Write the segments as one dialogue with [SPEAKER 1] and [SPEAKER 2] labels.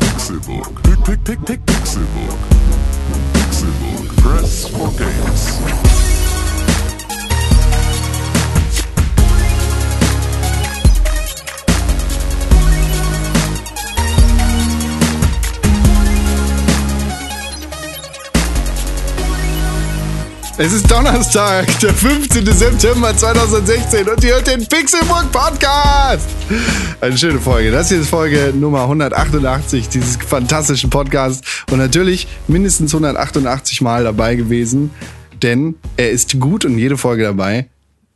[SPEAKER 1] Pixelburg. Pick, pick, pick, pick, Pixelburg. Pixelburg. Press for games.
[SPEAKER 2] Es ist Donnerstag, der 15. September 2016 und ihr hört den Pixelburg Podcast. Eine schöne Folge. Das hier ist Folge Nummer 188 dieses fantastischen Podcasts und natürlich mindestens 188 Mal dabei gewesen, denn er ist gut und jede Folge dabei.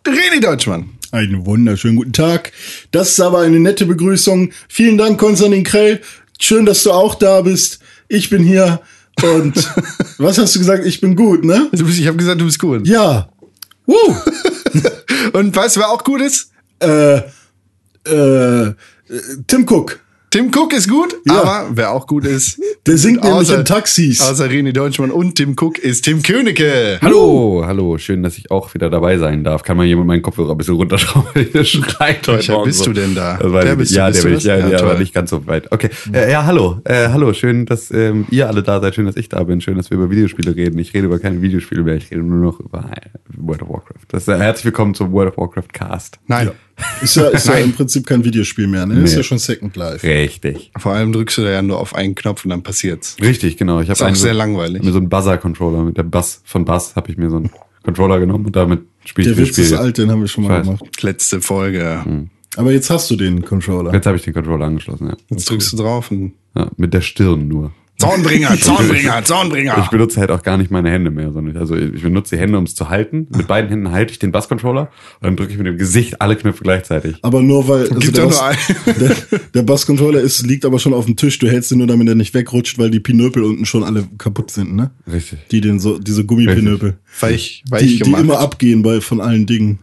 [SPEAKER 2] René Deutschmann.
[SPEAKER 3] Einen wunderschönen guten Tag. Das ist aber eine nette Begrüßung. Vielen Dank, Konstantin Krell. Schön, dass du auch da bist. Ich bin hier und was hast du gesagt? Ich bin gut, ne?
[SPEAKER 2] Du bist, ich habe gesagt, du bist gut.
[SPEAKER 3] Ja. Woo.
[SPEAKER 2] Und weißt du, wer auch gut ist?
[SPEAKER 3] äh, äh, Tim Cook.
[SPEAKER 2] Tim Cook ist gut,
[SPEAKER 3] Ja.
[SPEAKER 2] aber wer auch gut ist,
[SPEAKER 3] Der singt nämlich
[SPEAKER 2] Außer-
[SPEAKER 3] in Taxis.
[SPEAKER 2] außer René Deutschmann und Tim Cook, ist Tim Königke.
[SPEAKER 4] Hallo, hallo, schön, dass ich auch wieder dabei sein darf. Kann mal jemand meinen Kopfhörer ein bisschen runterschrauben? Der schreit heute
[SPEAKER 2] Welcher
[SPEAKER 4] Morgen
[SPEAKER 2] bist
[SPEAKER 4] so.
[SPEAKER 2] du denn da?
[SPEAKER 4] Das weiß
[SPEAKER 2] Der
[SPEAKER 4] ich
[SPEAKER 2] bist du,
[SPEAKER 4] nicht. ja,
[SPEAKER 2] bist
[SPEAKER 4] der
[SPEAKER 2] du
[SPEAKER 4] bin
[SPEAKER 2] das?
[SPEAKER 4] ich, ja,
[SPEAKER 2] Ja,
[SPEAKER 4] der
[SPEAKER 2] toll.
[SPEAKER 4] war nicht ganz so weit. Okay, äh, ja, hallo, äh, hallo, schön, dass ähm, ihr alle da seid, schön, dass ich da bin, schön, dass wir über Videospiele reden. Ich rede über keine Videospiele mehr, ich rede nur noch über äh, World of Warcraft. Das, äh, herzlich willkommen zum World of Warcraft Cast.
[SPEAKER 2] Nein.
[SPEAKER 3] Ist ja, ist ja im Prinzip kein Videospiel mehr, ne? Ist
[SPEAKER 4] Nee.
[SPEAKER 3] ja schon Second Life.
[SPEAKER 4] Richtig.
[SPEAKER 2] Vor allem drückst du da ja nur auf einen Knopf und dann passiert's.
[SPEAKER 4] Richtig, genau. Ich
[SPEAKER 2] Ist auch
[SPEAKER 4] habe einen
[SPEAKER 2] sehr langweilig.
[SPEAKER 4] Mir so einen Buzzer-Controller mit der Bass von Bass habe ich mir so einen Controller genommen und damit spiele ich
[SPEAKER 3] Der
[SPEAKER 4] das
[SPEAKER 3] Witz
[SPEAKER 4] Spiel.
[SPEAKER 3] ist
[SPEAKER 4] jetzt.
[SPEAKER 3] alt, den haben wir schon
[SPEAKER 4] Ich
[SPEAKER 3] mal
[SPEAKER 4] weiß.
[SPEAKER 3] gemacht.
[SPEAKER 2] Letzte Folge.
[SPEAKER 3] Hm, Aber jetzt hast du den Controller.
[SPEAKER 4] Jetzt habe ich den Controller angeschlossen, ja.
[SPEAKER 2] Jetzt drückst du drauf und
[SPEAKER 4] Ja, mit der Stirn nur.
[SPEAKER 2] Zornbringer, Zornbringer,
[SPEAKER 4] Ich
[SPEAKER 2] Zornbringer.
[SPEAKER 4] benutze halt auch gar nicht meine Hände mehr, sondern ich, also ich benutze die Hände, um es zu halten. Mit beiden Händen halte ich den Basscontroller und dann drücke ich mit dem Gesicht alle Knöpfe gleichzeitig.
[SPEAKER 3] Aber nur weil also
[SPEAKER 2] Gibt
[SPEAKER 3] der,
[SPEAKER 2] doch
[SPEAKER 3] Bass,
[SPEAKER 2] nur einen.
[SPEAKER 3] der, der Basscontroller ist, liegt aber schon auf dem Tisch. Du hältst ihn nur, damit er nicht wegrutscht, weil die Pinöpel unten schon alle kaputt sind, ne?
[SPEAKER 4] Richtig.
[SPEAKER 3] Die den so, diese Gummipinöpel.
[SPEAKER 2] Weil ich, weil
[SPEAKER 3] Die,
[SPEAKER 2] ich
[SPEAKER 3] die
[SPEAKER 2] gemacht.
[SPEAKER 3] immer abgehen bei von allen Dingen.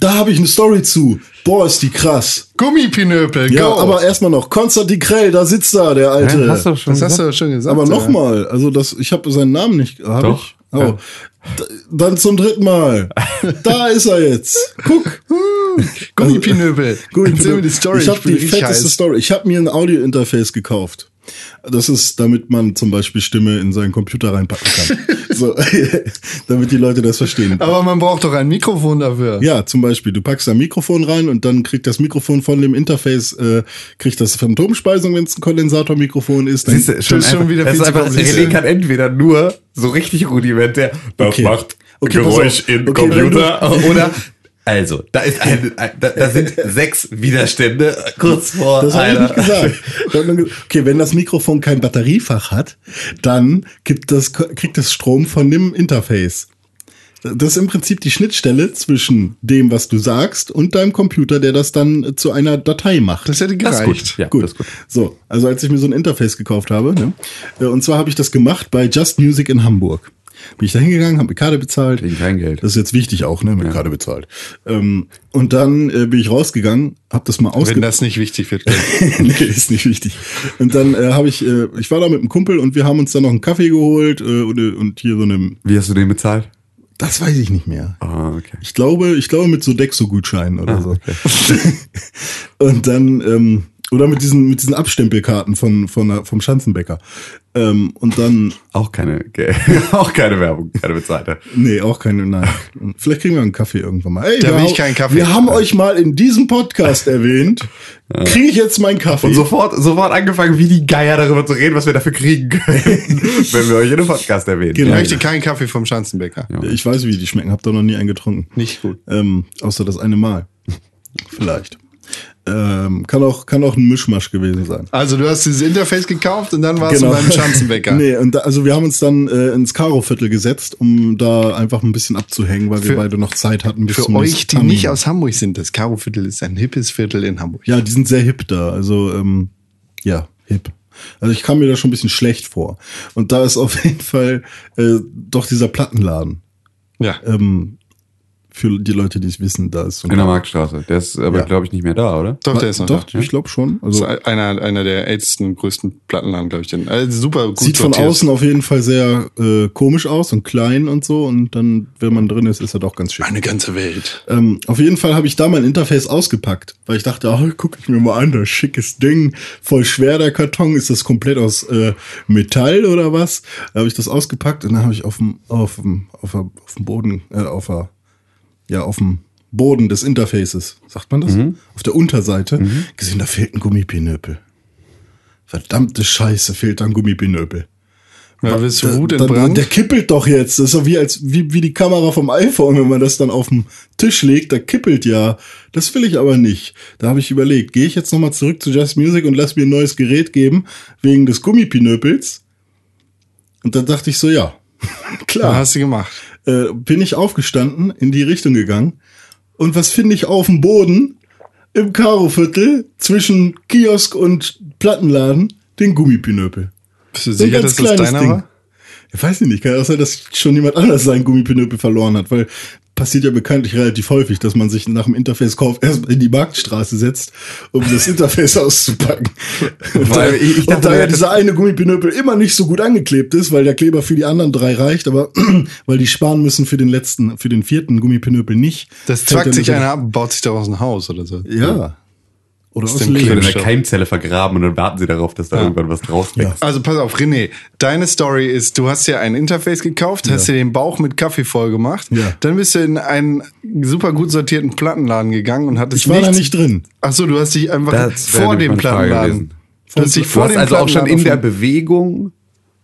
[SPEAKER 3] da habe ich eine Story zu. Boah, ist die krass.
[SPEAKER 2] Gummipinöpel,
[SPEAKER 3] Ja,
[SPEAKER 2] go.
[SPEAKER 3] aber erstmal noch. Konstantin Krell, da sitzt da, der alte.
[SPEAKER 4] Hä? Hast du schon
[SPEAKER 2] das hast du ja
[SPEAKER 4] gesagt?
[SPEAKER 2] schon gesagt.
[SPEAKER 3] aber
[SPEAKER 2] Alter.
[SPEAKER 3] nochmal, also das, ich habe seinen Namen nicht. Hab
[SPEAKER 4] Doch.
[SPEAKER 3] Ich? Oh. D- Dann zum dritten Mal. Da ist er jetzt. Guck.
[SPEAKER 2] Gummipinöpel.
[SPEAKER 3] Gut,
[SPEAKER 2] Erzähl mir die Story.
[SPEAKER 3] Also, Ich habe
[SPEAKER 2] bin
[SPEAKER 3] die
[SPEAKER 2] richtig
[SPEAKER 3] fetteste
[SPEAKER 2] heiß.
[SPEAKER 3] Story. Ich habe mir ein Audio-Interface gekauft. Das ist, damit man zum Beispiel Stimme in seinen Computer reinpacken kann. so, damit die Leute das verstehen.
[SPEAKER 2] Aber man braucht doch ein Mikrofon dafür.
[SPEAKER 3] Ja, zum Beispiel, du packst da ein Mikrofon rein und dann kriegt das Mikrofon von dem Interface, äh, kriegt das Phantomspeisung, wenn es ein Kondensatormikrofon ist. Dann,
[SPEAKER 4] Siehst du, schon,
[SPEAKER 2] Das ist schon
[SPEAKER 4] einfach,
[SPEAKER 2] wieder viel
[SPEAKER 4] wieder es ist
[SPEAKER 2] zu
[SPEAKER 4] einfach,
[SPEAKER 2] kompliziert.
[SPEAKER 4] René kann entweder nur so richtig rudimentär, das
[SPEAKER 3] Okay.
[SPEAKER 4] macht
[SPEAKER 3] Okay, pass
[SPEAKER 4] Geräusch
[SPEAKER 3] auf.
[SPEAKER 4] in
[SPEAKER 3] Okay,
[SPEAKER 4] Computer, oder also, da ist ein, ein da, da sind sechs Widerstände kurz vor
[SPEAKER 3] das habe ich
[SPEAKER 4] einer.
[SPEAKER 3] nicht gesagt. Ich hab nur ge- Okay, wenn das Mikrofon kein Batteriefach hat, dann gibt das, kriegt es Strom von dem Interface. Das ist im Prinzip die Schnittstelle zwischen dem, was du sagst, und deinem Computer, der das dann zu einer Datei macht.
[SPEAKER 2] Das hätte
[SPEAKER 4] Das ist
[SPEAKER 2] gereicht.
[SPEAKER 4] gut. Ja,
[SPEAKER 3] gut.
[SPEAKER 4] Das ist gut.
[SPEAKER 3] So, also als ich mir so ein Interface gekauft habe, ne, äh, und zwar habe ich das gemacht bei Just Music in Hamburg. Bin ich da hingegangen, habe mit Karte bezahlt.
[SPEAKER 4] Wegen Kleingeld.
[SPEAKER 3] Das ist jetzt wichtig auch, ne, mit Karte bezahlt. Ähm, und dann äh, bin ich rausgegangen, habe das mal
[SPEAKER 2] Wenn
[SPEAKER 3] ausge
[SPEAKER 2] das nicht wichtig wird.
[SPEAKER 3] nee, ist nicht wichtig. Und dann äh, habe ich, äh, ich war da mit einem Kumpel und wir haben uns dann noch einen Kaffee geholt äh, und, äh, und hier so einem,
[SPEAKER 4] Wie hast du den bezahlt?
[SPEAKER 3] das weiß ich nicht mehr.
[SPEAKER 4] Ah, okay.
[SPEAKER 3] Ich glaube, ich glaube mit so Dexo-Gutscheinen
[SPEAKER 2] Ah,
[SPEAKER 3] oder so. und dann, ähm, oder mit diesen, mit diesen Abstempelkarten von, von, der- vom Schanzenbäcker. Ähm, und dann,
[SPEAKER 4] Auch keine, ge- auch keine Werbung, keine bezahlte.
[SPEAKER 3] nee, auch keine, nein. Vielleicht kriegen wir einen Kaffee irgendwann mal. Ey,
[SPEAKER 2] Da
[SPEAKER 3] wir
[SPEAKER 2] will ich
[SPEAKER 3] haben-
[SPEAKER 2] keinen Kaffee.
[SPEAKER 3] Wir haben euch mal in diesem Podcast erwähnt. Kriege ich jetzt meinen Kaffee?
[SPEAKER 4] Und sofort, sofort angefangen, wie die Geier darüber zu reden, was wir dafür kriegen können, wenn wir euch in einem Podcast erwähnen.
[SPEAKER 2] Ich
[SPEAKER 3] Genau.
[SPEAKER 4] Ja.
[SPEAKER 2] möchte keinen Kaffee vom Schanzenbäcker.
[SPEAKER 3] ich weiß, wie die schmecken. Hab da noch nie einen getrunken.
[SPEAKER 2] Nicht gut.
[SPEAKER 3] Ähm, außer das eine Mal. Vielleicht. Ähm, kann, auch, kann auch ein Mischmasch gewesen sein. Genau.
[SPEAKER 2] Also du hast dieses Interface gekauft und dann warst du beim Schanzenbäcker.
[SPEAKER 3] nee, und da, also wir haben uns dann äh, ins Karo-Viertel gesetzt, um da einfach ein bisschen abzuhängen, weil
[SPEAKER 2] Für-
[SPEAKER 3] wir beide noch Zeit hatten. Bis
[SPEAKER 2] Für
[SPEAKER 3] zum
[SPEAKER 2] euch,
[SPEAKER 3] nächsten
[SPEAKER 2] die nicht
[SPEAKER 3] Termin.
[SPEAKER 2] aus Hamburg sind, das Karo-Viertel ist ein hippes Viertel in Hamburg.
[SPEAKER 3] Ja, die sind sehr hip da. Also, ähm, ja, hip. Also ich kam mir da schon ein bisschen schlecht vor. Und da ist auf jeden Fall äh, doch dieser Plattenladen.
[SPEAKER 2] Ja.
[SPEAKER 3] Ähm, für die Leute, die es wissen, da ist so ein-
[SPEAKER 4] In
[SPEAKER 2] Genau,
[SPEAKER 4] der Marktstraße. Der ist aber,
[SPEAKER 3] Ja.
[SPEAKER 4] glaube ich, nicht mehr da, oder?
[SPEAKER 2] Doch, der ist noch
[SPEAKER 3] Doch,
[SPEAKER 2] da.
[SPEAKER 3] ich glaube schon.
[SPEAKER 2] Das
[SPEAKER 3] Also,
[SPEAKER 2] ist einer, einer der ältesten, größten Plattenladen, glaube ich. Den. Also super gut
[SPEAKER 3] sieht von
[SPEAKER 2] sortiert.
[SPEAKER 3] außen auf jeden Fall sehr äh, komisch aus und klein und so. Und dann, wenn man drin ist, ist er doch ganz schön.
[SPEAKER 2] Eine ganze Welt.
[SPEAKER 3] Ähm, auf jeden Fall habe ich da mein Interface ausgepackt, weil ich dachte, oh, guck ich mir mal an, das schickes Ding, voll schwer der Karton, ist das komplett aus äh, Metall oder was? Da habe ich das ausgepackt und dann habe ich auf dem auf dem auf dem auf dem Boden äh, auf der ja auf dem Boden des Interfaces, sagt man das? Auf der Unterseite gesehen, da fehlt ein Gummipinöpel. Verdammte Scheiße, fehlt da ein Gummipinöpel.
[SPEAKER 2] Da wirst du
[SPEAKER 3] Da-
[SPEAKER 2] Wut
[SPEAKER 3] dann-
[SPEAKER 2] entbrannt.
[SPEAKER 3] Der kippelt doch jetzt. Das ist so wie, als, wie, wie die Kamera vom iPhone, wenn man das dann auf den Tisch legt, da kippelt ja. Das will ich aber nicht. Da habe ich überlegt, gehe ich jetzt nochmal zurück zu Just Music und lass mir ein neues Gerät geben, wegen des Gummipinöpels. Und dann dachte ich so, ja,
[SPEAKER 2] Ja,
[SPEAKER 3] klar.
[SPEAKER 2] hast du gemacht.
[SPEAKER 3] Äh, bin ich aufgestanden, in die Richtung gegangen. Und was finde ich auf dem Boden im Karoviertel zwischen Kiosk und Plattenladen? Den Gummipinöpel.
[SPEAKER 2] Bist du
[SPEAKER 3] So ein
[SPEAKER 2] sicher, dass
[SPEAKER 3] ganz
[SPEAKER 2] das
[SPEAKER 3] kleines
[SPEAKER 2] deiner
[SPEAKER 3] Ding.
[SPEAKER 2] war?
[SPEAKER 3] Ich weiß nicht, kann auch sein, dass schon jemand anders seinen Gummipinöpel verloren hat, weil passiert ja bekanntlich relativ häufig, dass man sich nach dem Interface-Kauf erstmal in die Marktstraße setzt, um das Interface auszupacken. Und da,
[SPEAKER 4] Weil ich- ich dachte,
[SPEAKER 3] und da ja
[SPEAKER 4] das-
[SPEAKER 3] dieser eine Gummipinöpel immer nicht so gut angeklebt ist, weil der Kleber für die anderen drei reicht, aber weil die sparen müssen für den letzten, für den vierten Gummipinöpel nicht.
[SPEAKER 2] Das
[SPEAKER 3] fällt
[SPEAKER 2] zwackt
[SPEAKER 3] dann
[SPEAKER 2] sich
[SPEAKER 3] so-
[SPEAKER 2] einer ab und baut sich daraus ein Haus oder so.
[SPEAKER 3] Ja. Oder aus
[SPEAKER 2] dem
[SPEAKER 3] dem
[SPEAKER 4] Ich
[SPEAKER 2] Kleber.
[SPEAKER 3] Leben.
[SPEAKER 4] werde in
[SPEAKER 2] Stimmt.
[SPEAKER 4] der Keimzelle vergraben und dann warten sie darauf, dass da irgendwann was draus wächst.
[SPEAKER 2] Also pass auf, René, deine Story ist, du hast dir ein Interface gekauft, hast dir den Bauch mit Kaffee voll gemacht,
[SPEAKER 3] Ja.
[SPEAKER 2] dann bist du in einen super gut sortierten Plattenladen gegangen und hattest
[SPEAKER 3] Ich war da
[SPEAKER 2] nichts-
[SPEAKER 3] nicht drin.
[SPEAKER 2] Ach so, du hast dich einfach
[SPEAKER 4] Das wäre
[SPEAKER 2] vor
[SPEAKER 4] nämlich
[SPEAKER 2] dem
[SPEAKER 4] meine Frage
[SPEAKER 2] Plattenladen.
[SPEAKER 4] gewesen.
[SPEAKER 2] Du hast dich
[SPEAKER 4] Du
[SPEAKER 2] vor
[SPEAKER 4] hast
[SPEAKER 2] dem
[SPEAKER 4] also auch schon
[SPEAKER 2] Plattenladen
[SPEAKER 4] in der
[SPEAKER 2] auf dem-
[SPEAKER 4] Bewegung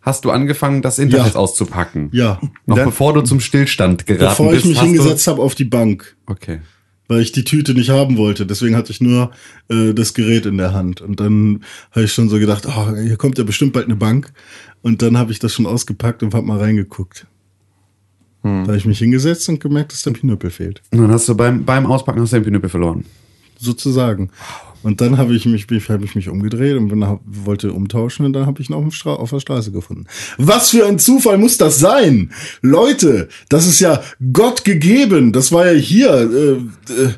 [SPEAKER 4] hast du angefangen, das Interface
[SPEAKER 3] Ja.
[SPEAKER 4] auszupacken.
[SPEAKER 3] Ja.
[SPEAKER 4] Noch
[SPEAKER 2] Dann-
[SPEAKER 4] bevor du zum Stillstand geraten
[SPEAKER 3] Bevor
[SPEAKER 4] bist.
[SPEAKER 3] ich mich
[SPEAKER 4] hast
[SPEAKER 3] hingesetzt habe auf die Bank.
[SPEAKER 4] Du, okay.
[SPEAKER 3] weil ich die Tüte nicht haben wollte. Deswegen hatte ich nur äh, das Gerät in der Hand. Und dann habe ich schon so gedacht, ah, hier kommt ja bestimmt bald eine Bank. Und dann habe ich das schon ausgepackt und habe mal reingeguckt. Da habe ich mich hingesetzt und gemerkt, dass der Pinöppel fehlt.
[SPEAKER 4] Und dann hast du beim, beim Auspacken hast du den Pinöppel verloren.
[SPEAKER 3] Sozusagen. Und dann habe ich mich, bin- habe ich mich umgedreht und bin, hab, wollte umtauschen und dann habe ich ihn auf, dem Stra auf der Straße gefunden. Was für ein Zufall muss das sein? Leute, das ist ja Gott gegeben. Das war ja hier. Äh, äh,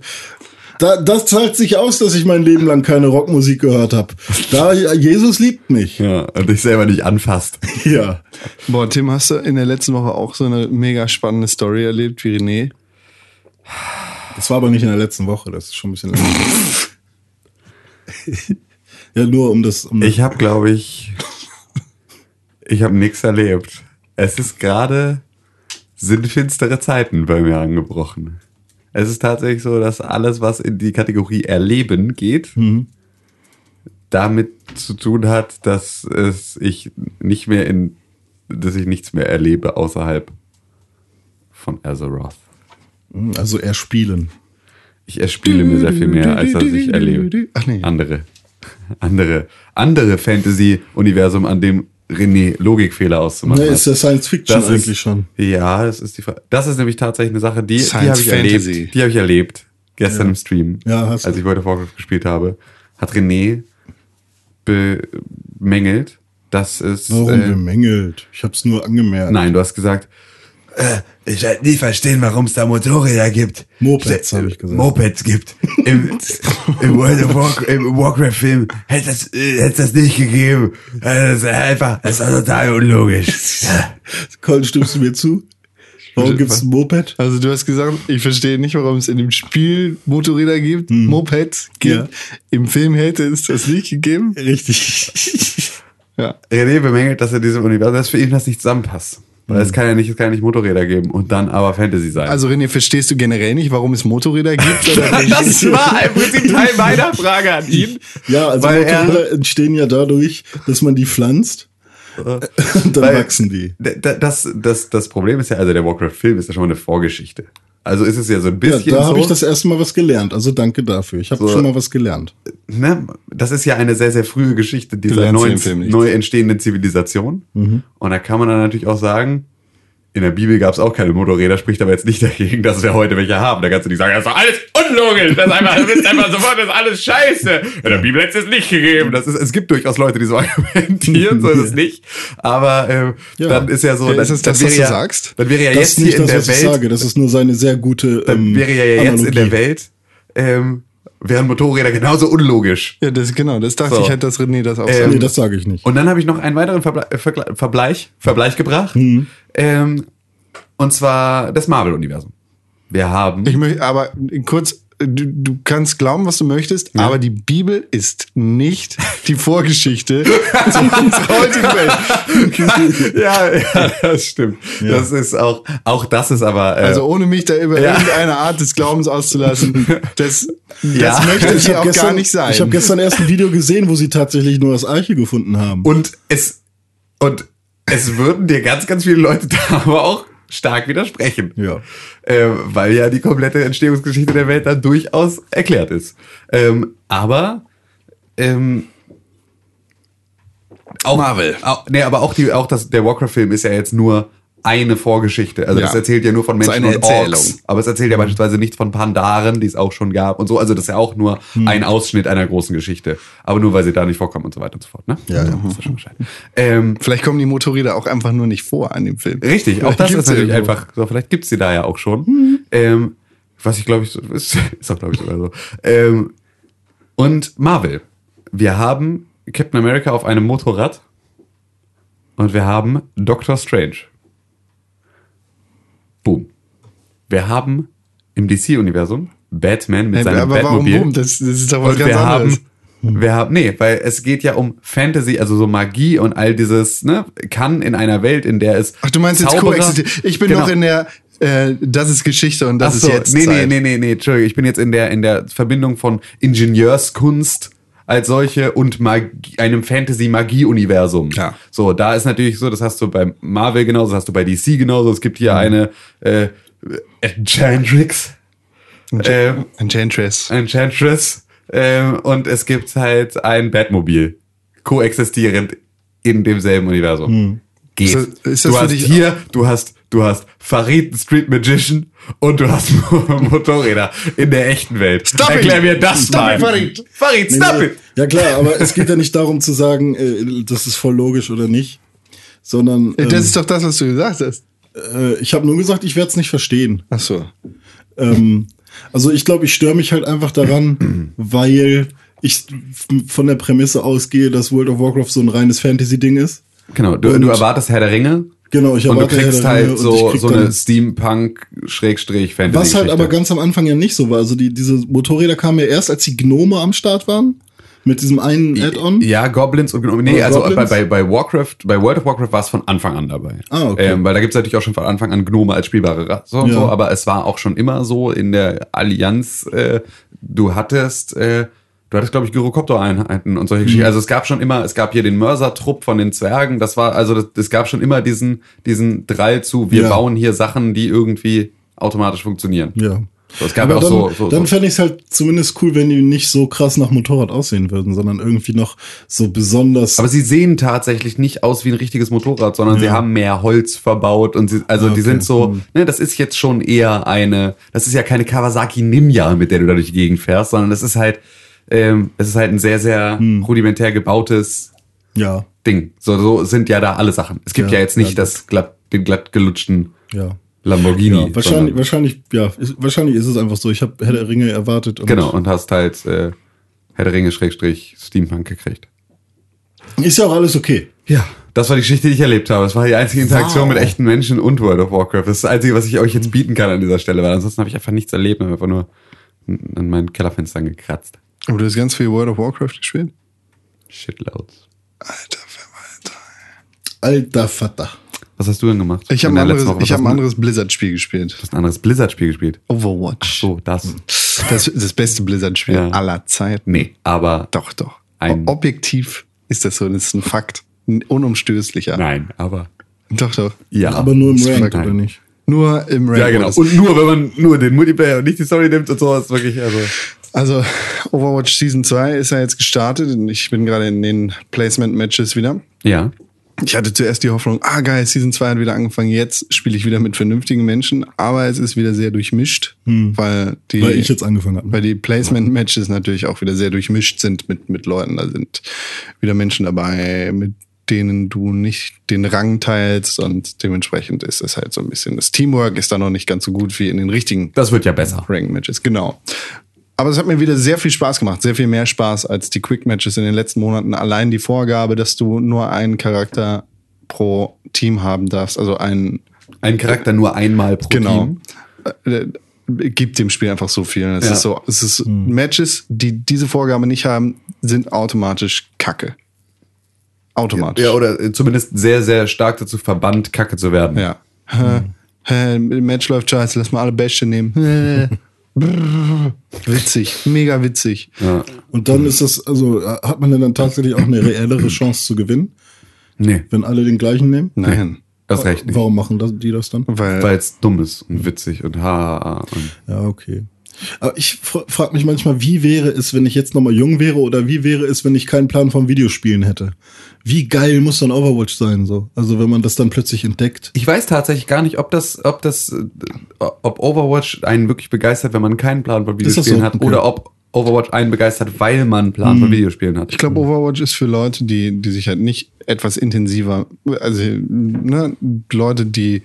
[SPEAKER 3] da, das zahlt sich aus, dass ich mein Leben lang keine Rockmusik gehört habe. Da Jesus liebt mich.
[SPEAKER 4] Ja, und dich selber nicht anfasst.
[SPEAKER 3] Ja.
[SPEAKER 2] Boah, Tim, hast du in der letzten Woche auch so eine mega spannende Story erlebt wie René?
[SPEAKER 3] Das war aber nicht in der letzten Woche. Das ist schon ein bisschen. länger. ja, nur um das. Um
[SPEAKER 4] Ich habe, glaube ich, ich habe nichts erlebt. Es ist gerade sind finstere Zeiten bei mir angebrochen. Es ist tatsächlich so, dass alles, was in die Kategorie Erleben geht, damit zu tun hat, dass es ich nicht mehr in, dass ich nichts mehr erlebe außerhalb von Azeroth.
[SPEAKER 3] also eher spielen.
[SPEAKER 4] Ich erspiele mir sehr viel mehr, als dass ich erlebe.
[SPEAKER 2] Ach nee.
[SPEAKER 4] Andere. Andere. Andere Fantasy-Universum, an dem René Logikfehler auszumachen
[SPEAKER 3] Nee,
[SPEAKER 4] hat.
[SPEAKER 3] ist ja Science Fiction
[SPEAKER 4] Das ist-
[SPEAKER 3] eigentlich schon.
[SPEAKER 4] Ja, das ist die Frage. Das ist nämlich tatsächlich eine Sache, die, die
[SPEAKER 2] Science
[SPEAKER 4] habe ich
[SPEAKER 2] Fantasy.
[SPEAKER 4] erlebt. Die habe ich erlebt. Gestern im Stream.
[SPEAKER 3] Ja, hast du.
[SPEAKER 4] als ich heute Warcraft gespielt habe, hat René bemängelt, dass es.
[SPEAKER 3] Warum
[SPEAKER 4] äh,
[SPEAKER 3] bemängelt? Ich hab's nur angemerkt.
[SPEAKER 4] Nein, du hast gesagt, äh, ich werde nie verstehen, warum es da Motorräder gibt.
[SPEAKER 3] Mopeds,
[SPEAKER 4] Äh,
[SPEAKER 3] habe ich gesagt.
[SPEAKER 4] Mopeds gibt. Im, im World of Warcraft, im Warcraft-Film hätte es äh, hätte es das nicht gegeben. Äh, Das ist einfach, das ist also total unlogisch.
[SPEAKER 3] Colin, stimmst du mir zu? Warum gibt's ein Moped?
[SPEAKER 2] Also du hast gesagt, ich verstehe nicht, warum es in dem Spiel Motorräder gibt,
[SPEAKER 4] Hm.
[SPEAKER 2] Mopeds gibt.
[SPEAKER 3] Ja.
[SPEAKER 2] Im Film hätte es das nicht gegeben.
[SPEAKER 3] Richtig.
[SPEAKER 2] Ja.
[SPEAKER 4] René bemängelt, dass er diesem Universum, dass für ihn das nicht zusammenpasst. Weil es kann ja nicht, es kann ja nicht Motorräder geben und dann aber Fantasy sein.
[SPEAKER 2] Also René, verstehst du generell nicht, warum es Motorräder gibt? Oder?
[SPEAKER 4] das war im Prinzip Teil meiner Frage an ihn.
[SPEAKER 3] Ja, also
[SPEAKER 4] Weil er-
[SPEAKER 3] Motorräder entstehen ja dadurch, dass man die pflanzt und dann
[SPEAKER 4] Weil-
[SPEAKER 3] wachsen die.
[SPEAKER 4] D- d- Das, das, das Problem ist ja, also der Warcraft-Film ist ja schon mal eine Vorgeschichte. Also ist es ja so ein
[SPEAKER 3] Ja,
[SPEAKER 4] bisschen
[SPEAKER 3] da
[SPEAKER 4] so,
[SPEAKER 3] habe ich das erste Mal was gelernt. Also danke dafür. Ich habe
[SPEAKER 4] So.
[SPEAKER 3] schon mal was gelernt.
[SPEAKER 4] ne, das ist ja eine sehr, sehr frühe Geschichte dieser
[SPEAKER 2] lernst den
[SPEAKER 4] neuen,
[SPEAKER 2] Film nicht.
[SPEAKER 4] neu entstehenden Zivilisation. Und da kann man dann natürlich auch sagen, In der Bibel gab es auch keine Motorräder, spricht aber jetzt nicht dagegen, dass wir heute welche haben. Da kannst du nicht sagen, das ist doch alles unlogisch, das ist einfach, du bist einfach sofort, das ist alles scheiße. In der Bibel hätte es nicht gegeben. Das ist, es gibt durchaus Leute, die so argumentieren, so ist es nicht. Aber ähm,
[SPEAKER 3] Ja.
[SPEAKER 4] dann ist ja so,
[SPEAKER 2] Ja,
[SPEAKER 4] dann,
[SPEAKER 2] ist es das,
[SPEAKER 4] dann wäre
[SPEAKER 2] was du
[SPEAKER 4] ja,
[SPEAKER 2] sagst?
[SPEAKER 4] Dann wäre ja
[SPEAKER 3] Das
[SPEAKER 4] jetzt
[SPEAKER 3] ist nicht
[SPEAKER 4] hier in
[SPEAKER 3] das,
[SPEAKER 4] der
[SPEAKER 3] was ich
[SPEAKER 4] Welt
[SPEAKER 3] sage. Das ist nur seine sehr gute
[SPEAKER 4] dann
[SPEAKER 3] ähm,
[SPEAKER 4] wäre ja jetzt in der
[SPEAKER 3] Analogie.
[SPEAKER 4] Welt, ähm, wären Motorräder genauso unlogisch.
[SPEAKER 2] Ja, das, genau, das dachte
[SPEAKER 4] So.
[SPEAKER 2] ich halt, dass René das auch
[SPEAKER 4] Ähm,
[SPEAKER 2] sagt.
[SPEAKER 3] Nee, das sage ich nicht.
[SPEAKER 4] Und dann habe ich noch einen weiteren Verbla äh, Vergla- Verbleich, Verbleich gebracht.
[SPEAKER 2] Mhm.
[SPEAKER 4] Ähm, und zwar das Marvel-Universum. Wir haben.
[SPEAKER 2] Ich möchte, aber kurz, du, du kannst glauben, was du möchtest, aber die Bibel ist nicht die Vorgeschichte zu unserer heutigen Welt.
[SPEAKER 4] ja, ja, das stimmt. Das ist auch, auch das ist aber. Äh,
[SPEAKER 2] Also ohne mich da über
[SPEAKER 4] Ja.
[SPEAKER 2] irgendeine Art des Glaubens auszulassen, das, das
[SPEAKER 4] Ja.
[SPEAKER 2] möchte ich,
[SPEAKER 3] hab
[SPEAKER 2] auch gar nicht sein.
[SPEAKER 3] Ich habe gestern erst ein Video gesehen, wo sie tatsächlich nur das Arche gefunden haben.
[SPEAKER 4] und es, und es würden dir ganz, ganz viele Leute da aber auch stark widersprechen.
[SPEAKER 3] Ja.
[SPEAKER 4] Ähm, weil ja die komplette Entstehungsgeschichte der Welt dann durchaus erklärt ist. Ähm, aber ähm, auch, Marvel. Auch, nee, aber auch, die, auch das, der Warcraft-Film ist ja jetzt nur eine Vorgeschichte. Also
[SPEAKER 2] Ja.
[SPEAKER 4] das erzählt ja nur von
[SPEAKER 2] Das ist
[SPEAKER 4] Menschen
[SPEAKER 2] eine
[SPEAKER 4] und Orks.
[SPEAKER 2] Erzählung.
[SPEAKER 4] Aber es
[SPEAKER 3] Mhm.
[SPEAKER 4] erzählt ja beispielsweise nichts von Pandaren, die es auch schon gab und so. Also das ist ja auch nur
[SPEAKER 3] Mhm.
[SPEAKER 4] ein Ausschnitt einer großen Geschichte. Aber nur, weil sie da nicht vorkommen und so weiter und so fort. Ne?
[SPEAKER 3] Ja, ja.
[SPEAKER 4] Das ist schon Bescheid. Ähm,
[SPEAKER 2] Vielleicht kommen die Motorräder auch einfach nur nicht vor an dem Film.
[SPEAKER 4] Richtig, auch das ist
[SPEAKER 2] Gibt's
[SPEAKER 4] natürlich
[SPEAKER 2] irgendwo. Mhm.
[SPEAKER 4] einfach. So, vielleicht gibt's die da ja auch schon. Ähm, was ich glaube ich so- ist, ist auch glaube ich sogar so. Ähm, und Marvel. Wir haben Captain America auf einem Motorrad und wir haben Doctor Strange. Boom. Wir haben im DC-Universum Batman mit
[SPEAKER 2] Hey,
[SPEAKER 4] seinem
[SPEAKER 2] aber warum
[SPEAKER 4] Batmobil.
[SPEAKER 2] boom? Das, das ist doch was
[SPEAKER 4] Und
[SPEAKER 2] ganz
[SPEAKER 4] wir
[SPEAKER 2] anderes.
[SPEAKER 4] haben, Hm. wir haben, nee, weil es geht ja um Fantasy, also so Magie und all dieses, ne, kann in einer Welt, in der es.
[SPEAKER 2] Ach, du meinst jetzt
[SPEAKER 4] Zauberer-
[SPEAKER 2] koexistiert. Ich bin
[SPEAKER 4] Genau.
[SPEAKER 2] noch in der, äh, das ist Geschichte und das
[SPEAKER 4] Ach so,
[SPEAKER 2] ist jetzt
[SPEAKER 4] nee,
[SPEAKER 2] Zeit.
[SPEAKER 4] nee, nee, nee, nee, Entschuldigung, ich bin jetzt in der, in der Verbindung von Ingenieurskunst als solche und Magie, einem Fantasy-Magie-Universum.
[SPEAKER 2] Ja.
[SPEAKER 4] So, da ist natürlich so, das hast du bei Marvel genauso, das hast du bei DC genauso, es gibt hier
[SPEAKER 2] Mhm.
[SPEAKER 4] eine äh, Enchantrix. Ähm,
[SPEAKER 2] Enchantress.
[SPEAKER 4] Enchantress. Ähm, und es gibt halt ein Batmobil. Koexistierend in demselben Universum.
[SPEAKER 3] Hm.
[SPEAKER 4] Geht.
[SPEAKER 2] Ist das- ist das
[SPEAKER 4] du
[SPEAKER 2] für
[SPEAKER 4] hast
[SPEAKER 2] dich-
[SPEAKER 4] hier, du hast, du hast Farid, einen Street Magician und du hast Motorräder in der echten Welt.
[SPEAKER 2] Stop it!
[SPEAKER 4] Erklär mir das
[SPEAKER 2] Stop
[SPEAKER 4] mal.
[SPEAKER 2] it, Farid!
[SPEAKER 4] Farid,
[SPEAKER 3] Nee,
[SPEAKER 4] stop
[SPEAKER 3] nee.
[SPEAKER 4] it!
[SPEAKER 3] Ja klar, aber es geht ja nicht darum zu sagen, äh, das ist voll logisch oder nicht, sondern
[SPEAKER 4] äh,
[SPEAKER 3] ähm,
[SPEAKER 2] Das ist doch das, was du gesagt hast.
[SPEAKER 3] äh, ich habe nur gesagt, ich werde es nicht verstehen.
[SPEAKER 2] Ach so.
[SPEAKER 3] Ähm, also ich glaube, ich störe mich halt einfach daran, weil ich f- von der Prämisse ausgehe, dass World of Warcraft so ein reines Fantasy-Ding ist.
[SPEAKER 4] Genau, du,
[SPEAKER 3] Und-
[SPEAKER 4] du erwartest Herr der Ringe.
[SPEAKER 3] Genau, ich
[SPEAKER 4] Und du
[SPEAKER 3] erwarte Herr
[SPEAKER 4] kriegst
[SPEAKER 3] der Ringe
[SPEAKER 4] halt
[SPEAKER 3] und
[SPEAKER 4] so,
[SPEAKER 3] ich krieg
[SPEAKER 4] so eine
[SPEAKER 3] dann-
[SPEAKER 4] Steampunk-Fantasy.
[SPEAKER 3] Was halt aber ganz am Anfang ja nicht so war. Also die, diese Motorräder kamen ja erst, als die Gnome am Start waren. Mit diesem einen Add-on.
[SPEAKER 4] Ja, Goblins und Gnome. Nee,
[SPEAKER 3] Oder
[SPEAKER 4] also bei,
[SPEAKER 3] Goblins?
[SPEAKER 4] bei, bei Warcraft, bei World of Warcraft war es von Anfang an dabei.
[SPEAKER 3] Ah, okay.
[SPEAKER 4] Ähm, weil da gibt's natürlich auch schon von Anfang an Gnome als spielbare Rasse und
[SPEAKER 3] Ja.
[SPEAKER 4] so, aber es war auch schon immer so in der Allianz, äh, du hattest, äh, du hattest, glaube ich, Gyrokopter-Einheiten und solche
[SPEAKER 3] Hm.
[SPEAKER 4] Geschichten. Also es gab schon immer, es gab hier den Mörser-Trupp von den Zwergen, das war, also das, es gab schon immer diesen, diesen Drall zu, wir
[SPEAKER 3] Ja.
[SPEAKER 4] bauen hier Sachen, die irgendwie automatisch funktionieren.
[SPEAKER 3] Ja.
[SPEAKER 4] So, es gab ja auch
[SPEAKER 3] dann,
[SPEAKER 4] so, so,
[SPEAKER 3] dann
[SPEAKER 4] so.
[SPEAKER 3] fände ich es halt zumindest cool, wenn die nicht so krass nach Motorrad aussehen würden, sondern irgendwie noch so besonders.
[SPEAKER 4] Aber sie sehen tatsächlich nicht aus wie ein richtiges Motorrad, sondern sie haben mehr Holz verbaut und sie, also
[SPEAKER 3] Ah,
[SPEAKER 4] die
[SPEAKER 3] Okay. Hm.
[SPEAKER 4] sind so, ne, das ist jetzt schon eher eine, das ist ja keine Kawasaki Ninja, mit der du da durch die Gegend fährst, sondern das ist halt, ähm, es ist halt ein sehr, sehr
[SPEAKER 3] Hm.
[SPEAKER 4] rudimentär gebautes
[SPEAKER 3] ja,
[SPEAKER 4] Ding. So, so sind ja da alle Sachen. Es gibt ja,
[SPEAKER 3] Ja,
[SPEAKER 4] jetzt nicht
[SPEAKER 3] ja,
[SPEAKER 4] das glatt, den glatt gelutschten
[SPEAKER 3] ja.
[SPEAKER 4] Lamborghini.
[SPEAKER 3] Ja, wahrscheinlich,
[SPEAKER 4] sondern-
[SPEAKER 3] wahrscheinlich, ja, ist, wahrscheinlich ist es einfach so. Ich habe Herr der Ringe erwartet. Und
[SPEAKER 4] Genau, und hast halt, äh, Herr der Ringe Schrägstrich Steampunk gekriegt.
[SPEAKER 3] Ist ja auch alles okay.
[SPEAKER 4] Ja, das war die Geschichte, die ich erlebt habe. Das war die einzige Interaktion mit echten Menschen und World of Warcraft. Das ist das Einzige, was ich euch jetzt bieten kann an dieser Stelle, weil ansonsten habe ich einfach nichts erlebt und habe einfach nur an meinen Kellerfenstern gekratzt.
[SPEAKER 2] Aber du hast ganz viel World of Warcraft gespielt?
[SPEAKER 4] Shitloads.
[SPEAKER 2] Alter, Verwalter.
[SPEAKER 3] Alter Vater.
[SPEAKER 4] Was hast du denn gemacht?
[SPEAKER 2] Ich habe
[SPEAKER 4] In
[SPEAKER 2] ein
[SPEAKER 4] der
[SPEAKER 2] anderes,
[SPEAKER 4] letzten Woche, was ne?
[SPEAKER 2] ich hab
[SPEAKER 4] hast
[SPEAKER 2] ein
[SPEAKER 4] du-
[SPEAKER 2] anderes Blizzard-Spiel gespielt.
[SPEAKER 4] hast ein anderes Blizzard-Spiel gespielt.
[SPEAKER 2] Overwatch.
[SPEAKER 4] So, das.
[SPEAKER 2] Hm. Das ist das beste Blizzard-Spiel
[SPEAKER 4] Ja.
[SPEAKER 2] aller Zeiten.
[SPEAKER 4] Nee, aber.
[SPEAKER 2] Doch, doch.
[SPEAKER 4] Ein-
[SPEAKER 2] Objektiv ist das so, das ist ein Fakt. Ein unumstößlicher.
[SPEAKER 4] Nein, aber.
[SPEAKER 2] Doch, doch.
[SPEAKER 4] Ja.
[SPEAKER 3] Aber nur im
[SPEAKER 4] Das
[SPEAKER 3] Rank,
[SPEAKER 4] kann-
[SPEAKER 3] oder nicht?
[SPEAKER 2] Nur im Rainbow.
[SPEAKER 4] Ja, genau. Und nur, wenn man nur den Multiplayer und nicht die Story nimmt und sowas, wirklich, also.
[SPEAKER 2] Also Overwatch Season 2 ist ja jetzt gestartet und ich bin gerade in den Placement-Matches wieder.
[SPEAKER 4] Ja.
[SPEAKER 2] Ich hatte zuerst die Hoffnung, ah geil, Season 2 hat wieder angefangen, jetzt spiele ich wieder mit vernünftigen Menschen, aber es ist wieder sehr durchmischt, weil die
[SPEAKER 3] Hm. Weil ich jetzt angefangen ne? habe.
[SPEAKER 2] weil die Placement Matches natürlich auch wieder sehr durchmischt sind mit mit Leuten, da sind wieder Menschen dabei, mit denen du nicht den Rang teilst und dementsprechend ist es halt so ein bisschen das Teamwork ist da noch nicht ganz so gut wie in den richtigen
[SPEAKER 4] Das wird ja besser.
[SPEAKER 2] Ranked Matches, genau. Aber es hat mir wieder sehr viel Spaß gemacht, sehr viel mehr Spaß als die Quick Matches in den letzten Monaten. Allein die Vorgabe, dass du nur einen Charakter pro Team haben darfst, also einen,
[SPEAKER 4] Ein Charakter nur einmal pro
[SPEAKER 2] genau,
[SPEAKER 4] Team.
[SPEAKER 2] äh, äh, gibt dem Spiel einfach so viel. Es
[SPEAKER 4] Ja. Hm.
[SPEAKER 2] ist so, es ist Matches, die diese Vorgabe nicht haben, sind automatisch Kacke. Automatisch.
[SPEAKER 4] Ja, oder äh, zumindest sehr, sehr stark dazu verbannt, Kacke zu werden.
[SPEAKER 2] Ja. Hä,
[SPEAKER 4] Hm.
[SPEAKER 2] hä, Match läuft scheiße, lass mal alle Bäsche nehmen. Hä. Brrr. witzig, mega witzig.
[SPEAKER 3] Und
[SPEAKER 4] Mhm.
[SPEAKER 3] dann ist das, also äh, hat man dann tatsächlich auch eine reellere Chance zu gewinnen,
[SPEAKER 4] Nee,
[SPEAKER 3] wenn alle den gleichen nehmen?
[SPEAKER 2] Nein.
[SPEAKER 4] das reicht nicht.
[SPEAKER 3] Warum machen das, die das dann?
[SPEAKER 2] Weil,
[SPEAKER 4] Weil es dumm ist und witzig und haha. Und
[SPEAKER 3] Ja, okay. Aber ich frage mich manchmal, wie wäre es, wenn ich jetzt nochmal jung wäre oder wie wäre es, wenn ich keinen Plan vom Videospielen hätte? Wie geil muss dann Overwatch sein, so? Also, wenn man das dann plötzlich entdeckt.
[SPEAKER 4] ich weiß tatsächlich gar nicht, ob das, ob das, äh, ob Overwatch einen wirklich begeistert, wenn man keinen Plan von
[SPEAKER 3] das
[SPEAKER 4] Videospielen
[SPEAKER 3] so?
[SPEAKER 4] hat,
[SPEAKER 3] Okay. Hm.
[SPEAKER 4] oder ob Overwatch einen begeistert, weil man einen Plan von Videospielen hat.
[SPEAKER 2] ich glaube, Overwatch ist für Leute, die, die sich halt nicht etwas intensiver, also ne, Leute, die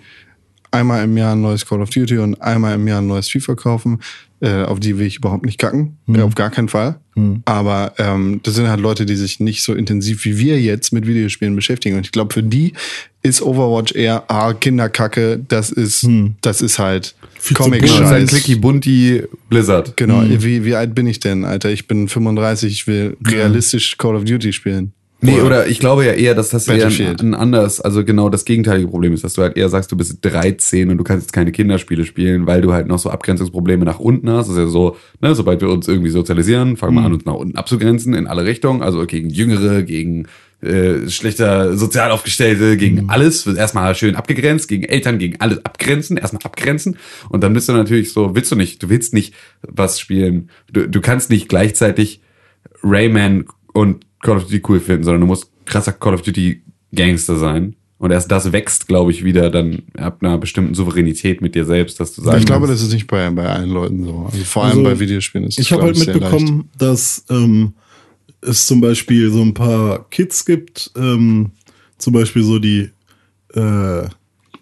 [SPEAKER 2] einmal im Jahr ein neues Call of Duty und einmal im Jahr ein neues FIFA kaufen, äh, auf die will ich überhaupt nicht kacken, äh, auf gar keinen Fall. Aber ähm, das sind halt Leute, die sich nicht so intensiv wie wir jetzt mit Videospielen beschäftigen. Und ich glaube, für die ist Overwatch eher, ah, Kinderkacke, das ist, das ist halt
[SPEAKER 3] Viel zu
[SPEAKER 4] Genau, das ist ein
[SPEAKER 2] Comic-Scheiß.
[SPEAKER 4] Clicky Bunti Blizzard.
[SPEAKER 2] Genau,
[SPEAKER 3] Hm.
[SPEAKER 2] wie, wie alt bin ich denn, Alter? Ich bin 35, ich will realistisch Call of Duty spielen.
[SPEAKER 4] Nee, oder ich glaube ja eher, dass das eher ein,
[SPEAKER 2] Battlefield.
[SPEAKER 4] ein anderes, also genau das gegenteilige Problem ist, dass du halt eher sagst, du bist 13 und du kannst jetzt keine Kinderspiele spielen, weil du halt noch so Abgrenzungsprobleme nach unten hast. Das ist ja so, ne, sobald wir uns irgendwie sozialisieren, fangen wir an, uns nach unten abzugrenzen in alle Richtungen, also gegen Jüngere, gegen äh, schlechter sozial aufgestellte, gegen alles, wird erstmal schön abgegrenzt, gegen Eltern, gegen alles abgrenzen, erstmal abgrenzen und dann bist du natürlich so, willst du nicht, du willst nicht was spielen, du, du kannst nicht gleichzeitig Rayman und Call of Duty cool finden, sondern du musst krasser Call of Duty Gangster sein. Und erst das wächst, glaube ich, wieder dann ab einer bestimmten Souveränität mit dir selbst, dass du sagst,
[SPEAKER 2] Ich glaube, das ist nicht bei, bei allen Leuten so. Also vor allem
[SPEAKER 3] Also,
[SPEAKER 2] bei Videospielen ist das,
[SPEAKER 3] Ich habe
[SPEAKER 2] glaub
[SPEAKER 3] halt
[SPEAKER 2] sehr leicht.
[SPEAKER 3] mitbekommen, dass ähm, es zum Beispiel so ein paar Kids gibt, ähm, zum Beispiel so die äh,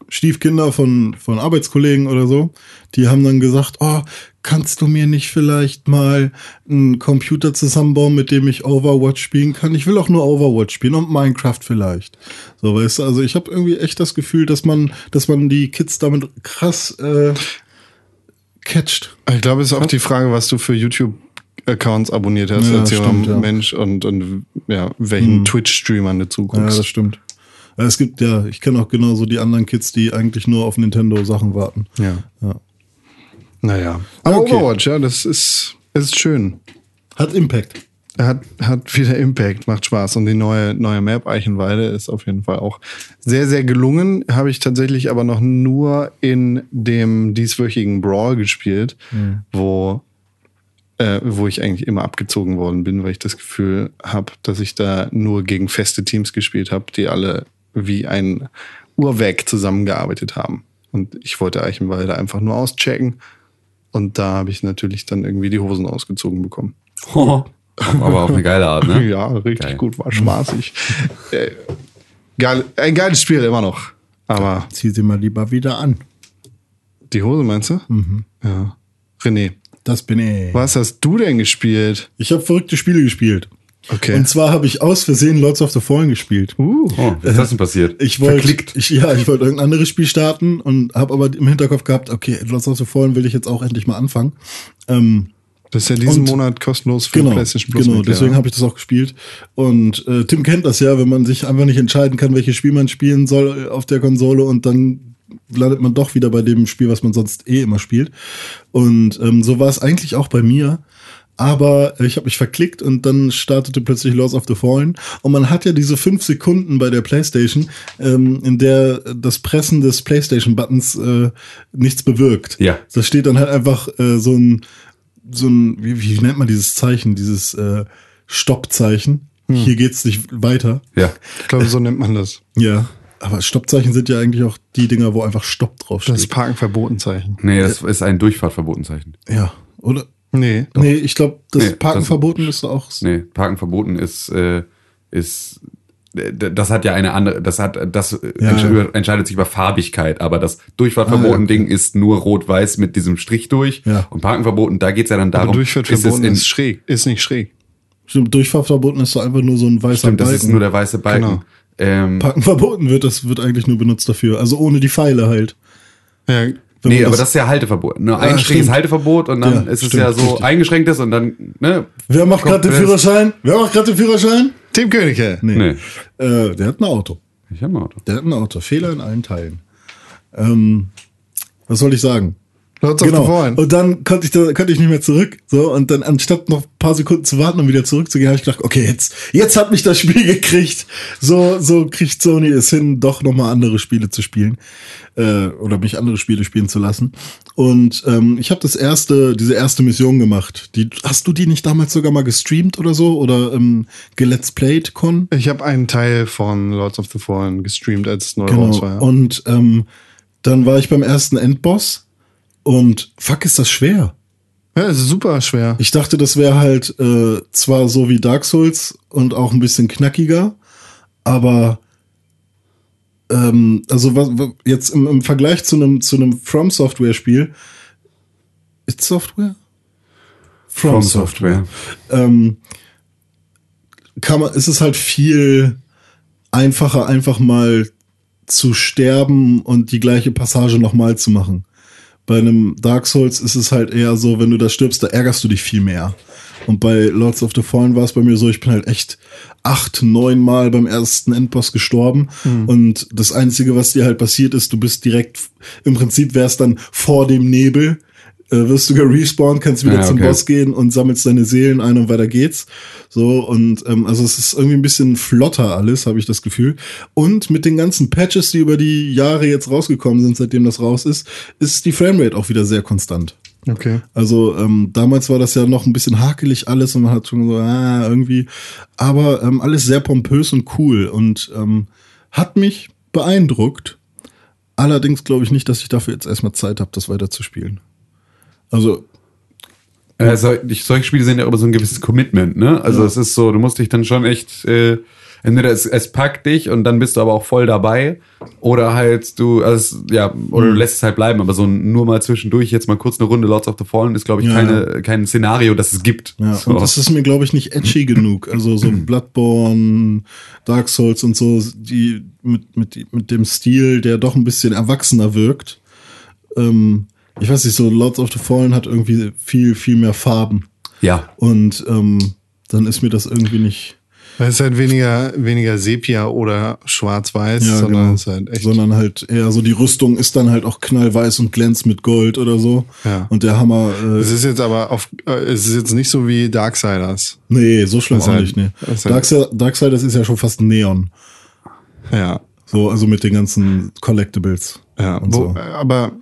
[SPEAKER 3] Stiefkinder von, von Arbeitskollegen oder so, die haben dann gesagt, oh, kannst du mir nicht vielleicht mal einen Computer zusammenbauen, mit dem ich Overwatch spielen kann? Ich will auch nur Overwatch spielen und Minecraft vielleicht. So, weißt du, also ich habe irgendwie echt das Gefühl, dass man, dass man die Kids damit krass äh, catcht.
[SPEAKER 2] Ich glaube, es ist auch die Frage, was du für YouTube-Accounts abonniert hast,
[SPEAKER 3] Ja,
[SPEAKER 2] als junger
[SPEAKER 3] stimmt, ja. Hm.
[SPEAKER 2] Mensch und, und ja, welchen Twitch-Streamern du
[SPEAKER 3] Ja,
[SPEAKER 2] zuguckst.
[SPEAKER 3] das stimmt. Ja, Es gibt ja, ich kenne auch genauso die anderen Kids, die eigentlich nur auf Nintendo Sachen warten.
[SPEAKER 2] Ja.
[SPEAKER 3] Ja.
[SPEAKER 2] Naja. Aber
[SPEAKER 3] Okay.
[SPEAKER 2] Overwatch, ja, das ist, ist schön.
[SPEAKER 3] Hat Impact.
[SPEAKER 2] Hat, hat wieder Impact, macht Spaß. Und die neue, neue Map Eichenweide ist auf jeden Fall auch sehr, sehr gelungen. Habe ich tatsächlich aber noch nur in dem dieswöchigen Brawl gespielt, wo, äh, wo ich eigentlich immer abgezogen worden bin, weil ich das Gefühl habe, dass ich da nur gegen feste Teams gespielt habe, die alle wie ein Uhrwerk zusammengearbeitet haben. Und ich wollte Eichenweide einfach nur auschecken. Und da habe ich natürlich dann irgendwie die Hosen ausgezogen bekommen.
[SPEAKER 4] "Oh, aber auf eine geile Art, ne?
[SPEAKER 2] Ja, richtig
[SPEAKER 4] Geil.
[SPEAKER 2] gut, war spaßig. Äh, Geil, ein geiles Spiel immer noch. Aber
[SPEAKER 3] Zieh sie mal lieber wieder an.
[SPEAKER 2] die Hose meinst du?
[SPEAKER 3] Mhm.
[SPEAKER 2] Ja. René,
[SPEAKER 3] Das bin ich.
[SPEAKER 2] was hast du denn gespielt?
[SPEAKER 3] Ich habe verrückte Spiele gespielt.
[SPEAKER 2] Okay.
[SPEAKER 3] Und zwar habe ich aus Versehen Lords of the Fallen gespielt.
[SPEAKER 2] uh,
[SPEAKER 4] Oh, was ist das denn passiert?
[SPEAKER 3] Ich wollte,
[SPEAKER 4] Verklickt.
[SPEAKER 3] ich, ja, ich wollte irgendein anderes Spiel starten und habe aber im Hinterkopf gehabt, okay, Lords of the Fallen will ich jetzt auch endlich mal anfangen. Ähm,
[SPEAKER 2] Das ist ja diesen
[SPEAKER 3] und-
[SPEAKER 2] Monat kostenlos für
[SPEAKER 3] Genau,
[SPEAKER 2] PlayStation Plus.
[SPEAKER 3] genau deswegen habe ich das auch gespielt. Und äh, Tim kennt das ja, wenn man sich einfach nicht entscheiden kann, welches Spiel man spielen soll äh, auf der Konsole und dann landet man doch wieder bei dem Spiel, was man sonst eh immer spielt. Und ähm, so war es eigentlich auch bei mir. Aber äh, ich habe mich verklickt und dann startete plötzlich Lords of the Fallen. Und man hat ja diese fünf Sekunden bei der PlayStation, ähm, in der das Pressen des PlayStation-Buttons äh, nichts bewirkt.
[SPEAKER 4] Ja.
[SPEAKER 3] Da steht dann halt einfach äh, so ein so ein, wie, wie nennt man dieses Zeichen, dieses äh, Stoppzeichen.
[SPEAKER 4] Hm.
[SPEAKER 3] hier geht's nicht weiter.
[SPEAKER 4] Ja.
[SPEAKER 2] Ich glaube, so nennt man das.
[SPEAKER 3] Ja. Aber Stoppzeichen sind ja eigentlich auch die Dinger, wo einfach Stopp
[SPEAKER 2] Das
[SPEAKER 3] draufsteht.
[SPEAKER 2] Parkenverbotenzeichen.
[SPEAKER 4] Nee, das ist ein Durchfahrtverbotenzeichen.
[SPEAKER 3] Ja. Oder?
[SPEAKER 2] Nee.
[SPEAKER 3] Nee, ich glaube, das
[SPEAKER 4] Nee,
[SPEAKER 3] Parken
[SPEAKER 4] das-
[SPEAKER 3] verboten ist auch.
[SPEAKER 4] Nee, Parken verboten ist, äh, ist d- d- das hat ja eine andere, das hat, das äh,
[SPEAKER 3] Ja,
[SPEAKER 4] entsch-
[SPEAKER 3] ja.
[SPEAKER 4] über- entscheidet sich über Farbigkeit, aber das Durchfahrtverboten-Ding ist nur rot-weiß mit diesem Strich durch
[SPEAKER 3] Ja.
[SPEAKER 4] und Parken verboten, da geht's ja dann darum,
[SPEAKER 2] Aber Durchfahrtverboten ist,
[SPEAKER 4] in,
[SPEAKER 2] schräg, ist nicht schräg.
[SPEAKER 3] Stimmt, Durchfahrverboten ist so einfach nur so ein weißer
[SPEAKER 4] stimmt, das
[SPEAKER 3] Balken.
[SPEAKER 4] ist nur der weiße Balken.
[SPEAKER 2] Genau.
[SPEAKER 4] Ähm,
[SPEAKER 3] Parken verboten wird, das wird eigentlich nur benutzt dafür. Also ohne die Pfeile halt.
[SPEAKER 2] Ja,
[SPEAKER 3] Wenn
[SPEAKER 4] nee,
[SPEAKER 3] man
[SPEAKER 4] aber das ist ja Halteverbot. Ne? Ein
[SPEAKER 3] Ah,
[SPEAKER 4] Strich ist
[SPEAKER 3] stimmt.
[SPEAKER 4] Halteverbot und dann
[SPEAKER 3] Ja,
[SPEAKER 4] ist es
[SPEAKER 3] stimmt,
[SPEAKER 4] ja so
[SPEAKER 3] richtig.
[SPEAKER 4] eingeschränktes und dann, ne?
[SPEAKER 3] Wer macht
[SPEAKER 4] Kommt
[SPEAKER 3] gerade den
[SPEAKER 4] das-
[SPEAKER 3] Führerschein? Wer macht gerade den Führerschein?
[SPEAKER 2] Tim Königke.
[SPEAKER 4] Nee.
[SPEAKER 3] Äh, der hat ein Auto.
[SPEAKER 4] Ich hab ein Auto.
[SPEAKER 3] Der hat ein Auto. Fehler in allen Teilen. Ähm, was soll ich sagen?
[SPEAKER 2] Lords of the Fallen.
[SPEAKER 3] Genau. Und dann konnte ich, da, konnte ich nicht mehr zurück. So, und dann anstatt noch ein paar Sekunden zu warten, um wieder zurückzugehen, habe ich gedacht, okay, jetzt, jetzt hat mich das Spiel gekriegt. So, so kriegt Sony es hin, doch nochmal andere Spiele zu spielen. Äh, oder mich andere Spiele spielen zu lassen. Und ähm, ich habe das erste, diese erste Mission gemacht. Die, hast du die nicht damals sogar mal gestreamt oder so? Oder ähm, gelet's played con?
[SPEAKER 2] Ich habe einen Teil von Lords of the Fallen gestreamt, als es neu raus war.
[SPEAKER 3] Genau. Und ähm, dann war ich beim ersten Endboss und fuck, ist das schwer.
[SPEAKER 2] ja, es ist super schwer.
[SPEAKER 3] Ich dachte, das wäre halt äh, zwar so wie Dark Souls und auch ein bisschen knackiger, aber ähm, also was, wa- jetzt im, im Vergleich zu einem zu einem From Software Spiel, ist Software? From, ähm, kann man, ist es halt viel einfacher, einfach mal zu sterben und die gleiche Passage nochmal zu machen. Bei einem Dark Souls ist es halt eher so, wenn du da stirbst, da ärgerst du dich viel mehr. Und bei Lords of the Fallen war es bei mir so, ich bin halt echt acht, neun Mal beim ersten Endboss gestorben.
[SPEAKER 4] Mhm.
[SPEAKER 3] Und das Einzige, was dir halt passiert ist, du bist direkt, im Prinzip wärst dann vor dem Nebel, äh, wirst du gerespawnt, kannst wieder
[SPEAKER 4] Ah,
[SPEAKER 3] zum
[SPEAKER 4] okay.
[SPEAKER 3] Boss gehen und sammelst deine Seelen ein und weiter geht's. So, und ähm, also es ist irgendwie ein bisschen flotter alles, habe ich das Gefühl. Und mit den ganzen Patches, die über die Jahre jetzt rausgekommen sind, seitdem das raus ist, ist die Framerate auch wieder sehr konstant.
[SPEAKER 2] Okay.
[SPEAKER 3] Also ähm, damals war das ja noch ein bisschen hakelig alles und man hat schon so, ah, irgendwie. Aber ähm, alles sehr pompös und cool und ähm, hat mich beeindruckt. Allerdings glaube ich nicht, dass ich dafür jetzt erstmal Zeit habe, das weiterzuspielen. Also
[SPEAKER 4] Äh, sol- ich, solche Spiele sind ja auch immer so ein gewisses Commitment, ne? Also es ist so, du musst dich dann schon echt, äh, entweder es, es packt dich und dann bist du aber auch voll dabei, oder halt du, also es- ja, oder
[SPEAKER 3] Mhm.
[SPEAKER 4] du lässt es halt bleiben, aber so ein- nur mal zwischendurch jetzt mal kurz eine Runde Lords of the Fallen ist, glaube ich,
[SPEAKER 3] Ja.
[SPEAKER 4] keine, kein Szenario, das es gibt.
[SPEAKER 3] Ja,
[SPEAKER 4] so.
[SPEAKER 3] und das ist mir, glaube ich, nicht edgy genug. Also so
[SPEAKER 2] Mhm.
[SPEAKER 3] Bloodborne, Dark Souls und so, die mit, mit, mit dem Stil, der doch ein bisschen erwachsener wirkt. Ähm, ich weiß nicht, so Lords of the Fallen hat irgendwie viel, viel mehr Farben.
[SPEAKER 4] ja.
[SPEAKER 3] Und ähm, dann ist mir das irgendwie nicht,
[SPEAKER 2] Es ist halt weniger, weniger Sepia oder Schwarz-Weiß,
[SPEAKER 3] Ja,
[SPEAKER 2] sondern
[SPEAKER 3] genau.
[SPEAKER 2] es ist halt echt.
[SPEAKER 3] sondern halt eher so die Rüstung ist dann halt auch knallweiß und glänzt mit Gold oder so.
[SPEAKER 2] Ja.
[SPEAKER 3] Und der Hammer,
[SPEAKER 2] es
[SPEAKER 3] äh,
[SPEAKER 2] ist jetzt aber auf, äh, es ist jetzt nicht so wie Darksiders.
[SPEAKER 3] nee, so schlimm
[SPEAKER 2] Das
[SPEAKER 3] auch
[SPEAKER 2] ist halt-
[SPEAKER 3] nicht. Nee.
[SPEAKER 2] das ist halt-
[SPEAKER 3] Darkseid, Darksiders ist ja schon fast Neon.
[SPEAKER 2] Ja.
[SPEAKER 3] So, also mit den ganzen Collectibles.
[SPEAKER 2] Ja,
[SPEAKER 3] und
[SPEAKER 2] wo,
[SPEAKER 3] so.
[SPEAKER 2] aber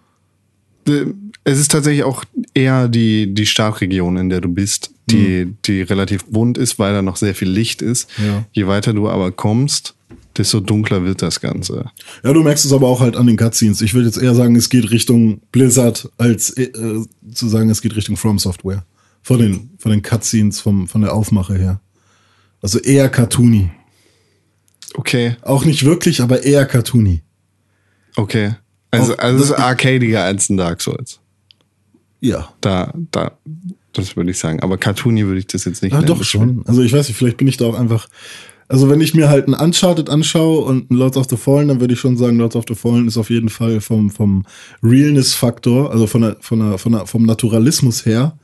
[SPEAKER 2] äh, es ist tatsächlich auch eher die, die Startregion, in der du bist, die, die relativ bunt ist, weil da noch sehr viel Licht ist.
[SPEAKER 3] Mhm. Ja.
[SPEAKER 2] Je weiter du aber kommst, desto dunkler wird das Ganze.
[SPEAKER 3] Ja, du merkst es aber auch halt an den Cutscenes. Ich würde jetzt eher sagen, es geht Richtung Blizzard, als äh, zu sagen, es geht Richtung From Software. Von den, von den Cutscenes, vom, von der Aufmache her. Also eher cartoony.
[SPEAKER 2] Okay,
[SPEAKER 3] Auch nicht wirklich, aber eher cartoony.
[SPEAKER 2] okay. Also,
[SPEAKER 3] Auch-
[SPEAKER 2] also es ist arcadiger als ein Dark Souls.
[SPEAKER 3] Ja.
[SPEAKER 2] Da, da, das würde ich sagen. Aber Cartoony würde ich das jetzt nicht
[SPEAKER 4] Ah,
[SPEAKER 3] Ja,
[SPEAKER 2] nennen.
[SPEAKER 3] doch schon. Also ich weiß nicht, vielleicht bin ich da auch einfach. Also wenn ich mir halt ein Uncharted anschaue und ein Lords of the Fallen, dann würde ich schon sagen, Lords of the Fallen ist auf jeden Fall vom, vom Realness-Faktor, also von der, von der, von der, vom Naturalismus her,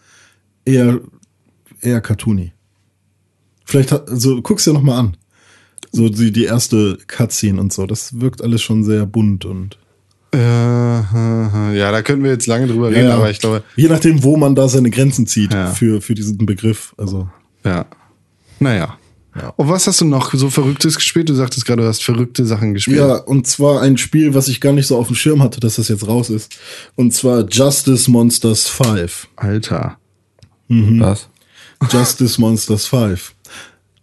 [SPEAKER 3] eher, eher cartoony. Vielleicht, hat, also guck's dir nochmal an. So die, die erste Cutscene und so. Das wirkt alles schon sehr bunt und.
[SPEAKER 2] Äh, äh, äh, ja, da könnten wir jetzt lange drüber reden, aber ich glaube,
[SPEAKER 3] Je nachdem, wo man da seine Grenzen zieht
[SPEAKER 2] Ja.
[SPEAKER 3] für, für diesen Begriff. Also.
[SPEAKER 2] ja. Naja. Und was hast du noch so Verrücktes gespielt? Du sagtest gerade, du hast verrückte Sachen gespielt.
[SPEAKER 3] Ja, und zwar ein Spiel, was ich gar nicht so auf dem Schirm hatte, dass das jetzt raus ist. Und zwar Justice Monsters 5.
[SPEAKER 2] Alter.
[SPEAKER 4] Was?
[SPEAKER 3] Mhm. Justice Monsters 5.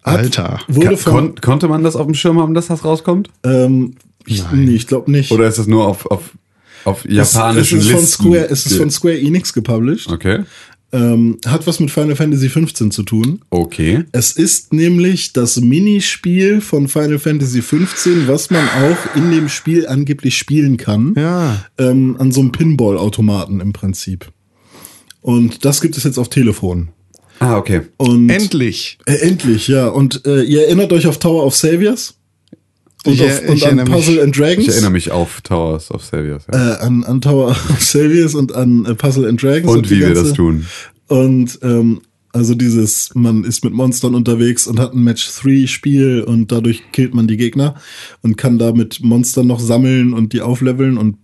[SPEAKER 2] Alter.
[SPEAKER 3] Wurde von,
[SPEAKER 4] Kon konnte man das auf dem Schirm haben, dass das rauskommt?
[SPEAKER 3] ähm, ich, nee, ich glaube nicht.
[SPEAKER 4] Oder ist das nur auf, auf, auf
[SPEAKER 3] Es-
[SPEAKER 4] japanischen
[SPEAKER 3] es ist von
[SPEAKER 4] Listen?
[SPEAKER 3] Square, es ist von Square Enix gepublished.
[SPEAKER 4] Okay.
[SPEAKER 3] Ähm, hat was mit Final Fantasy 15 zu tun.
[SPEAKER 4] Okay.
[SPEAKER 3] Es ist nämlich das Minispiel von Final Fantasy 15, was man auch in dem Spiel angeblich spielen kann.
[SPEAKER 2] Ja.
[SPEAKER 3] Ähm, an so einem Pinball-Automaten im Prinzip. Und das gibt es jetzt auf Telefon.
[SPEAKER 4] Ah, okay.
[SPEAKER 3] Und
[SPEAKER 2] Endlich.
[SPEAKER 3] äh, endlich, ja. Und äh, ihr erinnert euch auf Tower of Saviors? Und,
[SPEAKER 2] Ich
[SPEAKER 3] auf,
[SPEAKER 2] er-
[SPEAKER 3] und
[SPEAKER 2] ich
[SPEAKER 3] an
[SPEAKER 2] erinnere mich.
[SPEAKER 3] Puzzle and Dragons?
[SPEAKER 4] Ich erinnere mich auf Towers of Saviors. Ja.
[SPEAKER 3] Äh, an, an Tower of Saviors und an äh, Puzzle and Dragons.
[SPEAKER 4] Und
[SPEAKER 3] die
[SPEAKER 4] wie wir
[SPEAKER 3] ganze-
[SPEAKER 4] das tun.
[SPEAKER 3] Und ähm, also dieses, man ist mit Monstern unterwegs und hat ein Match-3-Spiel und dadurch killt man die Gegner und kann damit Monster noch sammeln und die aufleveln und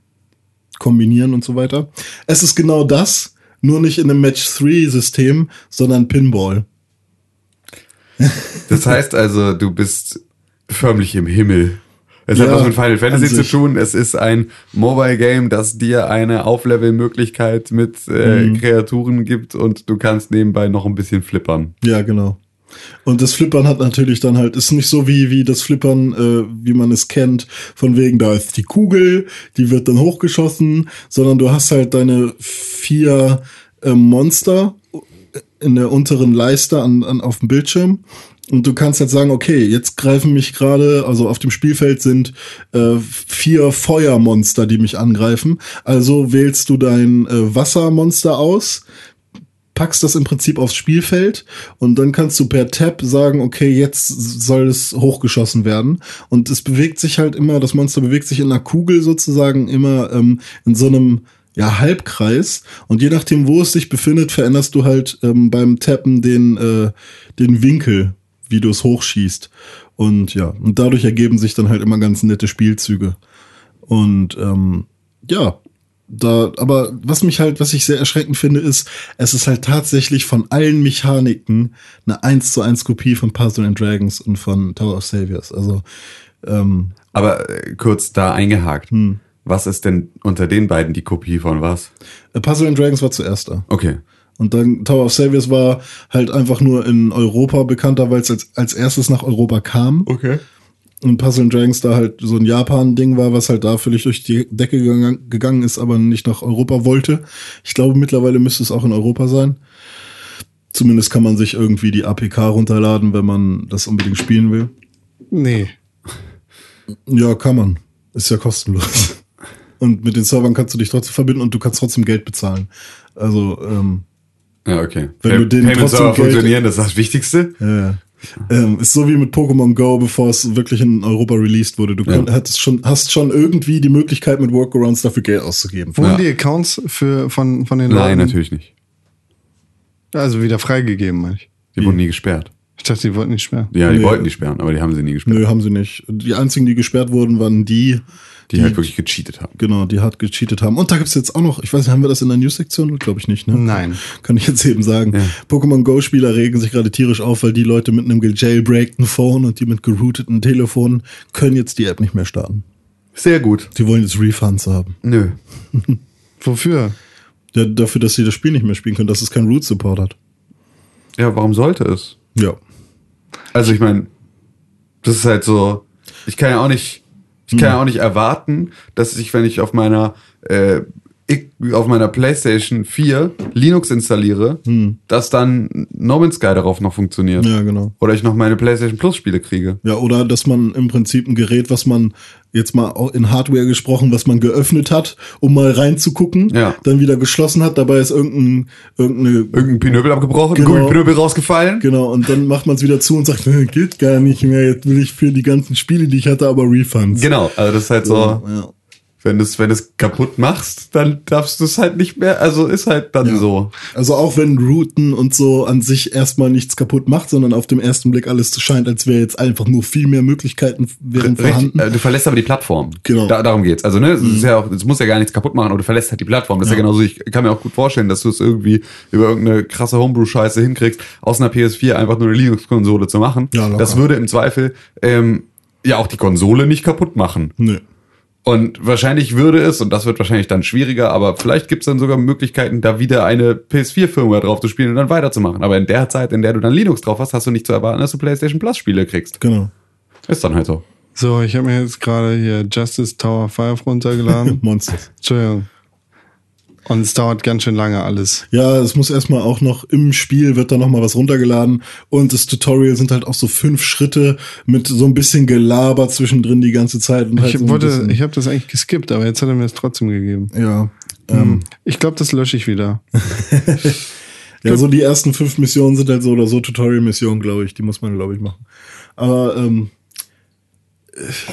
[SPEAKER 3] kombinieren und so weiter. Es ist genau das, nur nicht in einem Match-3-System, sondern Pinball.
[SPEAKER 4] Das heißt also, du bist förmlich im Himmel. Es hat
[SPEAKER 3] Ja,
[SPEAKER 4] was mit Final Fantasy
[SPEAKER 3] an
[SPEAKER 4] zu
[SPEAKER 3] sich.
[SPEAKER 4] tun. Es ist ein Mobile Game, das dir eine Auflevel-Möglichkeit mit äh,
[SPEAKER 3] Mhm.
[SPEAKER 4] Kreaturen gibt und du kannst nebenbei noch ein bisschen flippern.
[SPEAKER 3] Ja, genau. Und das Flippern hat natürlich dann halt, ist nicht so wie, wie das Flippern, äh, wie man es kennt, von wegen, da ist die Kugel, die wird dann hochgeschossen, sondern du hast halt deine vier äh, Monster äh, in der unteren Leiste an, an, auf dem Bildschirm. Und du kannst jetzt sagen, okay, jetzt greifen mich gerade, also auf dem Spielfeld sind äh, vier Feuermonster, die mich angreifen. Also wählst du dein äh, Wassermonster aus, packst das im Prinzip aufs Spielfeld und dann kannst du per Tab sagen, okay, jetzt soll es hochgeschossen werden. Und es bewegt sich halt immer, das Monster bewegt sich in einer Kugel sozusagen immer ähm, in so einem ja, Halbkreis. Und je nachdem, wo es sich befindet, veränderst du halt ähm, beim Tappen den, äh, den Winkel, wie du es hochschießt. Und ja, und dadurch ergeben sich dann halt immer ganz nette Spielzüge. Und ähm, ja, da, aber was mich halt, was ich sehr erschreckend finde, ist, es ist halt tatsächlich von allen Mechaniken eine 1 zu 1 Kopie von Puzzle and Dragons und von Tower of Saviors. Also, ähm,
[SPEAKER 4] Aber äh, kurz da eingehakt.
[SPEAKER 3] Hm.
[SPEAKER 4] Was ist denn unter den beiden die Kopie von was?
[SPEAKER 3] Puzzle and Dragons war zuerst da.
[SPEAKER 4] Okay.
[SPEAKER 3] Und dann Tower of Saviors war halt einfach nur in Europa bekannter, weil es als, als erstes nach Europa kam.
[SPEAKER 4] Okay.
[SPEAKER 3] Und Puzzle and Dragons da halt so ein Japan-Ding war, was halt da völlig durch die Decke gegangen- gegangen ist, aber nicht nach Europa wollte. Ich glaube, mittlerweile müsste es auch in Europa sein. Zumindest kann man sich irgendwie die APK runterladen, wenn man das unbedingt spielen will.
[SPEAKER 2] Nee.
[SPEAKER 3] Ja, kann man. Ist ja kostenlos. Und mit den Servern kannst du dich trotzdem verbinden und du kannst trotzdem Geld bezahlen. Also, ähm,
[SPEAKER 4] Ja, okay.
[SPEAKER 3] Wenn
[SPEAKER 4] Pa-
[SPEAKER 3] du denen
[SPEAKER 4] Payment
[SPEAKER 3] trotzdem
[SPEAKER 4] Server
[SPEAKER 3] Geld-
[SPEAKER 4] funktionieren, das ist das Wichtigste.
[SPEAKER 3] Ja. Ähm, ist so wie mit Pokémon Go, bevor es wirklich in Europa released wurde. Du konnt, hattest schon, hast schon irgendwie die Möglichkeit, mit Workarounds dafür Geld auszugeben.
[SPEAKER 2] Wurden
[SPEAKER 4] Ja.
[SPEAKER 2] die Accounts für, von, von den
[SPEAKER 4] Nein,
[SPEAKER 2] Leuten
[SPEAKER 4] natürlich nicht.
[SPEAKER 2] also wieder freigegeben, meine ich.
[SPEAKER 4] Die wurden nie gesperrt.
[SPEAKER 2] Ich dachte, die wollten nicht sperren.
[SPEAKER 4] Ja, die
[SPEAKER 3] Nee.
[SPEAKER 4] wollten die sperren, aber die haben sie nie gesperrt.
[SPEAKER 3] Nö, haben sie nicht. Die einzigen, die gesperrt wurden, waren die,
[SPEAKER 4] Die, halt wirklich gecheatet haben.
[SPEAKER 3] genau, die hart gecheatet haben. Und da gibt's jetzt auch noch, ich weiß nicht, haben wir das in der News-Sektion? Glaube ich nicht, ne?
[SPEAKER 2] Nein.
[SPEAKER 3] Kann ich jetzt eben sagen. Pokémon Go-Spieler regen sich gerade tierisch auf, weil die Leute mit einem gejailbreakten Phone und die mit gerouteten Telefonen können jetzt die App nicht mehr starten.
[SPEAKER 4] Sehr gut.
[SPEAKER 3] Die wollen jetzt Refunds haben.
[SPEAKER 4] Nö.
[SPEAKER 2] Wofür?
[SPEAKER 3] Ja, dafür, dass sie das Spiel nicht mehr spielen können, dass es keinen Root-Support hat.
[SPEAKER 4] Ja, warum sollte es?
[SPEAKER 3] Ja.
[SPEAKER 4] Also ich meine, das ist halt so. Ich kann ja auch nicht, ich
[SPEAKER 3] Hm.
[SPEAKER 4] kann ja auch nicht erwarten, dass ich, wenn ich auf meiner äh, ich, auf meiner PlayStation 4 Linux installiere, dass dann No Man's Sky darauf noch funktioniert.
[SPEAKER 3] Hm. Ja, genau.
[SPEAKER 4] Oder ich noch meine PlayStation Plus Spiele kriege.
[SPEAKER 3] Ja, oder dass man im Prinzip ein Gerät, was man jetzt mal auch in Hardware gesprochen, was man geöffnet hat, um mal reinzugucken,
[SPEAKER 4] Ja.
[SPEAKER 3] dann wieder geschlossen hat, dabei ist irgendein, irgendeine,
[SPEAKER 4] Irgendein Pinöbel abgebrochen,
[SPEAKER 3] Genau.
[SPEAKER 4] ein Gummipinöbel rausgefallen.
[SPEAKER 3] genau, und dann macht man es wieder zu und sagt, "Äh, geht gar nicht mehr, jetzt will ich für die ganzen Spiele, die ich hatte, aber Refunds.
[SPEAKER 4] Genau, also das ist halt so,
[SPEAKER 3] Ja.
[SPEAKER 4] wenn du es wenn du's kaputt machst, dann darfst du es halt nicht mehr, also ist halt dann so.
[SPEAKER 3] Also auch wenn Routen und so an sich erstmal nichts kaputt macht, sondern auf dem ersten Blick alles scheint, als wäre jetzt einfach nur viel mehr Möglichkeiten wären
[SPEAKER 4] Richtig,
[SPEAKER 3] vorhanden.
[SPEAKER 4] äh, du verlässt aber die Plattform.
[SPEAKER 3] Genau. Mhm.
[SPEAKER 4] Da, darum geht's. Also, ne, es ist ja auch, es muss ja gar nichts kaputt machen, aber du verlässt halt die Plattform. Das ist ja genauso. Ich kann mir auch gut vorstellen, dass du es irgendwie über irgendeine krasse Homebrew-Scheiße hinkriegst, aus einer PS4 einfach nur eine Linux-Konsole zu machen.
[SPEAKER 3] Ja, locker.
[SPEAKER 4] das würde im Zweifel ähm, ja auch die Konsole nicht kaputt machen.
[SPEAKER 3] Nö.
[SPEAKER 4] Und wahrscheinlich würde es, und das wird wahrscheinlich dann schwieriger, aber vielleicht gibt es dann sogar Möglichkeiten, da wieder eine PS4-Firmware drauf zu spielen und dann weiterzumachen. Aber in der Zeit, in der du dann Linux drauf hast, hast du nicht zu erwarten, dass du PlayStation Plus-Spiele kriegst.
[SPEAKER 3] Genau.
[SPEAKER 4] Ist dann halt so.
[SPEAKER 2] So, ich habe mir jetzt gerade hier Justice Tower 5
[SPEAKER 4] Mhm.
[SPEAKER 2] runtergeladen.
[SPEAKER 3] Monsters.
[SPEAKER 2] Entschuldigung. Und es dauert ganz schön lange alles.
[SPEAKER 3] Ja, es muss erstmal auch noch im Spiel wird da noch mal was runtergeladen und das Tutorial sind halt auch so fünf Schritte mit so ein bisschen Gelaber zwischendrin die ganze Zeit. Und halt so
[SPEAKER 2] Ich,
[SPEAKER 3] ein
[SPEAKER 2] wollte,
[SPEAKER 3] bisschen-
[SPEAKER 2] ich habe das eigentlich geskippt, aber jetzt hat er mir das trotzdem gegeben.
[SPEAKER 3] ja.
[SPEAKER 2] Hm,
[SPEAKER 3] Ähm,
[SPEAKER 2] Ich glaube, das lösche ich wieder.
[SPEAKER 3] ja, so die ersten fünf Missionen sind halt so oder so Tutorial-Missionen, glaube ich. Die muss man, glaube ich, machen. Aber ähm,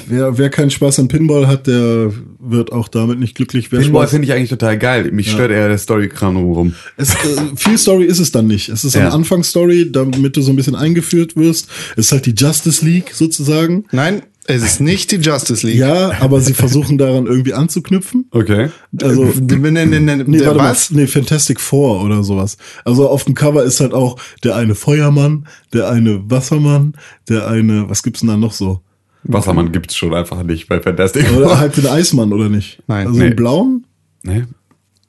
[SPEAKER 3] wer, wer keinen Spaß an Pinball hat, der wird auch damit nicht glücklich. Wer
[SPEAKER 4] Pinball
[SPEAKER 3] Spaß-
[SPEAKER 4] finde ich eigentlich total geil. Mich stört eher der Story-Kram drumherum.
[SPEAKER 3] Es, äh, viel Story ist es dann nicht. Es ist
[SPEAKER 4] Ja.
[SPEAKER 3] am Anfang Story, damit du so ein bisschen eingeführt wirst. Es ist halt die Justice League sozusagen.
[SPEAKER 2] Nein, es ist nicht die Justice League.
[SPEAKER 3] Ja, aber sie versuchen daran irgendwie anzuknüpfen.
[SPEAKER 4] Okay.
[SPEAKER 3] Also,
[SPEAKER 2] Nee, nee, nee, nee,
[SPEAKER 3] nee,
[SPEAKER 2] Äh,
[SPEAKER 3] warte
[SPEAKER 2] was?
[SPEAKER 3] mal. Nee, Fantastic Four oder sowas. Also auf dem Cover ist halt auch der eine Feuermann, der eine Wassermann, der eine, was gibt's denn da noch so?
[SPEAKER 4] Wassermann gibt's schon einfach nicht bei Fantastic.
[SPEAKER 3] Oder halt den Eismann, oder nicht?
[SPEAKER 2] Nein.
[SPEAKER 3] Also
[SPEAKER 4] Nee.
[SPEAKER 3] den blauen?
[SPEAKER 4] Nee,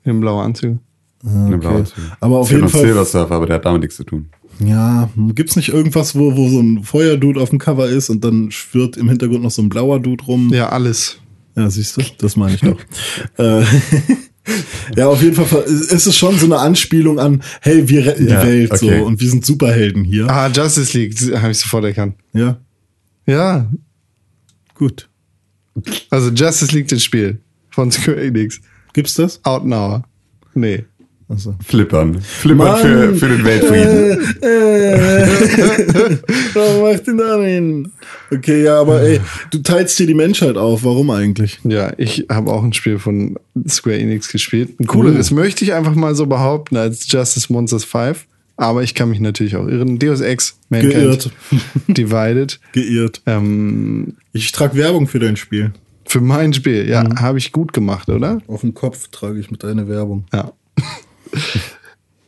[SPEAKER 2] Im blauen Anzug.
[SPEAKER 4] okay.
[SPEAKER 3] Aber auf jeden Fall-
[SPEAKER 4] Silver Surfer, aber der hat damit nichts zu tun.
[SPEAKER 3] Ja, gibt's nicht irgendwas, wo, wo so ein Feuerdude auf dem Cover ist und dann schwirrt im Hintergrund noch so ein blauer Dude rum?
[SPEAKER 2] Ja, alles.
[SPEAKER 3] Ja, siehst du, das meine ich doch. äh, ja, auf jeden Fall ist es ist schon so eine Anspielung an, hey, wir retten
[SPEAKER 4] Ja,
[SPEAKER 3] die Welt
[SPEAKER 4] okay.
[SPEAKER 3] so und wir sind Superhelden hier.
[SPEAKER 2] Ah, Justice League, habe ich sofort erkannt.
[SPEAKER 3] Ja,
[SPEAKER 2] Ja,
[SPEAKER 3] gut.
[SPEAKER 2] also Justice League das Spiel von Square Enix.
[SPEAKER 3] Gibt's das?
[SPEAKER 2] Out now. Nee.
[SPEAKER 3] Achso.
[SPEAKER 4] Flippern. Flippern
[SPEAKER 3] Mann.
[SPEAKER 4] für, für den Weltfrieden.
[SPEAKER 3] Warum macht denn da hin? Okay, ja, aber ey, du teilst dir die Menschheit auf. Warum eigentlich?
[SPEAKER 2] Ja, ich habe auch ein Spiel von Square Enix gespielt. Ein cooleres möchte ich einfach mal so behaupten als Justice Monsters 5. Aber ich kann mich natürlich auch irren. Deus Ex, Mankind,
[SPEAKER 3] Geirrt.
[SPEAKER 2] Divided.
[SPEAKER 3] Geirrt.
[SPEAKER 2] Ähm,
[SPEAKER 3] Ich trage Werbung für dein Spiel.
[SPEAKER 2] für mein Spiel, ja, habe ich gut gemacht, oder?
[SPEAKER 3] Auf dem Kopf trage ich mit deiner Werbung.
[SPEAKER 2] Ja.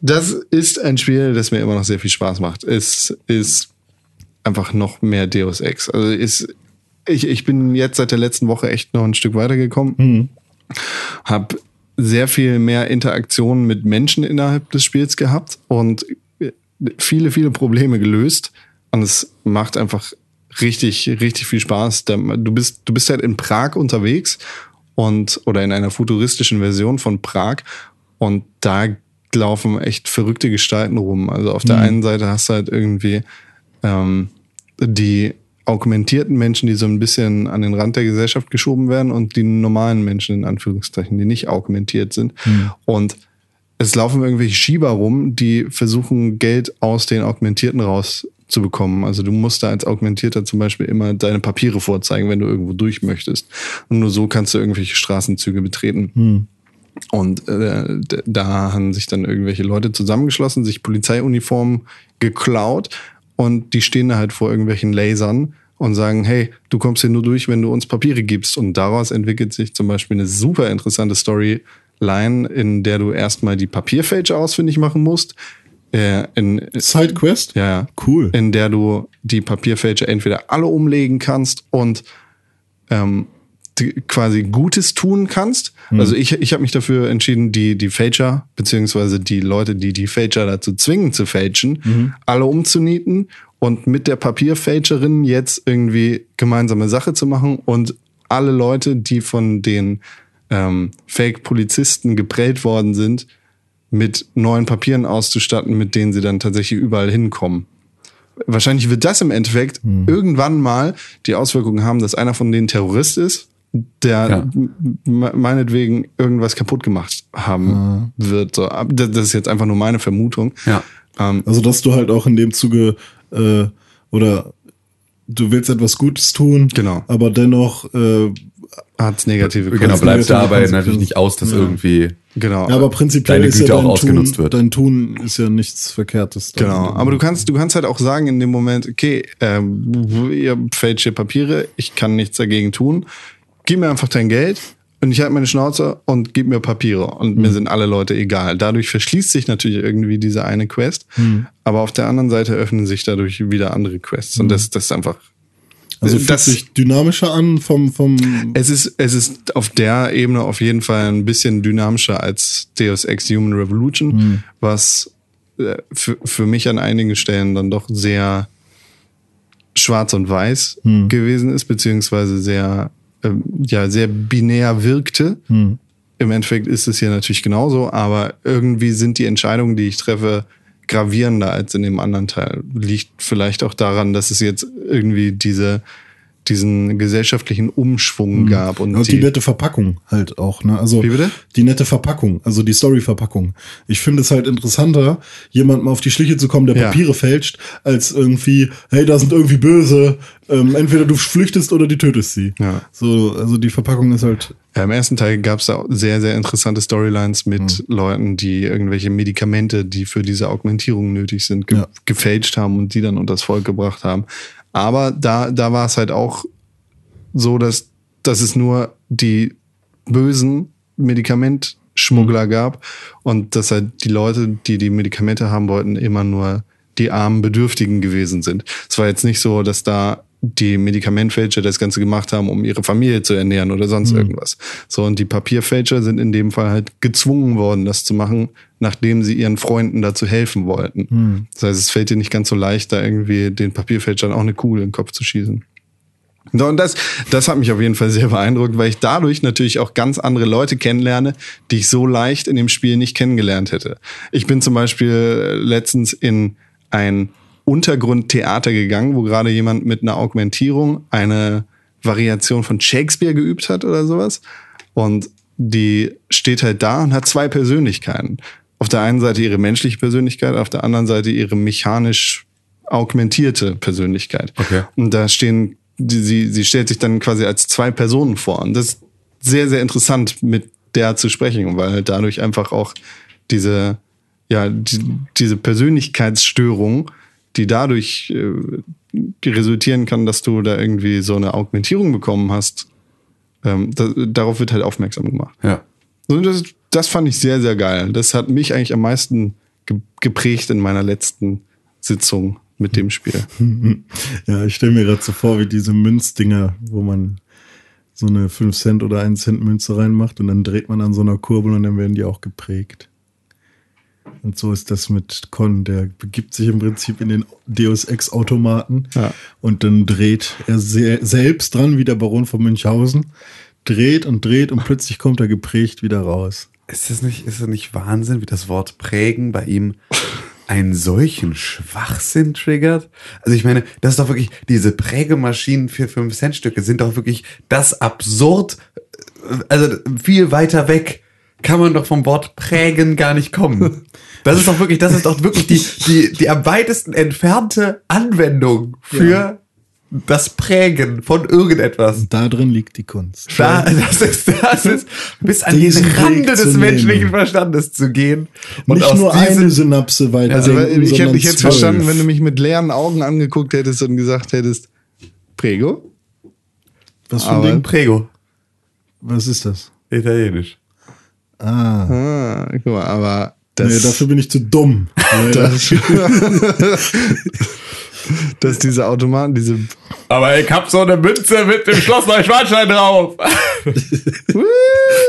[SPEAKER 2] Das ist ein Spiel, das mir immer noch sehr viel Spaß macht. Es ist einfach noch mehr Deus Ex. Also ist, ich, ich bin jetzt seit der letzten Woche echt noch ein Stück weitergekommen. Hab sehr viel mehr Interaktionen mit Menschen innerhalb des Spiels gehabt und äh, viele, viele Probleme gelöst. Und es macht einfach richtig, richtig viel Spaß. Da- Du bist, du bist halt in Prag unterwegs und oder in einer futuristischen Version von Prag und da laufen echt verrückte Gestalten rum. Also auf der einen Seite hast du halt irgendwie ähm, die augmentierten Menschen, die so ein bisschen an den Rand der Gesellschaft geschoben werden und die normalen Menschen in Anführungszeichen, die nicht augmentiert sind. Und es laufen irgendwelche Schieber rum, die versuchen, Geld aus den Augmentierten rauszubekommen. Also du musst da als Augmentierter zum Beispiel immer deine Papiere vorzeigen, wenn du irgendwo durch möchtest. Und nur so kannst du irgendwelche Straßenzüge betreten. Und äh, d- da haben sich dann irgendwelche Leute zusammengeschlossen, sich Polizeiuniformen geklaut und die stehen da halt vor irgendwelchen Lasern und sagen, hey, du kommst hier nur durch, wenn du uns Papiere gibst. Und daraus entwickelt sich zum Beispiel eine super interessante Storyline, in der du erstmal die Papierfälscher ausfindig machen musst. Äh, in,
[SPEAKER 3] Sidequest?
[SPEAKER 2] ja, ja.
[SPEAKER 3] Cool.
[SPEAKER 2] In der du die Papierfälscher entweder alle umlegen kannst und ähm, die- quasi Gutes tun kannst. Also ich, ich habe mich dafür entschieden, die, die Fälscher, beziehungsweise die Leute, die die Fälscher dazu zwingen zu fälschen, alle umzunieten und mit der Papierfälscherin jetzt irgendwie gemeinsame Sache zu machen und alle Leute, die von den ähm, Fake-Polizisten geprellt worden sind, mit neuen Papieren auszustatten, mit denen sie dann tatsächlich überall hinkommen. Wahrscheinlich wird das im Endeffekt
[SPEAKER 4] Mhm.
[SPEAKER 2] irgendwann mal die Auswirkungen haben, dass einer von denen Terrorist ist, der
[SPEAKER 4] Ja.
[SPEAKER 2] m- me- meinetwegen irgendwas kaputt gemacht haben wird. So, ab- das das ist jetzt einfach nur meine Vermutung.
[SPEAKER 4] Ja.
[SPEAKER 2] Ähm,
[SPEAKER 3] Also, dass du halt auch in dem Zuge äh, oder du willst etwas Gutes tun,
[SPEAKER 2] Genau.
[SPEAKER 3] aber dennoch, äh,
[SPEAKER 2] Hat negative
[SPEAKER 4] Genau,
[SPEAKER 2] Konsequenzen.
[SPEAKER 4] bleibst dabei
[SPEAKER 3] Konsequenzen.
[SPEAKER 4] natürlich nicht aus, dass
[SPEAKER 3] Ja.
[SPEAKER 4] irgendwie.
[SPEAKER 2] Genau.
[SPEAKER 3] aber prinzipiell
[SPEAKER 4] Deine
[SPEAKER 3] ist
[SPEAKER 4] Güte
[SPEAKER 3] ja
[SPEAKER 4] auch
[SPEAKER 3] dein
[SPEAKER 4] ausgenutzt
[SPEAKER 3] Tun,
[SPEAKER 4] wird.
[SPEAKER 3] dein Tun ist ja nichts Verkehrtes. dann.
[SPEAKER 2] Genau, aber du kannst, du kannst halt auch sagen in dem Moment, okay, ähm, ihr fällt hier Papiere, ich kann nichts dagegen tun. Gib mir einfach dein Geld und ich halte meine Schnauze und gib mir Papiere und
[SPEAKER 3] Hm.
[SPEAKER 2] mir sind alle Leute egal. Dadurch verschließt sich natürlich irgendwie diese eine
[SPEAKER 3] Hm.
[SPEAKER 2] Quest, aber auf der anderen Seite öffnen sich dadurch wieder andere Quests und das, das ist einfach
[SPEAKER 3] Hm. Also fühlt
[SPEAKER 2] das- Äh,
[SPEAKER 3] sich dynamischer an vom, vom
[SPEAKER 2] Es ist, es ist auf der Ebene auf jeden Fall ein bisschen dynamischer als Deus Ex Human Revolution, was äh, für, für mich an einigen Stellen dann doch sehr schwarz und weiß gewesen ist, beziehungsweise sehr, ähm, ja, sehr binär wirkte. Im Endeffekt ist es hier natürlich genauso, aber irgendwie sind die Entscheidungen, die ich treffe, gravierender als in dem anderen Teil. Liegt vielleicht auch daran, dass es jetzt irgendwie diese, diesen gesellschaftlichen Umschwung gab und,
[SPEAKER 3] Mhm. Und die,
[SPEAKER 2] die,
[SPEAKER 3] nette Verpackung halt auch, ne? Also
[SPEAKER 2] Wie bitte?
[SPEAKER 3] die nette Verpackung, also die Story-Verpackung. Ich finde es halt interessanter, jemandem auf die Schliche zu kommen, der
[SPEAKER 2] Ja.
[SPEAKER 3] Papiere fälscht, als irgendwie, hey, da sind irgendwie böse. Ähm, entweder du flüchtest oder die tötest sie.
[SPEAKER 2] Ja.
[SPEAKER 3] So, also die Verpackung ist halt.
[SPEAKER 2] ja, äh, im ersten Teil gab es da auch sehr, sehr interessante Storylines
[SPEAKER 3] Mhm.
[SPEAKER 2] mit Leuten, die irgendwelche Medikamente, die für diese Augmentierung nötig sind, ge
[SPEAKER 3] Ja.
[SPEAKER 2] gefälscht haben und die dann unters Volk gebracht haben. Aber da, da war es halt auch so, dass, dass es nur die bösen Medikamentschmuggler gab und dass halt die Leute, die die Medikamente haben wollten, immer nur die armen Bedürftigen gewesen sind. Es war jetzt nicht so, dass da die Medikamentfälscher das Ganze gemacht haben, um ihre Familie zu ernähren oder sonst irgendwas. So, und die Papierfälscher sind in dem Fall halt gezwungen worden, das zu machen, nachdem sie ihren Freunden dazu helfen wollten. Das heißt, es fällt dir nicht ganz so leicht, da irgendwie den Papierfälschern auch eine Kugel in den Kopf zu schießen. So, und das, das hat mich auf jeden Fall sehr beeindruckt, weil ich dadurch natürlich auch ganz andere Leute kennenlerne, die ich so leicht in dem Spiel nicht kennengelernt hätte. Ich bin zum Beispiel äh, letztens in ein Untergrundtheater gegangen, wo gerade jemand mit einer Augmentierung eine Variation von Shakespeare geübt hat oder sowas. Und die steht halt da und hat zwei Persönlichkeiten. Auf der einen Seite ihre menschliche Persönlichkeit, auf der anderen Seite ihre mechanisch augmentierte Persönlichkeit.
[SPEAKER 4] Okay.
[SPEAKER 2] Und da stehen, die, sie, sie stellt sich dann quasi als zwei Personen vor. Und das ist sehr, sehr interessant, mit der zu sprechen, weil halt dadurch einfach auch diese, ja, die, diese Persönlichkeitsstörung, die dadurch äh, die resultieren kann, dass du da irgendwie so eine Augmentierung bekommen hast, ähm, da, darauf wird halt aufmerksam gemacht.
[SPEAKER 4] Ja.
[SPEAKER 2] Und das, das fand ich sehr, sehr geil. Das hat mich eigentlich am meisten ge geprägt in meiner letzten Sitzung mit dem Spiel.
[SPEAKER 3] Ja, ich stelle mir gerade so vor, wie diese Münzdinger, wo man so eine 5 Cent oder 1 Cent Münze reinmacht und dann dreht man an so einer Kurbel und dann werden die auch geprägt. Und so ist das mit Con, der begibt sich im Prinzip in den Deus Ex Automaten
[SPEAKER 2] Ja.
[SPEAKER 3] und dann dreht er se selbst dran, wie der Baron von Münchhausen, dreht und dreht und plötzlich kommt er geprägt wieder raus.
[SPEAKER 4] Ist das nicht, ist das nicht Wahnsinn, wie das Wort prägen bei ihm einen solchen Schwachsinn triggert? Also ich meine, das ist doch wirklich, diese Prägemaschinen für 5-Cent-Stücke sind doch wirklich das absurd, äh, also viel weiter weg kann man doch vom Wort prägen gar nicht kommen. Das ist doch wirklich, das ist doch wirklich die, die, die am weitesten entfernte Anwendung für das Prägen von irgendetwas.
[SPEAKER 3] Da drin liegt die Kunst.
[SPEAKER 4] Da, das ist, das ist, bis an
[SPEAKER 3] Diesen
[SPEAKER 4] den
[SPEAKER 3] Weg
[SPEAKER 4] Rande
[SPEAKER 3] zu
[SPEAKER 4] des
[SPEAKER 3] nehmen.
[SPEAKER 4] menschlichen Verstandes zu gehen.
[SPEAKER 3] Nicht
[SPEAKER 4] aus
[SPEAKER 3] nur
[SPEAKER 4] diesem-
[SPEAKER 3] eine Synapse weiter.
[SPEAKER 2] Also, weil
[SPEAKER 3] denken,
[SPEAKER 2] ich hätte
[SPEAKER 3] sondern
[SPEAKER 2] ich hätte
[SPEAKER 3] zwölf.
[SPEAKER 2] verstanden, wenn du mich mit leeren Augen angeguckt hättest und gesagt hättest, Prego?
[SPEAKER 3] Was für ein
[SPEAKER 2] Aber-
[SPEAKER 3] Ding?
[SPEAKER 4] Prego.
[SPEAKER 3] Was ist das?
[SPEAKER 4] Italienisch.
[SPEAKER 3] Ah.
[SPEAKER 2] Ah, guck mal, aber das,
[SPEAKER 3] nee, dafür bin ich zu dumm. Nee, das,
[SPEAKER 2] dass diese Automaten, diese
[SPEAKER 4] Aber ich hab so eine Münze mit dem Schloss Neuschwanstein drauf.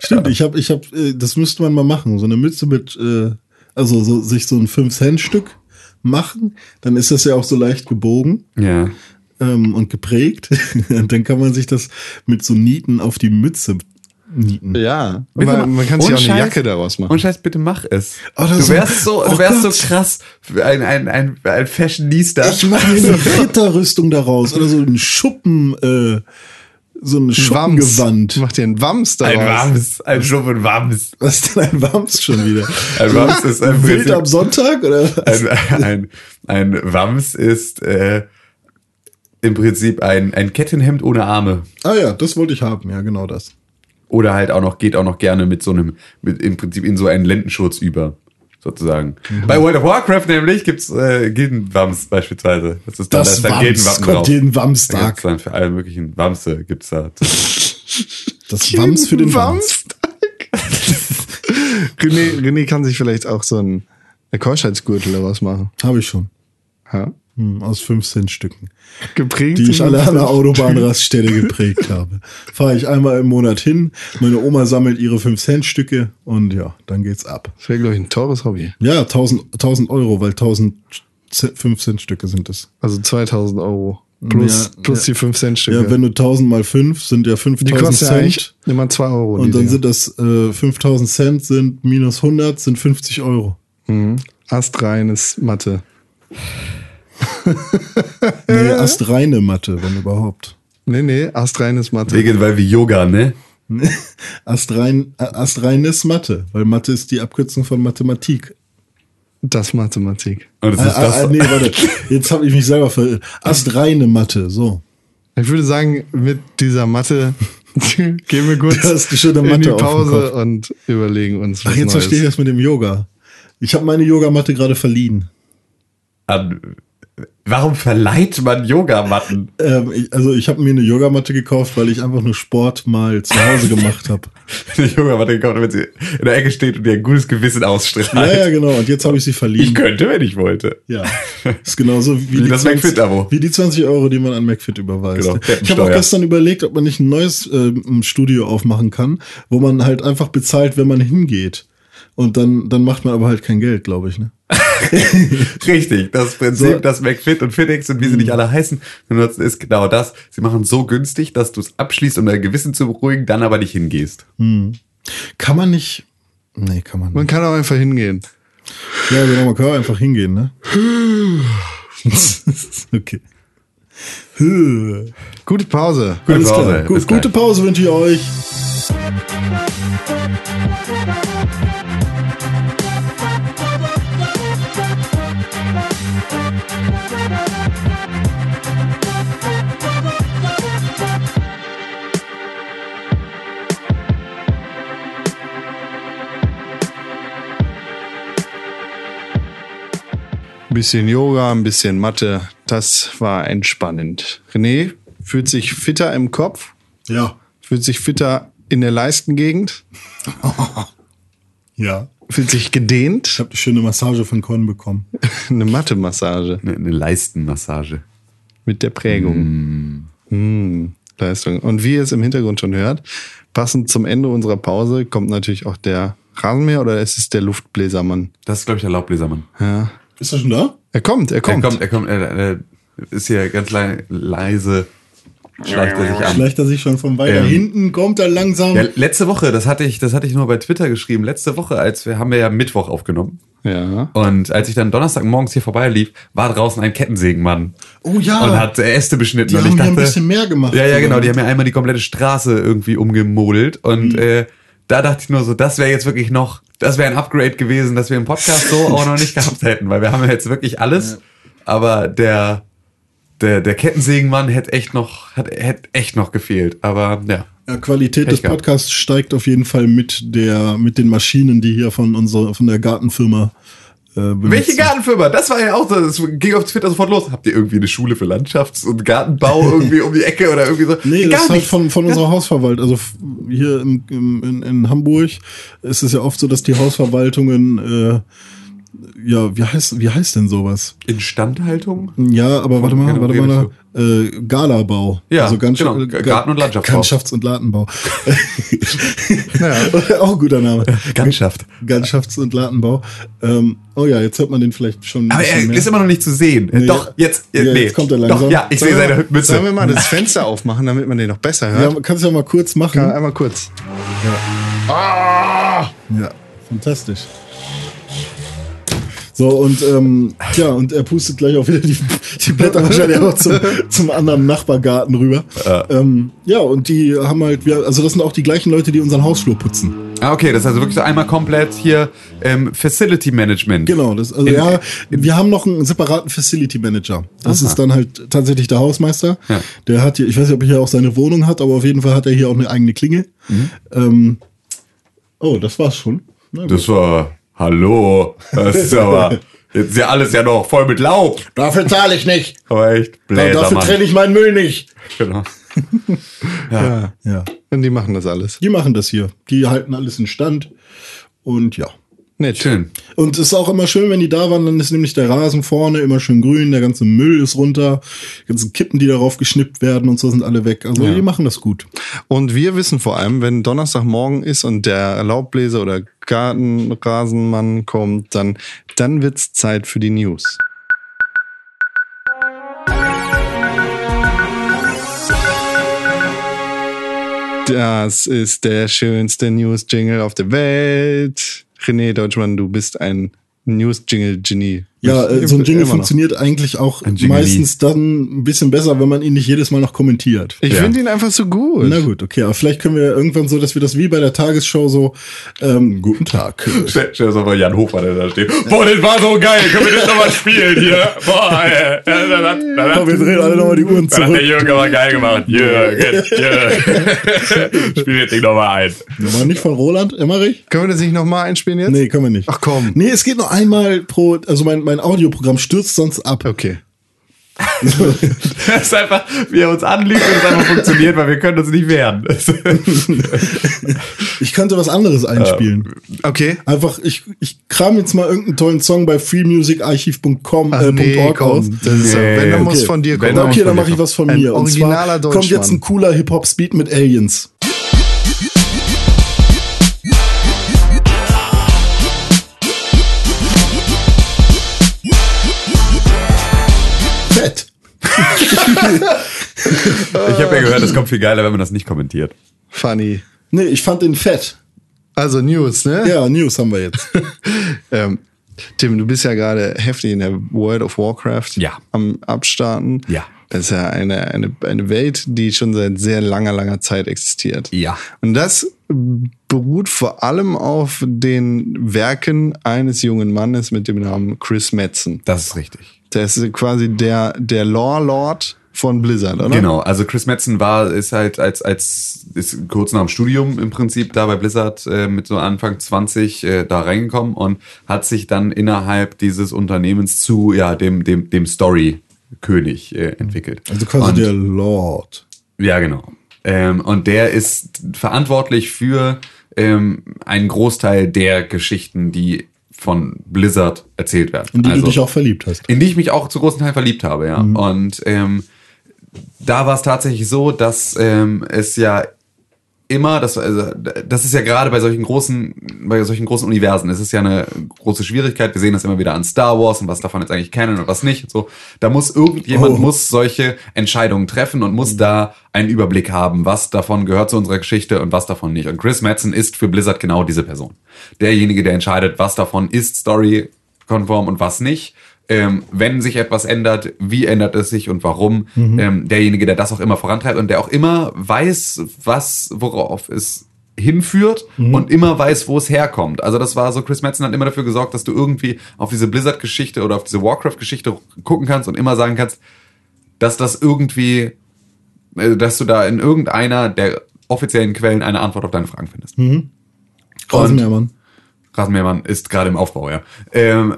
[SPEAKER 3] stimmt, ich habe, ich hab, äh, das müsste man mal machen. So eine Mütze mit, äh, also so, sich so ein 5-Cent-Stück machen, dann ist das ja auch so leicht gebogen
[SPEAKER 4] Ja.
[SPEAKER 3] ähm, und geprägt. und dann kann man sich das mit so Nieten auf die Mütze nieten.
[SPEAKER 2] ja,
[SPEAKER 4] Bitte
[SPEAKER 2] man,
[SPEAKER 4] mal-
[SPEAKER 2] man kann sich
[SPEAKER 4] ohne
[SPEAKER 2] auch eine
[SPEAKER 4] Scheiß-
[SPEAKER 2] Jacke daraus machen.
[SPEAKER 4] Und Scheiß, bitte mach es.
[SPEAKER 3] Oh, das
[SPEAKER 4] du
[SPEAKER 3] ist-
[SPEAKER 4] wärst so,
[SPEAKER 3] oh
[SPEAKER 4] du wärst
[SPEAKER 3] Gott.
[SPEAKER 4] so krass, ein, ein, ein, ein Fashionista.
[SPEAKER 3] Ich mache mir eine Ritterrüstung daraus oder so einen Schuppen, äh, so ein Schuppengewand.
[SPEAKER 2] Macht dir einen Wams daraus.
[SPEAKER 4] ein Wams, ein Schuppen Wams.
[SPEAKER 3] Was ist denn ein Wams schon wieder?
[SPEAKER 4] Ein Wams ist ein
[SPEAKER 3] Wild am Sonntag oder?
[SPEAKER 4] ein, ein, ein Wams ist äh, im Prinzip ein, ein Kettenhemd ohne Arme.
[SPEAKER 3] Ah ja, das wollte ich haben, ja, genau das.
[SPEAKER 4] Oder halt auch noch, geht auch noch gerne mit so einem, mit, im Prinzip in so einen Lendenschurz über, sozusagen.
[SPEAKER 3] Mhm.
[SPEAKER 4] Bei World of Warcraft nämlich gibt's äh, Gildenwams beispielsweise. Das ist dann, da
[SPEAKER 3] Das
[SPEAKER 4] ist dann
[SPEAKER 3] Wams
[SPEAKER 4] Gildenwappen
[SPEAKER 3] kommt
[SPEAKER 4] drauf.
[SPEAKER 3] jeden
[SPEAKER 4] Da gibt's
[SPEAKER 3] Wamstag.
[SPEAKER 4] dann für alle möglichen Wamse gibt's da.
[SPEAKER 3] Das Wams für den Wams.
[SPEAKER 2] Wamstag. René, René kann sich vielleicht auch so einen Keuschheitsgürtel daraus machen.
[SPEAKER 3] Habe ich schon.
[SPEAKER 2] Ja.
[SPEAKER 3] Hm, Aus 15 Stücken,
[SPEAKER 2] Geprägt.
[SPEAKER 3] die ich alle an der
[SPEAKER 2] sind-
[SPEAKER 3] Autobahnraststelle geprägt habe. Fahre ich einmal im Monat hin, meine Oma sammelt ihre 5-Cent-Stücke und ja, dann geht's ab.
[SPEAKER 2] Das wäre, glaube ich, ein teures Hobby.
[SPEAKER 3] Ja, 1000, 1000 Euro, weil 1000 Ze- 15 Stücke sind es.
[SPEAKER 2] Also 2000 Euro. Plus,
[SPEAKER 3] Ja,
[SPEAKER 2] plus
[SPEAKER 3] ja.
[SPEAKER 2] die 5-Cent-Stücke.
[SPEAKER 3] Ja, wenn du 1000 mal 5 sind ja
[SPEAKER 2] die
[SPEAKER 3] 5000
[SPEAKER 2] kosten ja
[SPEAKER 3] Cent.
[SPEAKER 2] eigentlich immer 2 Euro. die
[SPEAKER 3] und dann
[SPEAKER 2] Dinger.
[SPEAKER 3] sind das äh, 5000 Cent sind minus 100 sind 50 Euro.
[SPEAKER 2] astreines Mathe. Äh?
[SPEAKER 3] Nee, astreine Mathe, wenn überhaupt.
[SPEAKER 2] Nee, nee, astreines Mathe.
[SPEAKER 4] Wegen, weil wir Yoga, ne?
[SPEAKER 3] Astrein, äh, astreines Mathe, weil Mathe ist die Abkürzung von Mathematik.
[SPEAKER 2] Das Mathematik.
[SPEAKER 4] Und es ist
[SPEAKER 3] ah, ah,
[SPEAKER 4] das.
[SPEAKER 3] ah, nee, warte. Jetzt habe ich mich selber ver. Astreine Mathe, so.
[SPEAKER 2] Ich würde sagen, mit dieser Mathe gehen wir kurz
[SPEAKER 3] Du hast eine schöne
[SPEAKER 2] in die
[SPEAKER 3] Mathe auf dem
[SPEAKER 2] Pause und überlegen uns. Was
[SPEAKER 3] Ach, jetzt
[SPEAKER 2] Neues.
[SPEAKER 3] verstehe ich das mit dem Yoga. Ich habe meine Yogamatte gerade verliehen.
[SPEAKER 4] An, warum verleiht man Yogamatten?
[SPEAKER 3] Ähm, ich, also ich habe mir eine Yogamatte gekauft, weil ich einfach nur Sport mal zu Hause gemacht habe.
[SPEAKER 4] Eine Yogamatte gekauft, damit sie in der Ecke steht und ihr ein gutes Gewissen ausstrahlt.
[SPEAKER 3] Ja, ja, genau. Und jetzt habe ich sie verliehen.
[SPEAKER 4] Ich könnte, wenn ich wollte.
[SPEAKER 3] Ja, ist genauso wie,
[SPEAKER 4] Wie das McFit-Abo.
[SPEAKER 3] Wie die 20 Euro, die man an McFit überweist.
[SPEAKER 4] Genau,
[SPEAKER 3] Ich habe auch
[SPEAKER 4] Kettensteuer.
[SPEAKER 3] gestern überlegt, ob man nicht ein neues ähm, Studio aufmachen kann, wo man halt einfach bezahlt, wenn man hingeht. Und dann, dann macht man aber halt kein Geld, glaube ich. Ne?
[SPEAKER 4] Richtig, das Prinzip,
[SPEAKER 3] So.
[SPEAKER 4] dass McFit und FitX und wie sie nicht alle heißen, benutzen, ist genau das. Sie machen so günstig, dass du es abschließt, um dein Gewissen zu beruhigen, dann aber nicht hingehst.
[SPEAKER 3] Kann man nicht. Nee, kann man
[SPEAKER 2] Man
[SPEAKER 3] nicht.
[SPEAKER 2] kann auch einfach hingehen.
[SPEAKER 3] Ja, genau, man kann auch einfach hingehen, ne? okay. Höh.
[SPEAKER 2] Gute Pause.
[SPEAKER 4] Gute
[SPEAKER 3] Alles
[SPEAKER 4] Pause,
[SPEAKER 3] klar. Gu-
[SPEAKER 4] bis gleich.
[SPEAKER 3] Gute Pause wünsche ich euch.
[SPEAKER 2] Ein bisschen Yoga, ein bisschen Mathe. Das war entspannend. René fühlt sich fitter im Kopf,
[SPEAKER 3] Ja.
[SPEAKER 2] fühlt sich fitter in der Leistengegend,
[SPEAKER 3] Ja.
[SPEAKER 2] fühlt sich
[SPEAKER 3] Ich
[SPEAKER 2] gedehnt.
[SPEAKER 3] habe eine schöne Massage von Con bekommen.
[SPEAKER 2] Eine Mathe-Massage
[SPEAKER 4] Eine, eine Leistenmassage.
[SPEAKER 2] mit der Prägung. Mm, Leistung. Und wie ihr es im Hintergrund schon hört, passend zum Ende unserer Pause kommt natürlich auch der Rasenmäher oder ist es der Luftbläsermann?
[SPEAKER 4] Das ist, glaube ich, der Laubbläsermann.
[SPEAKER 3] Ist er schon da?
[SPEAKER 2] Er kommt, er kommt.
[SPEAKER 4] Er kommt, er kommt, er, er ist hier ganz le leise, schleicht er sich an.
[SPEAKER 3] Schleicht er sich schon von weiter
[SPEAKER 4] Ähm.
[SPEAKER 3] hinten, kommt er langsam.
[SPEAKER 4] Ja, letzte Woche, das hatte ich, das hatte ich nur bei Twitter geschrieben. Letzte Woche, als wir haben wir ja Mittwoch aufgenommen.
[SPEAKER 2] Ja.
[SPEAKER 4] Und als ich dann Donnerstagmorgens hier vorbeilief, war draußen ein Kettensägenmann.
[SPEAKER 3] Oh ja.
[SPEAKER 4] Und hat Äste beschnitten.
[SPEAKER 3] Die
[SPEAKER 4] und
[SPEAKER 3] haben
[SPEAKER 4] ich
[SPEAKER 3] ja
[SPEAKER 4] dachte,
[SPEAKER 3] ein bisschen mehr gemacht.
[SPEAKER 4] Ja, ja,
[SPEAKER 3] Oder?
[SPEAKER 4] genau. Die haben ja einmal die komplette Straße irgendwie umgemodelt. Und
[SPEAKER 3] Mhm.
[SPEAKER 4] äh, da dachte ich nur so, das wäre jetzt wirklich noch, das wäre ein Upgrade gewesen, dass wir im Podcast so auch noch nicht gehabt hätten, weil wir haben ja jetzt wirklich alles. Aber der, der, der Kettensägenmann hätte echt noch, hat, hätte echt noch gefehlt. Aber ja.
[SPEAKER 3] Ja, Qualität
[SPEAKER 4] Pech
[SPEAKER 3] des
[SPEAKER 4] gehabt.
[SPEAKER 3] Podcasts steigt auf jeden Fall mit der mit den Maschinen, die hier von unserer von der Gartenfirma äh, benutzt
[SPEAKER 4] Welche
[SPEAKER 3] werden.
[SPEAKER 4] Gartenfirma? Das war ja auch so, das ging auf Twitter sofort los. Habt ihr irgendwie eine Schule für Landschafts- und Gartenbau irgendwie um die Ecke oder irgendwie so?
[SPEAKER 3] Nee,
[SPEAKER 4] Gar
[SPEAKER 3] das ist halt
[SPEAKER 4] nichts.
[SPEAKER 3] von, von unserer Hausverwaltung. Also f- hier im, im, in, in Hamburg ist es ja oft so, dass die Hausverwaltungen äh, ja, wie heißt, wie heißt denn sowas?
[SPEAKER 4] Instandhaltung?
[SPEAKER 3] Ja, aber warte mal,
[SPEAKER 4] Genau,
[SPEAKER 3] warte
[SPEAKER 4] redest
[SPEAKER 3] mal. Äh, Galabau.
[SPEAKER 4] Ja,
[SPEAKER 3] also ganz
[SPEAKER 4] genau,
[SPEAKER 3] äh, Ga-
[SPEAKER 4] Garten- und Landschaftsbau.
[SPEAKER 3] Ganzschafts- und Ladenbau. Auch ein guter Name.
[SPEAKER 4] Ganzschaft.
[SPEAKER 3] Ganzschafts- und Ladenbau. Ähm, oh ja, jetzt hört man den vielleicht schon. ein
[SPEAKER 4] Aber er
[SPEAKER 3] bisschen mehr.
[SPEAKER 4] ist immer noch nicht zu sehen.
[SPEAKER 3] Nee.
[SPEAKER 4] Doch, jetzt, äh,
[SPEAKER 3] Ja,
[SPEAKER 4] nee.
[SPEAKER 3] jetzt kommt er langsam.
[SPEAKER 4] Doch, ja, ich sehe
[SPEAKER 2] Sollen wir-
[SPEAKER 4] seine Mütze.
[SPEAKER 2] Sollen wir mal das Fenster aufmachen, damit man den noch besser hört?
[SPEAKER 3] ja, kannst du ja mal kurz machen.
[SPEAKER 2] Ja, einmal kurz.
[SPEAKER 3] Ja, fantastisch. So, und ähm, ja, und er pustet gleich auch wieder die, die Blätter wahrscheinlich auch zum, zum anderen Nachbargarten rüber. Ähm, ja, und die haben halt, wir, also das sind auch die gleichen Leute, die unseren Hausflur putzen.
[SPEAKER 4] Ah, okay, das ist also wirklich so einmal komplett hier ähm, Facility Management.
[SPEAKER 3] Genau, das, also
[SPEAKER 4] In-
[SPEAKER 3] ja, wir haben noch einen separaten Facility Manager. Das ist dann halt tatsächlich der Hausmeister.
[SPEAKER 4] Ja.
[SPEAKER 3] Der hat hier, ich weiß nicht, ob er hier auch seine Wohnung hat, aber auf jeden Fall hat er hier auch eine eigene Klinge.
[SPEAKER 4] Mhm.
[SPEAKER 3] Ähm, oh, das war's schon. Na gut.
[SPEAKER 4] Das war, hallo, das ist aber, jetzt ist ja alles ja noch voll mit Laub.
[SPEAKER 3] Dafür zahle ich nicht.
[SPEAKER 4] Aber echt
[SPEAKER 3] Dafür
[SPEAKER 4] Bläsermann.
[SPEAKER 3] trenne ich meinen Müll nicht.
[SPEAKER 4] Genau.
[SPEAKER 2] Ja.
[SPEAKER 3] Ja.
[SPEAKER 2] Und die machen das alles.
[SPEAKER 3] Die machen das hier. Die halten alles in Stand. Und ja.
[SPEAKER 2] Nett.
[SPEAKER 4] Schön.
[SPEAKER 3] Und es ist auch immer schön, wenn die da waren, dann ist nämlich der Rasen vorne immer schön grün, der ganze Müll ist runter, die ganzen Kippen, die darauf geschnippt werden und so sind alle weg. Also die machen das gut.
[SPEAKER 2] Und wir wissen vor allem, wenn Donnerstagmorgen ist und der Laubbläser oder Gartenrasenmann kommt, dann, dann wird's Zeit für die News. Das ist der schönste News-Jingle auf der Welt. René Deutschmann, du bist ein News-Jingle-Genie. Ich-
[SPEAKER 3] Ja, äh, so ein Jingle
[SPEAKER 2] immer noch.
[SPEAKER 3] funktioniert eigentlich auch
[SPEAKER 4] Ein Jingle.
[SPEAKER 3] meistens dann ein bisschen besser, wenn man ihn nicht jedes Mal noch kommentiert.
[SPEAKER 2] Ich
[SPEAKER 4] Ja.
[SPEAKER 2] finde ihn einfach so gut.
[SPEAKER 3] Na gut, okay, aber vielleicht können wir ja irgendwann so, dass wir das wie bei der Tagesshow so, ähm, guten Tag.
[SPEAKER 4] Stell stell dir das mal vor, Jan Hofmann, der da steht. Boah, das war so geil. Können wir das nochmal spielen hier? Boah, ey. Das, das, das, das,
[SPEAKER 3] Komm, wir drehen alle nochmal die Uhren
[SPEAKER 4] das hat der
[SPEAKER 3] zurück.
[SPEAKER 4] Jürgen aber geil gemacht. Jürgen, Jürgen. Spiel das Ding nochmal ein.
[SPEAKER 3] War nicht von Roland Emmerich?
[SPEAKER 2] Können wir das nicht nochmal einspielen jetzt?
[SPEAKER 3] Nee, können wir nicht.
[SPEAKER 2] Ach komm.
[SPEAKER 3] Nee, es geht nur einmal pro, also mein, mein Audioprogramm stürzt sonst ab.
[SPEAKER 2] Okay.
[SPEAKER 4] Das ist einfach, wie er uns anlügt und es einfach funktioniert, weil wir können uns nicht wehren.
[SPEAKER 3] Ich könnte was anderes einspielen.
[SPEAKER 2] Okay.
[SPEAKER 3] Einfach, ich, ich kram jetzt mal irgendeinen tollen Song bei freemusicarchiv.com
[SPEAKER 2] Ach,
[SPEAKER 3] äh,
[SPEAKER 2] nee,
[SPEAKER 3] .org aus.
[SPEAKER 2] komm. Das ist,
[SPEAKER 4] Nee,
[SPEAKER 2] wenn, dann
[SPEAKER 4] okay.
[SPEAKER 2] muss von dir
[SPEAKER 4] Wenn,
[SPEAKER 2] kommen.
[SPEAKER 4] dann
[SPEAKER 3] Okay,
[SPEAKER 4] muss
[SPEAKER 3] dann
[SPEAKER 4] man
[SPEAKER 3] mache ich was von
[SPEAKER 2] Ein
[SPEAKER 3] mir. Und
[SPEAKER 2] originaler
[SPEAKER 3] zwar kommt
[SPEAKER 2] Deutschmann.
[SPEAKER 3] jetzt ein cooler Hip-Hop-Speed mit Aliens. Fett.
[SPEAKER 4] Ich habe ja gehört, es kommt viel geiler, wenn man das nicht kommentiert.
[SPEAKER 2] Funny.
[SPEAKER 3] Nee, ich fand den fett.
[SPEAKER 2] Also News, ne?
[SPEAKER 3] Ja, News haben wir jetzt.
[SPEAKER 2] Ähm, Tim, du bist ja gerade heftig in der World of Warcraft
[SPEAKER 4] Ja.
[SPEAKER 2] am Abstarten.
[SPEAKER 4] Ja.
[SPEAKER 2] Das ist ja eine, eine, eine Welt, die schon seit sehr langer, langer Zeit existiert.
[SPEAKER 4] Ja.
[SPEAKER 2] Und das beruht vor allem auf den Werken eines jungen Mannes mit dem Namen Chris Metzen.
[SPEAKER 4] Das ist richtig.
[SPEAKER 2] Der ist quasi der, der Lore-Lord von Blizzard, oder?
[SPEAKER 4] Genau, also Chris Metzen war, ist halt als, als, ist kurz nach dem Studium im Prinzip da bei Blizzard äh, mit so Anfang 20 äh, da reingekommen und hat sich dann innerhalb dieses Unternehmens zu, ja, dem, dem, dem Story-König äh, entwickelt.
[SPEAKER 3] Also quasi
[SPEAKER 4] und,
[SPEAKER 3] der Lord.
[SPEAKER 4] ja, genau. Ähm, und der ist verantwortlich für ähm, einen Großteil der Geschichten, die von Blizzard erzählt werden. Also
[SPEAKER 3] In die du dich auch verliebt hast.
[SPEAKER 4] In die ich mich auch zu großen Teil verliebt habe, ja. Und ähm, da war es tatsächlich so, dass ähm, es ja immer, das, also, das ist ja gerade bei solchen großen, bei solchen großen Universen, es ist ja eine große Schwierigkeit. Wir sehen das immer wieder an Star Wars und was davon jetzt eigentlich canon und was nicht. Und so, da muss irgendjemand
[SPEAKER 3] Oh.
[SPEAKER 4] muss solche Entscheidungen treffen und muss da einen Überblick haben, was davon gehört zu unserer Geschichte und was davon nicht. Und Chris Madsen ist für Blizzard genau diese Person, derjenige, der entscheidet, was davon ist Story konform und was nicht. Ähm, wenn sich etwas ändert, wie ändert es sich und warum? Ähm, derjenige, der das auch immer vorantreibt und der auch immer weiß, was, worauf es hinführt und immer weiß, wo es herkommt. Also das war so, Chris Madsen hat immer dafür gesorgt, dass du irgendwie auf diese Blizzard-Geschichte oder auf diese Warcraft-Geschichte gucken kannst und immer sagen kannst, dass das irgendwie, äh, dass du da in irgendeiner der offiziellen Quellen eine Antwort auf deine Fragen findest.
[SPEAKER 3] Rasenmähermann.
[SPEAKER 4] Rasenmähermann ist gerade im Aufbau, ja. Ähm,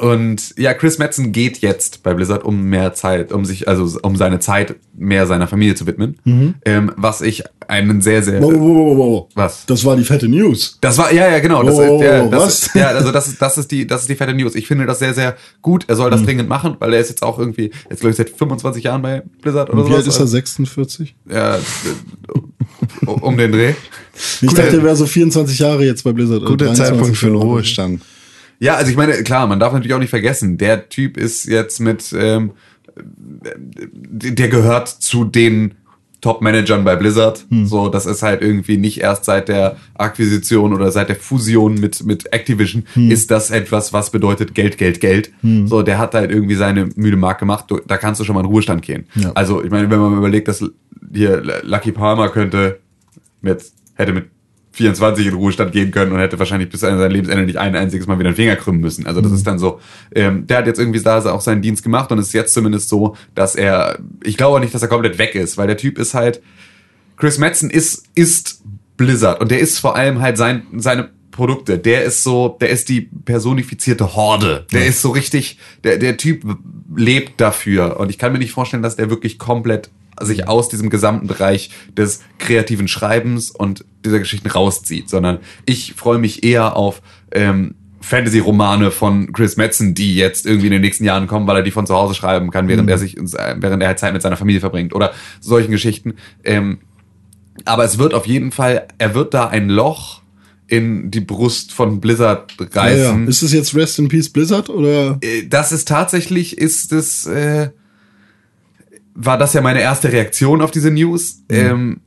[SPEAKER 4] und ja, Chris Metzen geht jetzt bei Blizzard, um mehr Zeit, um sich, also um seine Zeit mehr seiner Familie zu widmen.
[SPEAKER 3] Mhm.
[SPEAKER 4] Ähm, was ich einen sehr, sehr.
[SPEAKER 3] Wow, wow, wow, wow, wow.
[SPEAKER 4] Was?
[SPEAKER 3] Das war die fette News.
[SPEAKER 4] Das war, ja, ja, genau. Das,
[SPEAKER 3] Oh,
[SPEAKER 4] ist- ja, das,
[SPEAKER 3] was?
[SPEAKER 4] ist- Ja, also das ist, das ist die, das ist die fette News. Ich finde das sehr, sehr gut. Er soll
[SPEAKER 3] Mhm.
[SPEAKER 4] das dringend machen, weil er ist jetzt auch irgendwie, jetzt glaube ich seit 25 Jahren bei Blizzard oder
[SPEAKER 3] Wie alt ist er?
[SPEAKER 4] sowas.
[SPEAKER 3] 46?
[SPEAKER 4] Ja, äh, um den Dreh.
[SPEAKER 3] Ich dachte, er wäre so 24 Jahre jetzt bei Blizzard.
[SPEAKER 2] Guter
[SPEAKER 3] 23
[SPEAKER 2] Zeitpunkt für einen
[SPEAKER 3] Jahre.
[SPEAKER 2] Ruhestand.
[SPEAKER 4] Ja, also ich meine, klar, man darf natürlich auch nicht vergessen, der Typ ist jetzt mit, ähm, der gehört zu den Top-Managern bei Blizzard. So, das ist halt irgendwie nicht erst seit der Akquisition oder seit der Fusion mit, mit Activision ist das etwas, was bedeutet Geld, Geld, Geld. So, der hat halt irgendwie seine müde Mark gemacht. Du, da kannst du schon mal in den Ruhestand gehen.
[SPEAKER 3] Ja.
[SPEAKER 4] Also, ich meine, wenn man überlegt, dass hier Lucky Palmer könnte jetzt hätte mit 24 in Ruhestand gehen können und hätte wahrscheinlich bis an sein Lebensende nicht ein einziges Mal wieder einen Finger krümmen müssen. Also das ist dann so, ähm, der hat jetzt irgendwie da auch seinen Dienst gemacht und ist jetzt zumindest so, dass er, ich glaube nicht, dass er komplett weg ist, weil der Typ ist halt, Chris Madsen ist, ist Blizzard und der ist vor allem halt sein, seine Produkte. Der ist so, der ist die personifizierte Horde. Der ist so richtig, der, der Typ lebt dafür. Und ich kann mir nicht vorstellen, dass der wirklich komplett sich aus diesem gesamten Bereich des kreativen Schreibens und dieser Geschichten rauszieht, sondern ich freue mich eher auf ähm, Fantasy-Romane von Chris Metzen, die jetzt irgendwie in den nächsten Jahren kommen, weil er die von zu Hause schreiben kann, während er sich, ins- äh, während er halt Zeit mit seiner Familie verbringt oder solchen Geschichten. Ähm, aber es wird auf jeden Fall, er wird da ein Loch in die Brust von Blizzard
[SPEAKER 3] Ja, ja.
[SPEAKER 4] reißen.
[SPEAKER 3] Ist es jetzt Rest in Peace Blizzard oder?
[SPEAKER 4] Äh, das ist tatsächlich, ist es, äh, war das ja meine erste Reaktion auf diese News.
[SPEAKER 2] Mhm.
[SPEAKER 4] Ähm,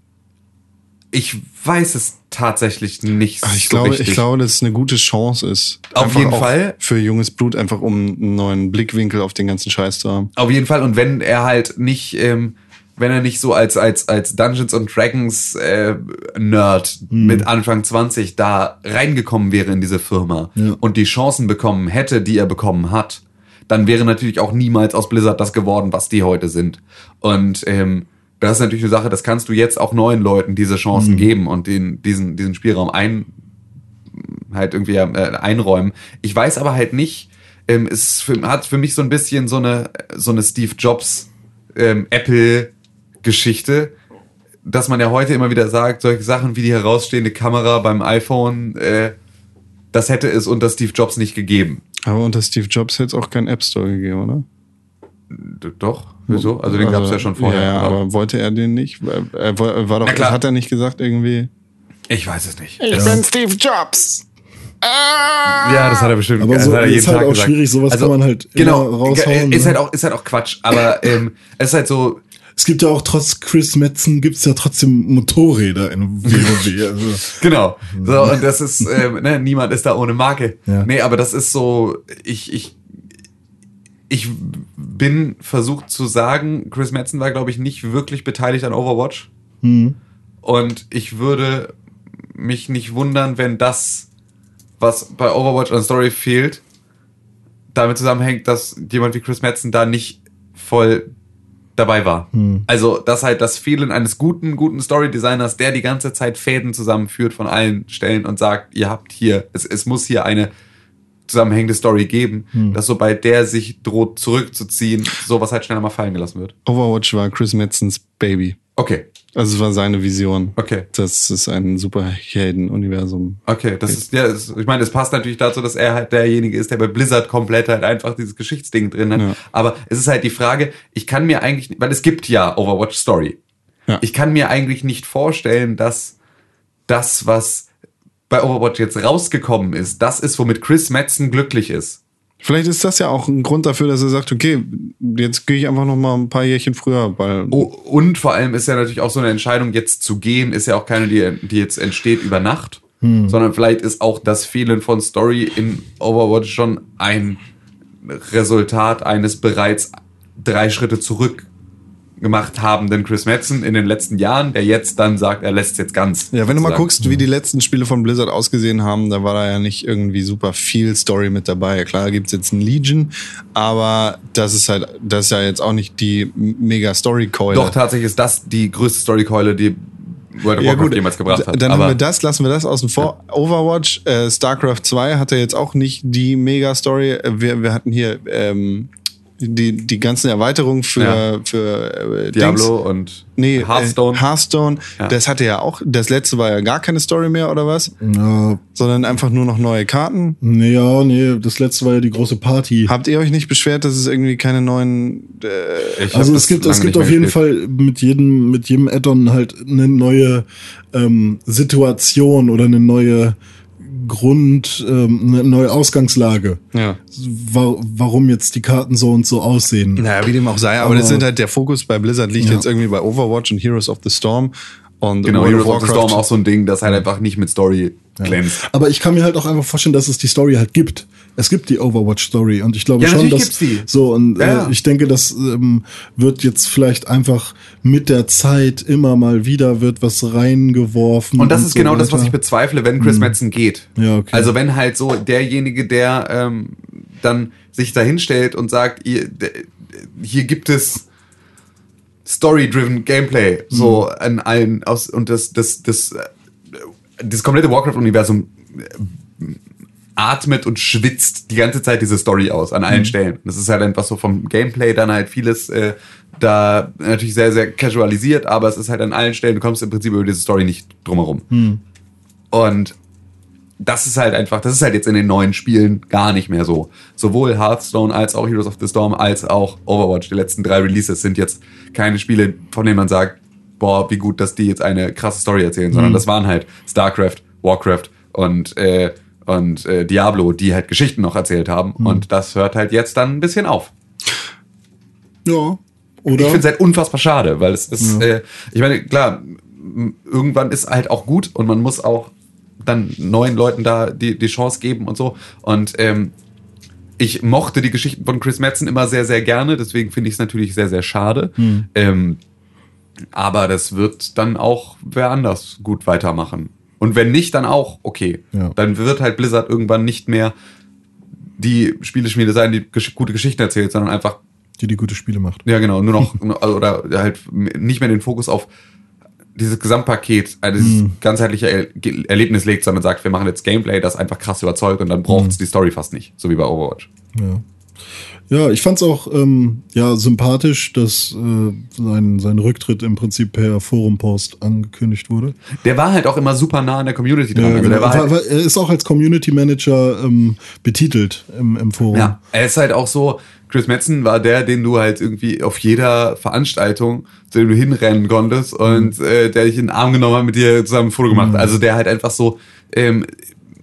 [SPEAKER 4] ich weiß es tatsächlich nicht
[SPEAKER 2] Ach, Ah, ich,
[SPEAKER 4] so
[SPEAKER 2] glaube,
[SPEAKER 4] richtig.
[SPEAKER 2] ich glaube, dass es eine gute Chance ist.
[SPEAKER 4] Auf jeden
[SPEAKER 2] auch
[SPEAKER 4] Fall.
[SPEAKER 2] Für junges Blut, einfach um einen neuen Blickwinkel auf den ganzen Scheiß zu haben.
[SPEAKER 4] Auf jeden Fall. Und wenn er halt nicht, ähm, wenn er nicht so als, als, als Dungeons and Dragons äh, Nerd mit Anfang 20 da reingekommen wäre in diese Firma
[SPEAKER 3] Ja.
[SPEAKER 4] und die Chancen bekommen hätte, die er bekommen hat, dann wäre natürlich auch niemals aus Blizzard das geworden, was die heute sind. Und ähm, das ist natürlich eine Sache, das kannst du jetzt auch neuen Leuten diese Chancen geben und den, diesen, diesen Spielraum ein, halt irgendwie äh, einräumen. Ich weiß aber halt nicht, ähm, es ist für, hat für mich so ein bisschen so eine, so eine Steve Jobs ähm, Apple-Geschichte, dass man ja heute immer wieder sagt, solche Sachen wie die herausstehende Kamera beim iPhone, äh, das hätte es unter Steve Jobs nicht gegeben.
[SPEAKER 2] Aber unter Steve Jobs hätte es auch keinen App Store gegeben, oder?
[SPEAKER 4] D doch, wieso? Also den gab es ja schon vorher.
[SPEAKER 2] Ja, aber wollte er den nicht? Er, er wo- er war doch,
[SPEAKER 4] Na klar.
[SPEAKER 2] hat er nicht gesagt irgendwie?
[SPEAKER 4] ich weiß es nicht.
[SPEAKER 2] Ich bin Steve Jobs.
[SPEAKER 4] Ja, das hat er bestimmt.
[SPEAKER 3] Aber
[SPEAKER 4] das
[SPEAKER 3] so
[SPEAKER 4] hat er
[SPEAKER 3] ist
[SPEAKER 4] jeden
[SPEAKER 3] halt
[SPEAKER 4] Tag
[SPEAKER 3] auch
[SPEAKER 4] gesagt.
[SPEAKER 3] schwierig, sowas kann man halt immer
[SPEAKER 4] genau,
[SPEAKER 3] raushauen,
[SPEAKER 4] Ist
[SPEAKER 3] ne?
[SPEAKER 4] halt auch, ist halt auch Quatsch. Aber ähm, es ist halt so,
[SPEAKER 3] Es gibt ja auch trotz Chris Metzen gibt's ja trotzdem Motorräder in WoW. Also,
[SPEAKER 4] Genau. So, und das ist, ähm, ne, niemand ist da ohne Marke.
[SPEAKER 3] Ja.
[SPEAKER 4] Nee, aber das ist so, ich, ich, ich bin versucht zu sagen, Chris Madsen war, glaube ich, nicht wirklich beteiligt an Overwatch. Und ich würde mich nicht wundern, wenn das, was bei Overwatch an Story fehlt, damit zusammenhängt, dass jemand wie Chris Madsen da nicht voll dabei war. Also, dass halt das Fehlen eines guten, guten Story-Designers, der die ganze Zeit Fäden zusammenführt von allen Stellen und sagt, ihr habt hier, es, es muss hier eine zusammenhängende Story geben, dass sobald der sich droht zurückzuziehen, sowas halt schneller mal fallen gelassen wird.
[SPEAKER 2] Overwatch war Chris Madsens Baby.
[SPEAKER 4] Okay,
[SPEAKER 2] Also es war seine Vision.
[SPEAKER 4] Okay.
[SPEAKER 2] Das ist ein Superhelden-Universum.
[SPEAKER 4] okay, das ist, ja, das, ich meine, es passt natürlich dazu, dass er halt derjenige ist, der bei Blizzard komplett halt einfach dieses Geschichtsding drin hat.
[SPEAKER 2] Ja.
[SPEAKER 4] Aber es ist halt die Frage, ich kann mir eigentlich, nicht- weil es gibt ja Overwatch Story.
[SPEAKER 2] Ja.
[SPEAKER 4] Ich kann mir eigentlich nicht vorstellen, dass das, was bei Overwatch jetzt rausgekommen ist, das ist, womit Chris Madsen glücklich ist.
[SPEAKER 2] Vielleicht ist das ja auch ein Grund dafür, dass er sagt, okay, jetzt gehe ich einfach noch mal ein paar Jährchen früher, weil
[SPEAKER 4] O- Und vor allem ist ja natürlich auch so eine Entscheidung, jetzt zu gehen, ist ja auch keine, die, die jetzt entsteht über Nacht,
[SPEAKER 2] Hm.
[SPEAKER 4] sondern vielleicht ist auch das Fehlen von Story in Overwatch schon ein Resultat eines bereits drei Schritte zurück gemacht habenden Chris Madsen in den letzten Jahren, der jetzt dann sagt, er lässt es jetzt ganz.
[SPEAKER 2] Ja, wenn du mal
[SPEAKER 4] sozusagen. Mhm.
[SPEAKER 2] guckst, wie die letzten Spiele von Blizzard ausgesehen haben, da war da ja nicht irgendwie super viel Story mit dabei. Klar gibt's jetzt ein Legion, aber das ist halt, das ist ja jetzt auch nicht die mega Story-Keule.
[SPEAKER 4] Doch, tatsächlich ist das die größte Storykeule, die World of
[SPEAKER 2] ja,
[SPEAKER 4] Warcraft
[SPEAKER 2] gut,
[SPEAKER 4] jemals gebracht hat.
[SPEAKER 2] Dann
[SPEAKER 4] Aber
[SPEAKER 2] haben wir das, lassen wir das außen vor. Overwatch, äh, StarCraft 2 hatte jetzt auch nicht die Mega-Story. Äh, Wir, wir hatten hier ähm, die, die ganzen Erweiterungen für,
[SPEAKER 4] Ja.
[SPEAKER 2] für äh, Dings.
[SPEAKER 4] Diablo und
[SPEAKER 2] Nee,
[SPEAKER 4] Hearthstone.
[SPEAKER 2] Äh, Hearthstone.
[SPEAKER 4] Ja.
[SPEAKER 2] Das hatte ja auch, das letzte war ja gar keine Story mehr oder was,
[SPEAKER 3] ja,
[SPEAKER 2] sondern einfach nur noch neue Karten.
[SPEAKER 3] nee, ja, nee, das letzte war ja die große Party.
[SPEAKER 2] Habt ihr euch nicht beschwert, dass es irgendwie keine neuen. äh,
[SPEAKER 4] Ich hab
[SPEAKER 3] Also
[SPEAKER 4] das
[SPEAKER 3] es gibt,
[SPEAKER 4] lange
[SPEAKER 3] es gibt
[SPEAKER 4] nicht mehr
[SPEAKER 3] auf jeden
[SPEAKER 4] gespielt.
[SPEAKER 3] Fall mit jedem, mit jedem Add-on halt eine neue ähm, Situation oder eine neue Grund, ähm, eine neue Ausgangslage.
[SPEAKER 2] Ja.
[SPEAKER 3] Wa warum jetzt die Karten so und so aussehen.
[SPEAKER 2] Naja, wie dem auch sei, aber,
[SPEAKER 3] Aber-
[SPEAKER 2] das sind halt der Fokus bei Blizzard liegt
[SPEAKER 3] Ja.
[SPEAKER 2] jetzt irgendwie bei Overwatch und Heroes of the Storm und
[SPEAKER 4] Genau,
[SPEAKER 2] World
[SPEAKER 4] Heroes of the
[SPEAKER 2] Warcraft.
[SPEAKER 4] Storm auch so ein Ding, das halt einfach nicht mit Story glänzt.
[SPEAKER 3] Aber ich kann mir halt auch einfach vorstellen, dass es die Story halt gibt. Es gibt die Overwatch-Story und ich glaube
[SPEAKER 4] Ja,
[SPEAKER 3] schon,
[SPEAKER 4] natürlich
[SPEAKER 3] dass
[SPEAKER 4] gibt's die.
[SPEAKER 3] so und
[SPEAKER 4] Ja.
[SPEAKER 3] äh, ich denke, das ähm, wird jetzt vielleicht einfach mit der Zeit immer mal wieder wird was reingeworfen.
[SPEAKER 4] Und das ist
[SPEAKER 3] so
[SPEAKER 4] genau das,
[SPEAKER 3] weiter.
[SPEAKER 4] was ich bezweifle, wenn Chris Madsen geht.
[SPEAKER 3] Hm. Ja, okay.
[SPEAKER 4] Also wenn halt so derjenige, der ähm, dann sich dahinstellt und sagt, ihr, d- hier gibt es Story-driven Gameplay so
[SPEAKER 3] Hm.
[SPEAKER 4] an allen aus und das das das äh, das komplette Warcraft-Universum äh, atmet und schwitzt die ganze Zeit diese Story aus an
[SPEAKER 3] Hm.
[SPEAKER 4] allen Stellen. Das ist halt einfach so vom Gameplay dann halt vieles äh, da natürlich sehr sehr casualisiert, aber es ist halt an allen Stellen du kommst im Prinzip über diese Story nicht drumherum. Und das ist halt einfach, das ist halt jetzt in den neuen Spielen gar nicht mehr so. Sowohl Hearthstone als auch Heroes of the Storm als auch Overwatch, die letzten drei Releases sind jetzt keine Spiele, von denen man sagt, boah, wie gut, dass die jetzt eine krasse Story erzählen, sondern das waren halt StarCraft, Warcraft und, äh, und äh, Diablo, die halt Geschichten noch erzählt haben. Und das hört halt jetzt dann ein bisschen auf.
[SPEAKER 3] Ja.
[SPEAKER 4] Ich
[SPEAKER 3] Oder?
[SPEAKER 4] finde es halt unfassbar schade, weil es ist, äh, ich meine, klar, m- irgendwann ist halt auch gut und man muss auch dann neuen Leuten da die, die Chance geben und so. Und ähm, ich mochte die Geschichten von Chris Madsen immer sehr, sehr gerne, deswegen finde ich es natürlich sehr, sehr schade. Ähm, aber das wird dann auch wer anders gut weitermachen. Und wenn nicht, dann auch okay.
[SPEAKER 5] Ja.
[SPEAKER 4] Dann wird halt Blizzard irgendwann nicht mehr die Spieleschmiede sein, die gesch gute Geschichten erzählt, sondern einfach
[SPEAKER 5] die die gute Spiele macht.
[SPEAKER 4] ja, genau, nur noch, also, oder halt nicht mehr den Fokus auf dieses Gesamtpaket, also dieses
[SPEAKER 3] Mhm.
[SPEAKER 4] ganzheitliche er Ge- Erlebnis legt, sondern sagt, wir machen jetzt Gameplay, das einfach krass überzeugt und dann braucht
[SPEAKER 3] Mhm.
[SPEAKER 4] es die Story fast nicht, so wie bei Overwatch.
[SPEAKER 5] Ja.
[SPEAKER 3] Ja, ich fand's auch ähm, ja, sympathisch, dass äh, sein, sein Rücktritt im Prinzip per Forum-Post angekündigt wurde.
[SPEAKER 4] Der war halt auch immer super nah an der Community dran.
[SPEAKER 3] Ja,
[SPEAKER 4] also
[SPEAKER 3] genau.
[SPEAKER 4] der war
[SPEAKER 3] Weil-
[SPEAKER 4] halt,
[SPEAKER 3] weil er ist auch als Community Manager ähm, betitelt im, im Forum.
[SPEAKER 4] ja, er ist halt auch so, Chris Metzen war der, den du halt irgendwie auf jeder Veranstaltung, zu dem du hinrennen konntest und äh, der dich in den Arm genommen hat, mit dir zusammen ein Foto gemacht. hat. Also der halt einfach so, ähm,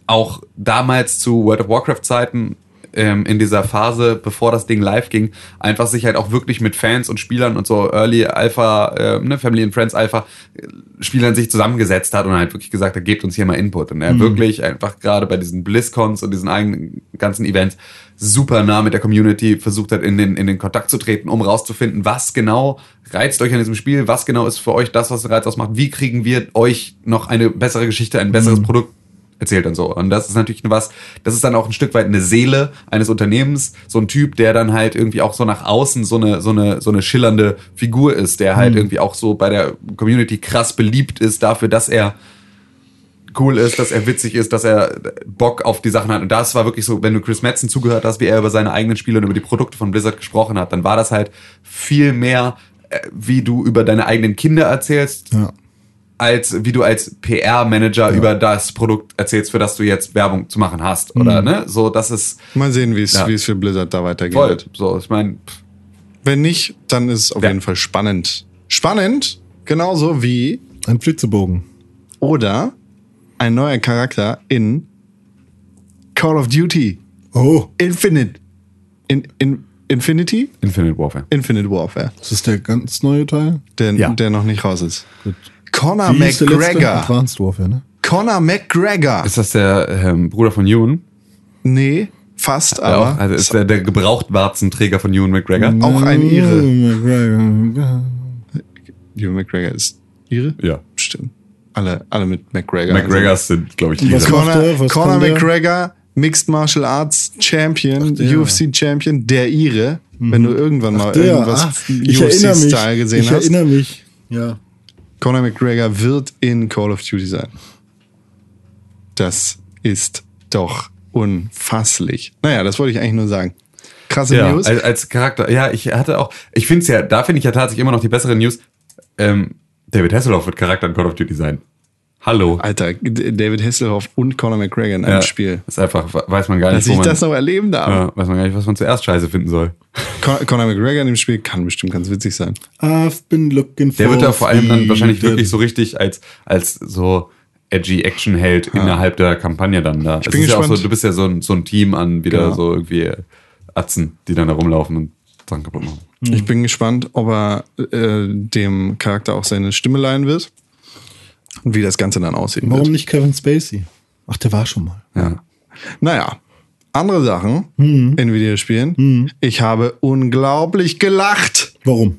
[SPEAKER 4] auch damals zu World of Warcraft Zeiten, ähm, in dieser Phase, bevor das Ding live ging, einfach sich halt auch wirklich mit Fans und Spielern und so Early Alpha, äh, ne, Family and Friends Alpha äh, Spielern sich zusammengesetzt hat und halt wirklich gesagt hat, gebt uns hier mal Input. Und er wirklich einfach gerade bei diesen BlizzCons und diesen eigenen ganzen Events super nah mit der Community versucht hat, in den, in den Kontakt zu treten, um rauszufinden, was genau reizt euch an diesem Spiel, was genau ist für euch das, was einen Reiz ausmacht, wie kriegen wir euch noch eine bessere Geschichte, ein besseres Produkt erzählt und so. Und das ist natürlich was, das ist dann auch ein Stück weit eine Seele eines Unternehmens, so ein Typ, der dann halt irgendwie auch so nach außen so eine, so eine, so eine schillernde Figur ist, der halt irgendwie auch so bei der Community krass beliebt ist dafür, dass er cool ist, dass er witzig ist, dass er Bock auf die Sachen hat. Und das war wirklich so, wenn du Chris Madsen zugehört hast, wie er über seine eigenen Spiele und über die Produkte von Blizzard gesprochen hat, dann war das halt viel mehr, äh, wie du über deine eigenen Kinder erzählst,
[SPEAKER 5] Ja.
[SPEAKER 4] als wie du als PR-Manager über das Produkt erzählst, für das du jetzt Werbung zu machen hast, oder ne? So, das ist
[SPEAKER 2] Mal sehen, wie
[SPEAKER 4] Ja.
[SPEAKER 2] es wie es für Blizzard da weitergeht.
[SPEAKER 4] voll. So, ich meine,
[SPEAKER 2] Wenn nicht, dann ist es auf
[SPEAKER 4] Ja.
[SPEAKER 2] jeden Fall spannend. Spannend, genauso wie
[SPEAKER 5] Ein Flitzebogen.
[SPEAKER 2] oder ein neuer Charakter in Call of Duty
[SPEAKER 5] Oh,
[SPEAKER 2] Infinite. In, in Infinity?
[SPEAKER 4] Infinite Warfare.
[SPEAKER 2] Infinite Warfare.
[SPEAKER 5] das ist der ganz neue Teil.
[SPEAKER 2] Der,
[SPEAKER 4] Ja.
[SPEAKER 2] der noch nicht raus ist. Conor
[SPEAKER 5] Wie ist der letzte?
[SPEAKER 2] Ah, McGregor.
[SPEAKER 5] Advanced Warfare, ne?
[SPEAKER 2] Conor McGregor.
[SPEAKER 4] Ist das der ähm, Bruder von Ewan?
[SPEAKER 2] Nee, fast,
[SPEAKER 4] Der
[SPEAKER 2] aber Mhm.
[SPEAKER 4] auch, also ist der, der Gebrauchtwarzenträger von Ewan McGregor?
[SPEAKER 2] auch
[SPEAKER 5] Oh, Mm.
[SPEAKER 2] ein Ire.
[SPEAKER 5] Ihre.
[SPEAKER 2] Ewan McGregor ist Ihre?
[SPEAKER 4] Ja.
[SPEAKER 2] Stimmt. Alle, alle mit McGregor. Also
[SPEAKER 4] McGregors sind, glaube ich,
[SPEAKER 5] Was
[SPEAKER 4] Lieder.
[SPEAKER 5] kommt- macht
[SPEAKER 2] Conor,
[SPEAKER 5] der? Was
[SPEAKER 2] Conor
[SPEAKER 5] kann der?
[SPEAKER 2] McGregor, Mixed Martial Arts Champion, UFC Champion, der Ire.
[SPEAKER 5] Mhm.
[SPEAKER 2] Wenn du irgendwann mal irgendwas
[SPEAKER 5] ich erinnere mich.
[SPEAKER 2] UFC-Style gesehen
[SPEAKER 5] ich
[SPEAKER 2] hast.
[SPEAKER 5] erinnere mich. Ja.
[SPEAKER 2] Conor McGregor wird in Call of Duty sein. Das ist doch unfasslich. Naja, das wollte ich eigentlich nur sagen. Krasse
[SPEAKER 4] Ja, also-
[SPEAKER 2] News.
[SPEAKER 4] als, als Charakter. Ja, ich hatte auch, ich finde es ja, da finde ich ja tatsächlich immer noch die bessere News. Ähm, David Hasselhoff wird Charakter in Call of Duty sein. Hallo.
[SPEAKER 2] Alter, D- David Hasselhoff und Conor McGregor in einem
[SPEAKER 4] Ja,
[SPEAKER 2] Spiel.
[SPEAKER 4] Ist einfach, weiß man gar
[SPEAKER 2] Dass
[SPEAKER 4] nicht, wo
[SPEAKER 2] ich
[SPEAKER 4] man,
[SPEAKER 2] das noch erleben darf.
[SPEAKER 4] ja, weiß man gar nicht, was man zuerst scheiße finden soll.
[SPEAKER 2] Con- Conor McGregor in dem Spiel kann bestimmt ganz witzig sein.
[SPEAKER 5] I've been looking for
[SPEAKER 4] Der
[SPEAKER 2] Oh,
[SPEAKER 4] wird da vor allem dann wahrscheinlich
[SPEAKER 5] freedom.
[SPEAKER 4] wirklich so richtig als, als so edgy Action-Held innerhalb der Kampagne dann da. Ich
[SPEAKER 2] bin
[SPEAKER 4] ja auch so,
[SPEAKER 2] gespannt.
[SPEAKER 4] du bist ja so ein, so ein Team an wieder
[SPEAKER 2] Genau.
[SPEAKER 4] so irgendwie Atzen, die dann da rumlaufen und Sachen kaputt machen.
[SPEAKER 2] Ich bin gespannt, ob er äh, dem Charakter auch seine Stimme leihen wird und wie das Ganze dann aussehen
[SPEAKER 5] Warum
[SPEAKER 2] wird.
[SPEAKER 5] nicht Kevin Spacey? Ach, der war schon mal.
[SPEAKER 4] Ja.
[SPEAKER 2] Naja, andere Sachen
[SPEAKER 4] Mhm.
[SPEAKER 2] in Videospielen. Ich habe unglaublich gelacht.
[SPEAKER 5] Warum?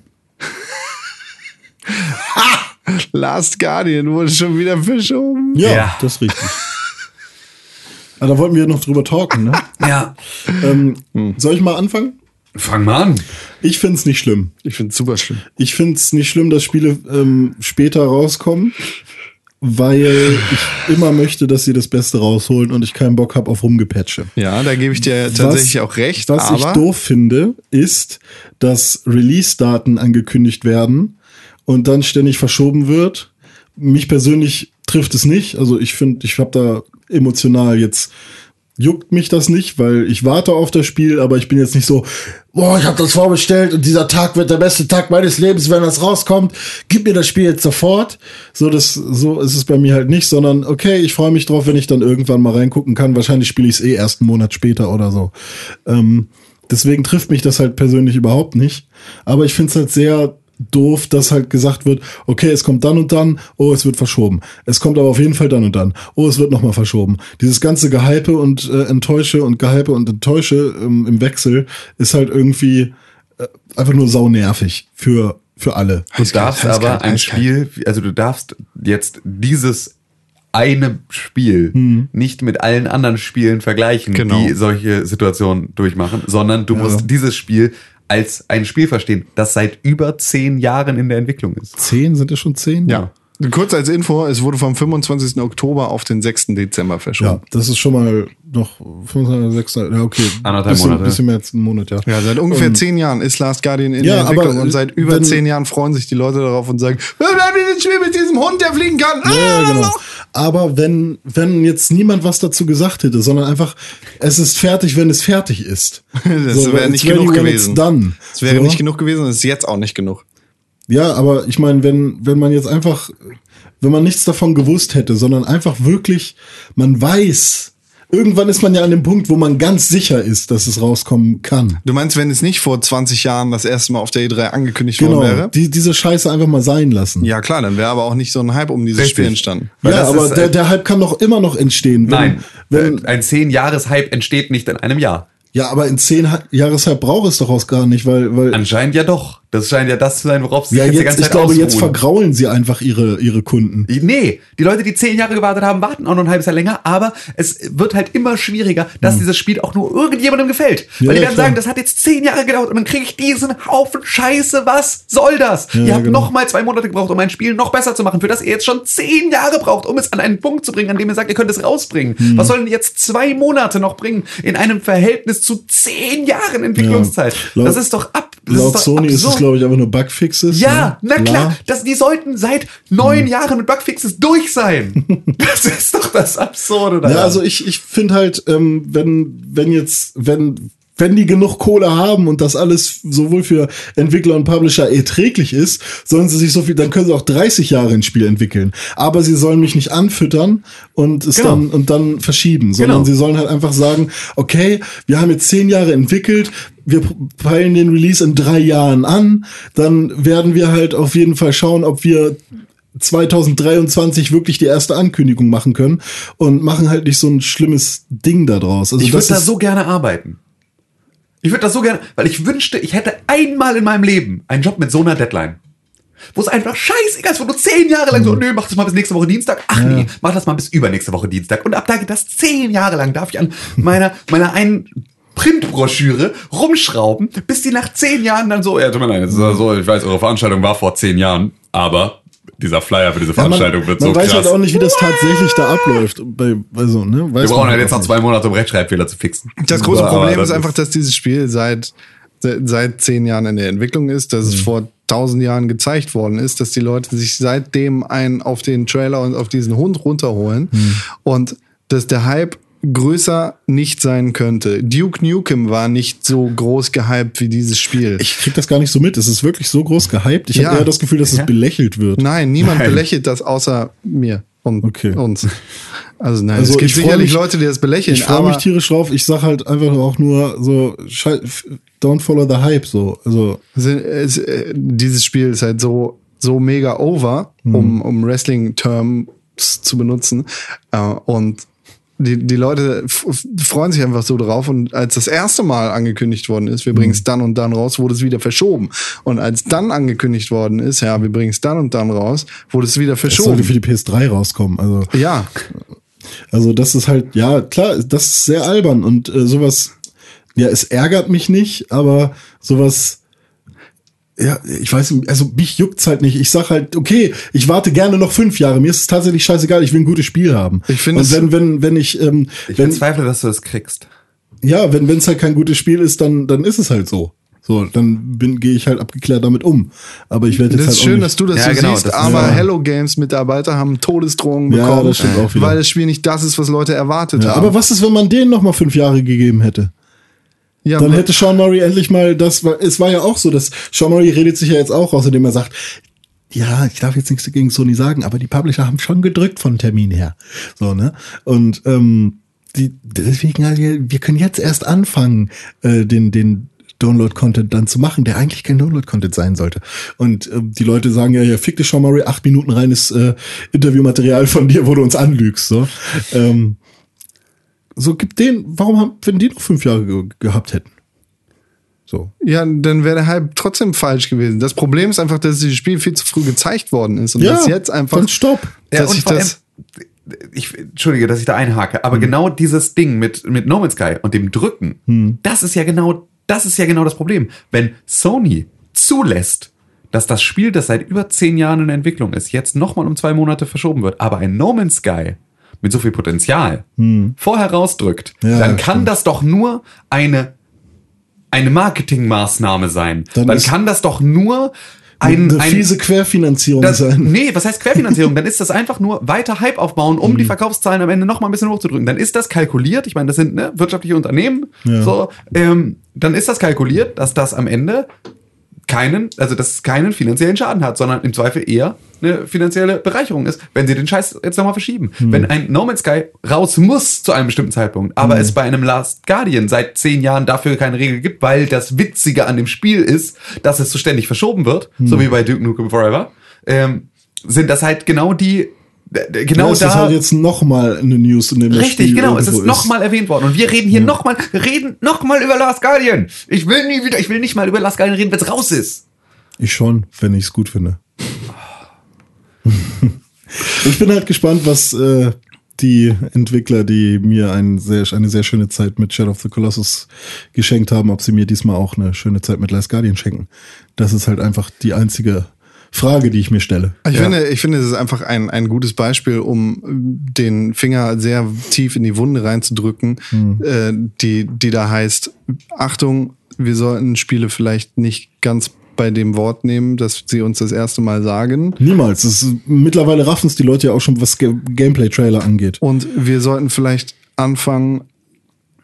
[SPEAKER 2] Last Guardian wurde schon wieder verschoben.
[SPEAKER 5] Ja,
[SPEAKER 4] Ja.
[SPEAKER 5] das ist richtig. ah, da wollten wir noch drüber talken, ne?
[SPEAKER 2] Ah.
[SPEAKER 4] ja.
[SPEAKER 5] ähm,
[SPEAKER 4] Hm.
[SPEAKER 5] Soll ich mal anfangen?
[SPEAKER 4] Fang mal an.
[SPEAKER 5] Ich finde es nicht schlimm.
[SPEAKER 2] Ich finde es super schlimm.
[SPEAKER 5] Ich finde es nicht schlimm, dass Spiele ähm, später rauskommen, weil ich immer möchte, dass sie das Beste rausholen und ich keinen Bock habe auf Rumgepatche.
[SPEAKER 2] Ja, da gebe ich dir tatsächlich auch recht.
[SPEAKER 5] Was
[SPEAKER 2] aber
[SPEAKER 5] ich doof finde, ist, dass Release-Daten angekündigt werden und dann ständig verschoben wird. Mich persönlich trifft es nicht. Also ich finde, ich habe da
[SPEAKER 3] emotional. Jetzt juckt mich das nicht, weil ich warte auf das Spiel, aber ich bin jetzt nicht so, boah, ich habe das vorbestellt und dieser Tag wird der beste Tag meines Lebens, wenn das rauskommt. Gib mir das Spiel jetzt sofort. So das so ist es bei mir halt nicht, sondern okay, ich freue mich drauf, wenn ich dann irgendwann mal reingucken kann. Wahrscheinlich spiele ich es eh erst einen Monat später oder so. Ähm, deswegen trifft mich das halt persönlich überhaupt nicht, aber ich finde es halt sehr doof, dass halt gesagt wird, okay, es kommt dann und dann, oh, es wird verschoben. Es kommt aber auf jeden Fall dann und dann, oh, es wird nochmal verschoben. Dieses ganze Gehype und äh, Enttäusche und Gehype und Enttäusche ähm, im Wechsel ist halt irgendwie äh, einfach nur saunervig für, für alle.
[SPEAKER 4] Du darfst aber ein Spiel, also du darfst jetzt dieses eine Spiel
[SPEAKER 3] Hm.
[SPEAKER 4] nicht mit allen anderen Spielen vergleichen,
[SPEAKER 2] Genau.
[SPEAKER 4] die solche Situationen durchmachen, sondern du musst dieses Spiel als ein Spiel verstehen, das seit über zehn Jahren in der Entwicklung ist.
[SPEAKER 3] Zehn, sind es schon zehn?
[SPEAKER 2] Ja. Kurz als Info, es wurde vom 25. Oktober auf den 6. Dezember
[SPEAKER 3] Ja,
[SPEAKER 2] verschoben.
[SPEAKER 3] das ist schon mal noch 25, 6, ja, okay.
[SPEAKER 4] Anderthalb
[SPEAKER 3] bisschen,
[SPEAKER 4] Monate.
[SPEAKER 3] Bisschen mehr als einen Monat, ja.
[SPEAKER 2] Ja, seit ungefähr zehn Jahren ist Last Guardian in
[SPEAKER 3] Ja,
[SPEAKER 2] der Entwicklung
[SPEAKER 3] aber,
[SPEAKER 2] und seit über
[SPEAKER 3] wenn-
[SPEAKER 2] zehn Jahren freuen sich die Leute darauf und sagen, wir bleiben in dem Spiel mit diesem Hund, der fliegen kann. Ah!
[SPEAKER 3] Ja, genau. Aber wenn, wenn jetzt niemand was dazu gesagt hätte, sondern einfach, es ist fertig, wenn es fertig ist.
[SPEAKER 2] Das wäre
[SPEAKER 3] it's
[SPEAKER 2] nicht
[SPEAKER 3] ready
[SPEAKER 2] genug
[SPEAKER 3] when
[SPEAKER 2] gewesen.
[SPEAKER 3] it's done.
[SPEAKER 2] Es wäre
[SPEAKER 3] so.
[SPEAKER 2] nicht genug gewesen und ist jetzt auch nicht genug.
[SPEAKER 3] Ja, aber ich meine, wenn, wenn man jetzt einfach, wenn man nichts davon gewusst hätte, sondern einfach wirklich, man weiß, irgendwann ist man ja an dem Punkt, wo man ganz sicher ist, dass es rauskommen kann.
[SPEAKER 2] Du meinst, wenn es nicht vor 20 Jahren das erste Mal auf der E3 angekündigt
[SPEAKER 3] Genau,
[SPEAKER 2] worden wäre?
[SPEAKER 3] die, diese Scheiße einfach mal sein lassen.
[SPEAKER 2] Ja klar, dann wäre aber auch nicht so ein Hype um dieses
[SPEAKER 4] Richtig.
[SPEAKER 2] Spiel entstanden.
[SPEAKER 4] Weil
[SPEAKER 3] Ja,
[SPEAKER 4] das
[SPEAKER 3] aber
[SPEAKER 4] ist,
[SPEAKER 3] der,
[SPEAKER 4] äh,
[SPEAKER 3] der Hype kann doch immer noch entstehen. Wenn,
[SPEAKER 4] Nein, äh,
[SPEAKER 3] Wenn,
[SPEAKER 4] ein zehn Jahres Hype entsteht nicht in einem Jahr.
[SPEAKER 3] ja, aber in zehn Ha- Jahreszeit braucht es doch auch gar nicht, weil, weil
[SPEAKER 4] Anscheinend ja doch. Das scheint ja das zu sein, worauf sie
[SPEAKER 3] ja,
[SPEAKER 4] sich jetzt, die
[SPEAKER 3] jetzt,
[SPEAKER 4] ganze
[SPEAKER 3] ich
[SPEAKER 4] Zeit
[SPEAKER 3] glaube, jetzt
[SPEAKER 4] ausruhen.
[SPEAKER 3] vergraulen sie einfach ihre, ihre Kunden.
[SPEAKER 4] Nee, die Leute, die zehn Jahre gewartet haben, warten auch noch ein halbes Jahr länger, aber es wird halt immer schwieriger, dass dieses Spiel auch nur irgendjemandem
[SPEAKER 3] Hm.
[SPEAKER 4] gefällt. Weil
[SPEAKER 3] Ja,
[SPEAKER 4] die
[SPEAKER 3] ja,
[SPEAKER 4] werden
[SPEAKER 3] klar.
[SPEAKER 4] sagen, das hat jetzt zehn Jahre gedauert und dann kriege ich diesen Haufen Scheiße, was soll das? ihr
[SPEAKER 3] ja,
[SPEAKER 4] habt
[SPEAKER 3] genau.
[SPEAKER 4] nochmal zwei Monate gebraucht, um ein Spiel noch besser zu machen, für das ihr jetzt schon zehn Jahre braucht, um es an einen Punkt zu bringen, an dem ihr sagt, ihr könnt es rausbringen.
[SPEAKER 3] Hm.
[SPEAKER 4] Was sollen jetzt zwei Monate noch bringen in einem Verhältnis zu zehn Jahren Entwicklungszeit?
[SPEAKER 3] Laut-
[SPEAKER 4] das ist doch ab. Das
[SPEAKER 3] Laut
[SPEAKER 4] doch
[SPEAKER 3] Sony ist es,
[SPEAKER 4] absurd.
[SPEAKER 3] glaube ich, einfach nur Bugfixes.
[SPEAKER 4] Ja,
[SPEAKER 3] ne? Hm.
[SPEAKER 4] na klar, das, die sollten seit neun Jahren mit Bugfixes durch sein. das ist doch das Absurde daran.
[SPEAKER 3] Ja, also ich, ich finde halt, ähm, wenn, wenn jetzt, wenn, wenn die genug Kohle haben und das alles sowohl für Entwickler und Publisher erträglich ist, sollen sie sich so viel, dann können sie auch 30 Jahre ein Spiel entwickeln. Aber sie sollen mich nicht anfüttern und es
[SPEAKER 4] Genau.
[SPEAKER 3] dann, und dann verschieben, sondern
[SPEAKER 4] Genau.
[SPEAKER 3] sie sollen halt einfach sagen, okay, wir haben jetzt zehn Jahre entwickelt, wir p- peilen den Release in drei Jahren an, dann werden wir halt auf jeden Fall schauen, ob wir 2023 wirklich die erste Ankündigung machen können und machen halt nicht so ein schlimmes Ding da draus. Also
[SPEAKER 4] ich würde
[SPEAKER 3] das
[SPEAKER 4] da
[SPEAKER 3] ist-
[SPEAKER 4] so gerne arbeiten. Ich würde das so gerne, weil ich wünschte, ich hätte einmal in meinem Leben einen Job mit so einer Deadline. Wo es einfach scheißegal ist, wo du zehn Jahre lang
[SPEAKER 3] Mhm.
[SPEAKER 4] so, nö, mach das mal bis nächste Woche Dienstag. Ach nee, mach das mal bis übernächste Woche Dienstag. Und ab da geht das zehn Jahre lang, darf ich an meiner, meiner einen Printbroschüre rumschrauben, bis die nach zehn Jahren dann so, ja, tut mir leid, jetzt ist das so, ich weiß, eure Veranstaltung war vor zehn Jahren, aber dieser Flyer für diese
[SPEAKER 3] Ja, man,
[SPEAKER 4] Veranstaltung wird so
[SPEAKER 3] man
[SPEAKER 4] krass.
[SPEAKER 3] weiß halt auch nicht, wie das tatsächlich da abläuft. Bei, also, ne, weiß
[SPEAKER 4] Wir brauchen
[SPEAKER 3] man
[SPEAKER 4] halt jetzt
[SPEAKER 3] auch
[SPEAKER 4] noch zwei Monate, um Rechtschreibfehler zu fixen.
[SPEAKER 2] Das große
[SPEAKER 4] Aber
[SPEAKER 2] Problem
[SPEAKER 4] das
[SPEAKER 2] ist einfach, dass dieses Spiel seit, se- seit zehn Jahren in der Entwicklung ist, dass
[SPEAKER 3] Mhm.
[SPEAKER 2] es vor tausend Jahren gezeigt worden ist, dass die Leute sich seitdem einen auf den Trailer und auf diesen Hund runterholen
[SPEAKER 3] Mhm.
[SPEAKER 2] und dass der Hype größer nicht sein könnte. Duke Nukem war nicht so groß gehypt wie dieses Spiel.
[SPEAKER 3] Ich krieg das gar nicht so mit. Es ist wirklich so groß gehypt. Ich hab
[SPEAKER 2] Ja.
[SPEAKER 3] habe eher das Gefühl, dass es belächelt wird.
[SPEAKER 2] Nein, niemand
[SPEAKER 4] Nein.
[SPEAKER 2] belächelt das außer mir und
[SPEAKER 3] Okay.
[SPEAKER 2] uns. Also nein,
[SPEAKER 3] Also
[SPEAKER 2] es gibt
[SPEAKER 3] ich freu
[SPEAKER 2] sicherlich
[SPEAKER 3] mich-
[SPEAKER 2] Leute, die das belächeln,
[SPEAKER 3] Ich freue
[SPEAKER 2] aber
[SPEAKER 3] mich tierisch drauf. Ich sag halt einfach auch nur so, schei- f- don't follow the hype, so. Also,
[SPEAKER 2] sind, es, äh, dieses Spiel ist halt so, so mega over,
[SPEAKER 3] Mhm.
[SPEAKER 2] um, um Wrestling-Terms zu benutzen. Äh, und die, die Leute f- f- freuen sich einfach so drauf. Und als das erste Mal angekündigt worden ist, wir bringen
[SPEAKER 3] Mhm.
[SPEAKER 2] es dann und dann raus, wurde es wieder verschoben. Und als dann angekündigt worden ist, ja, wir bringen es dann und dann raus, wurde es wieder
[SPEAKER 3] es sollte für
[SPEAKER 2] verschoben.
[SPEAKER 3] die PS3 rauskommen. Also,
[SPEAKER 2] Ja,
[SPEAKER 3] Also das ist halt, ja, klar, das ist sehr albern und äh, sowas, ja, es ärgert mich nicht, aber sowas, ja, ich weiß, also mich juckt's halt nicht. Ich sag halt, okay, ich warte gerne noch fünf Jahre. Mir ist es tatsächlich scheißegal, ich will ein gutes Spiel haben.
[SPEAKER 2] Ich finde
[SPEAKER 3] Und
[SPEAKER 2] es- halt
[SPEAKER 3] wenn, wenn, wenn ich, ähm,
[SPEAKER 4] Ich
[SPEAKER 3] wenn,
[SPEAKER 4] bezweifle, dass du das kriegst.
[SPEAKER 3] ja, wenn es halt kein gutes Spiel ist, dann, dann ist es halt so. So, dann bin- gehe ich halt abgeklärt damit um. Aber ich werde
[SPEAKER 2] Das
[SPEAKER 3] jetzt
[SPEAKER 2] ist
[SPEAKER 3] halt
[SPEAKER 2] schön,
[SPEAKER 3] auch
[SPEAKER 2] dass
[SPEAKER 3] nicht,
[SPEAKER 2] du das so
[SPEAKER 4] Ja, genau,
[SPEAKER 2] siehst,
[SPEAKER 4] das ist-
[SPEAKER 2] aber
[SPEAKER 4] ja.
[SPEAKER 2] Hello Games Mitarbeiter haben Todesdrohungen
[SPEAKER 3] Ja,
[SPEAKER 2] bekommen,
[SPEAKER 3] das stimmt auch wieder.
[SPEAKER 2] weil das Spiel nicht das ist, was Leute erwartet
[SPEAKER 3] ja,
[SPEAKER 2] haben.
[SPEAKER 3] aber was ist, wenn man denen noch mal fünf Jahre gegeben hätte?
[SPEAKER 2] ja,
[SPEAKER 3] Dann
[SPEAKER 2] aber-
[SPEAKER 3] hätte Sean Murray endlich mal das, weil es war ja auch so, dass Sean Murray redet sich ja jetzt auch raus, indem er sagt, ja, ich darf jetzt nichts gegen Sony sagen, aber die Publisher haben schon gedrückt von Termin her. So, ne? Und ähm, die, deswegen, halt, wir können jetzt erst anfangen, äh, den, den Download-Content dann zu machen, der eigentlich kein Download-Content sein sollte. Und ähm, die Leute sagen ja, ja, fick dich Sean Murray, acht Minuten reines äh, Interviewmaterial von dir, wo du uns anlügst. So, ähm, so gibt den, warum haben, wenn die noch fünf Jahre ge gehabt hätten? So.
[SPEAKER 2] ja, dann wäre der Hype trotzdem falsch gewesen. Das Problem ist einfach, dass dieses Spiel viel zu früh gezeigt worden ist und dass jetzt einfach,
[SPEAKER 3] Dann stopp.
[SPEAKER 2] dass
[SPEAKER 4] und
[SPEAKER 2] ich
[SPEAKER 4] vor
[SPEAKER 2] das
[SPEAKER 4] allem, ich, Entschuldige, dass ich da einhake,
[SPEAKER 3] Mhm.
[SPEAKER 4] aber genau dieses Ding mit, mit No Man's Sky und dem Drücken,
[SPEAKER 3] Mhm.
[SPEAKER 4] das ist ja genau, das ist ja genau das Problem. Wenn Sony zulässt, dass das Spiel, das seit über zehn Jahren in Entwicklung ist, jetzt nochmal um zwei Monate verschoben wird, aber ein No Man's Sky mit so viel Potenzial vorher rausdrückt,
[SPEAKER 3] Mhm. Ja,
[SPEAKER 4] dann
[SPEAKER 3] das
[SPEAKER 4] kann das doch nur eine, eine Marketingmaßnahme sein. Dann,
[SPEAKER 3] Dann ist-
[SPEAKER 4] kann das doch nur ein,
[SPEAKER 3] eine
[SPEAKER 4] ein
[SPEAKER 3] fiese Querfinanzierung
[SPEAKER 4] das,
[SPEAKER 3] sein.
[SPEAKER 4] Nee, was heißt Querfinanzierung? Dann ist das einfach nur weiter Hype aufbauen, um die Verkaufszahlen am Ende nochmal ein bisschen hochzudrücken. Dann ist das kalkuliert. Ich meine, das sind ne, wirtschaftliche Unternehmen. So, ähm, dann ist das kalkuliert, dass das am Ende keinen, also dass es keinen finanziellen Schaden hat, sondern im Zweifel eher eine finanzielle Bereicherung ist, wenn sie den Scheiß jetzt nochmal verschieben.
[SPEAKER 3] Hm.
[SPEAKER 4] Wenn ein No Man's Sky raus muss zu einem bestimmten Zeitpunkt,
[SPEAKER 3] Hm.
[SPEAKER 4] aber es bei einem Last Guardian seit zehn Jahren dafür keine Regel gibt, weil das Witzige an dem Spiel ist, dass es so ständig verschoben wird,
[SPEAKER 3] Hm.
[SPEAKER 4] so wie bei Duke Nukem Forever, ähm, sind das halt genau die, d- d- genau
[SPEAKER 3] das
[SPEAKER 4] da.
[SPEAKER 3] ist halt jetzt nochmal eine News in dem das
[SPEAKER 4] Richtig,
[SPEAKER 3] Spiel
[SPEAKER 4] genau. Es
[SPEAKER 3] irgendwo
[SPEAKER 4] ist nochmal erwähnt worden. Und wir reden hier nochmal, reden nochmal über Last Guardian. Ich will nie wieder, ich will nicht mal über Last Guardian reden, wenn es raus ist.
[SPEAKER 3] Ich schon, wenn ich es gut finde. ich bin halt gespannt, was äh, die Entwickler, die mir ein sehr, eine sehr schöne Zeit mit Shadow of the Colossus geschenkt haben, ob sie mir diesmal auch eine schöne Zeit mit Last Guardian schenken. Das ist halt einfach die einzige Frage, die ich mir stelle.
[SPEAKER 2] Ich, finde, ich finde, es ist einfach ein, ein gutes Beispiel, um äh, den Finger sehr tief in die Wunde reinzudrücken, äh, die, die da heißt, Achtung, wir sollten Spiele vielleicht nicht ganz bei dem Wort nehmen, dass sie uns das erste Mal sagen.
[SPEAKER 3] Niemals. Es ist, mittlerweile raffen es die Leute ja auch schon, was Ga- Gameplay-Trailer angeht.
[SPEAKER 2] Und wir sollten vielleicht anfangen,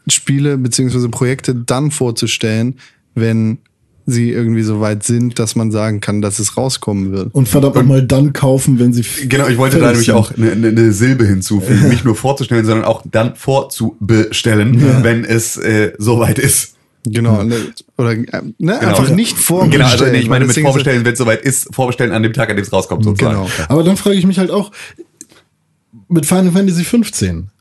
[SPEAKER 2] Spiele bzw. Projekte dann vorzustellen, wenn sie irgendwie so weit sind, dass man sagen kann, dass es rauskommen wird.
[SPEAKER 3] Und verdammt nochmal dann kaufen, wenn sie. f-
[SPEAKER 4] Genau, ich wollte da
[SPEAKER 3] fertig
[SPEAKER 4] nämlich auch eine, eine, eine Silbe hinzufügen. Nicht nur vorzustellen, sondern auch dann vorzubestellen, wenn es äh, soweit ist.
[SPEAKER 2] Genau. ne, Oder äh, ne, einfach nicht vorbestellen.
[SPEAKER 4] Genau, also nee, ich meine
[SPEAKER 2] weil
[SPEAKER 4] mit
[SPEAKER 2] deswegen ist-
[SPEAKER 4] vorbestellen, wenn es soweit ist, vorbestellen an dem Tag, an dem es rauskommt, sozusagen.
[SPEAKER 2] Genau.
[SPEAKER 3] sind. Aber dann frage ich mich halt auch, mit Final Fantasy 15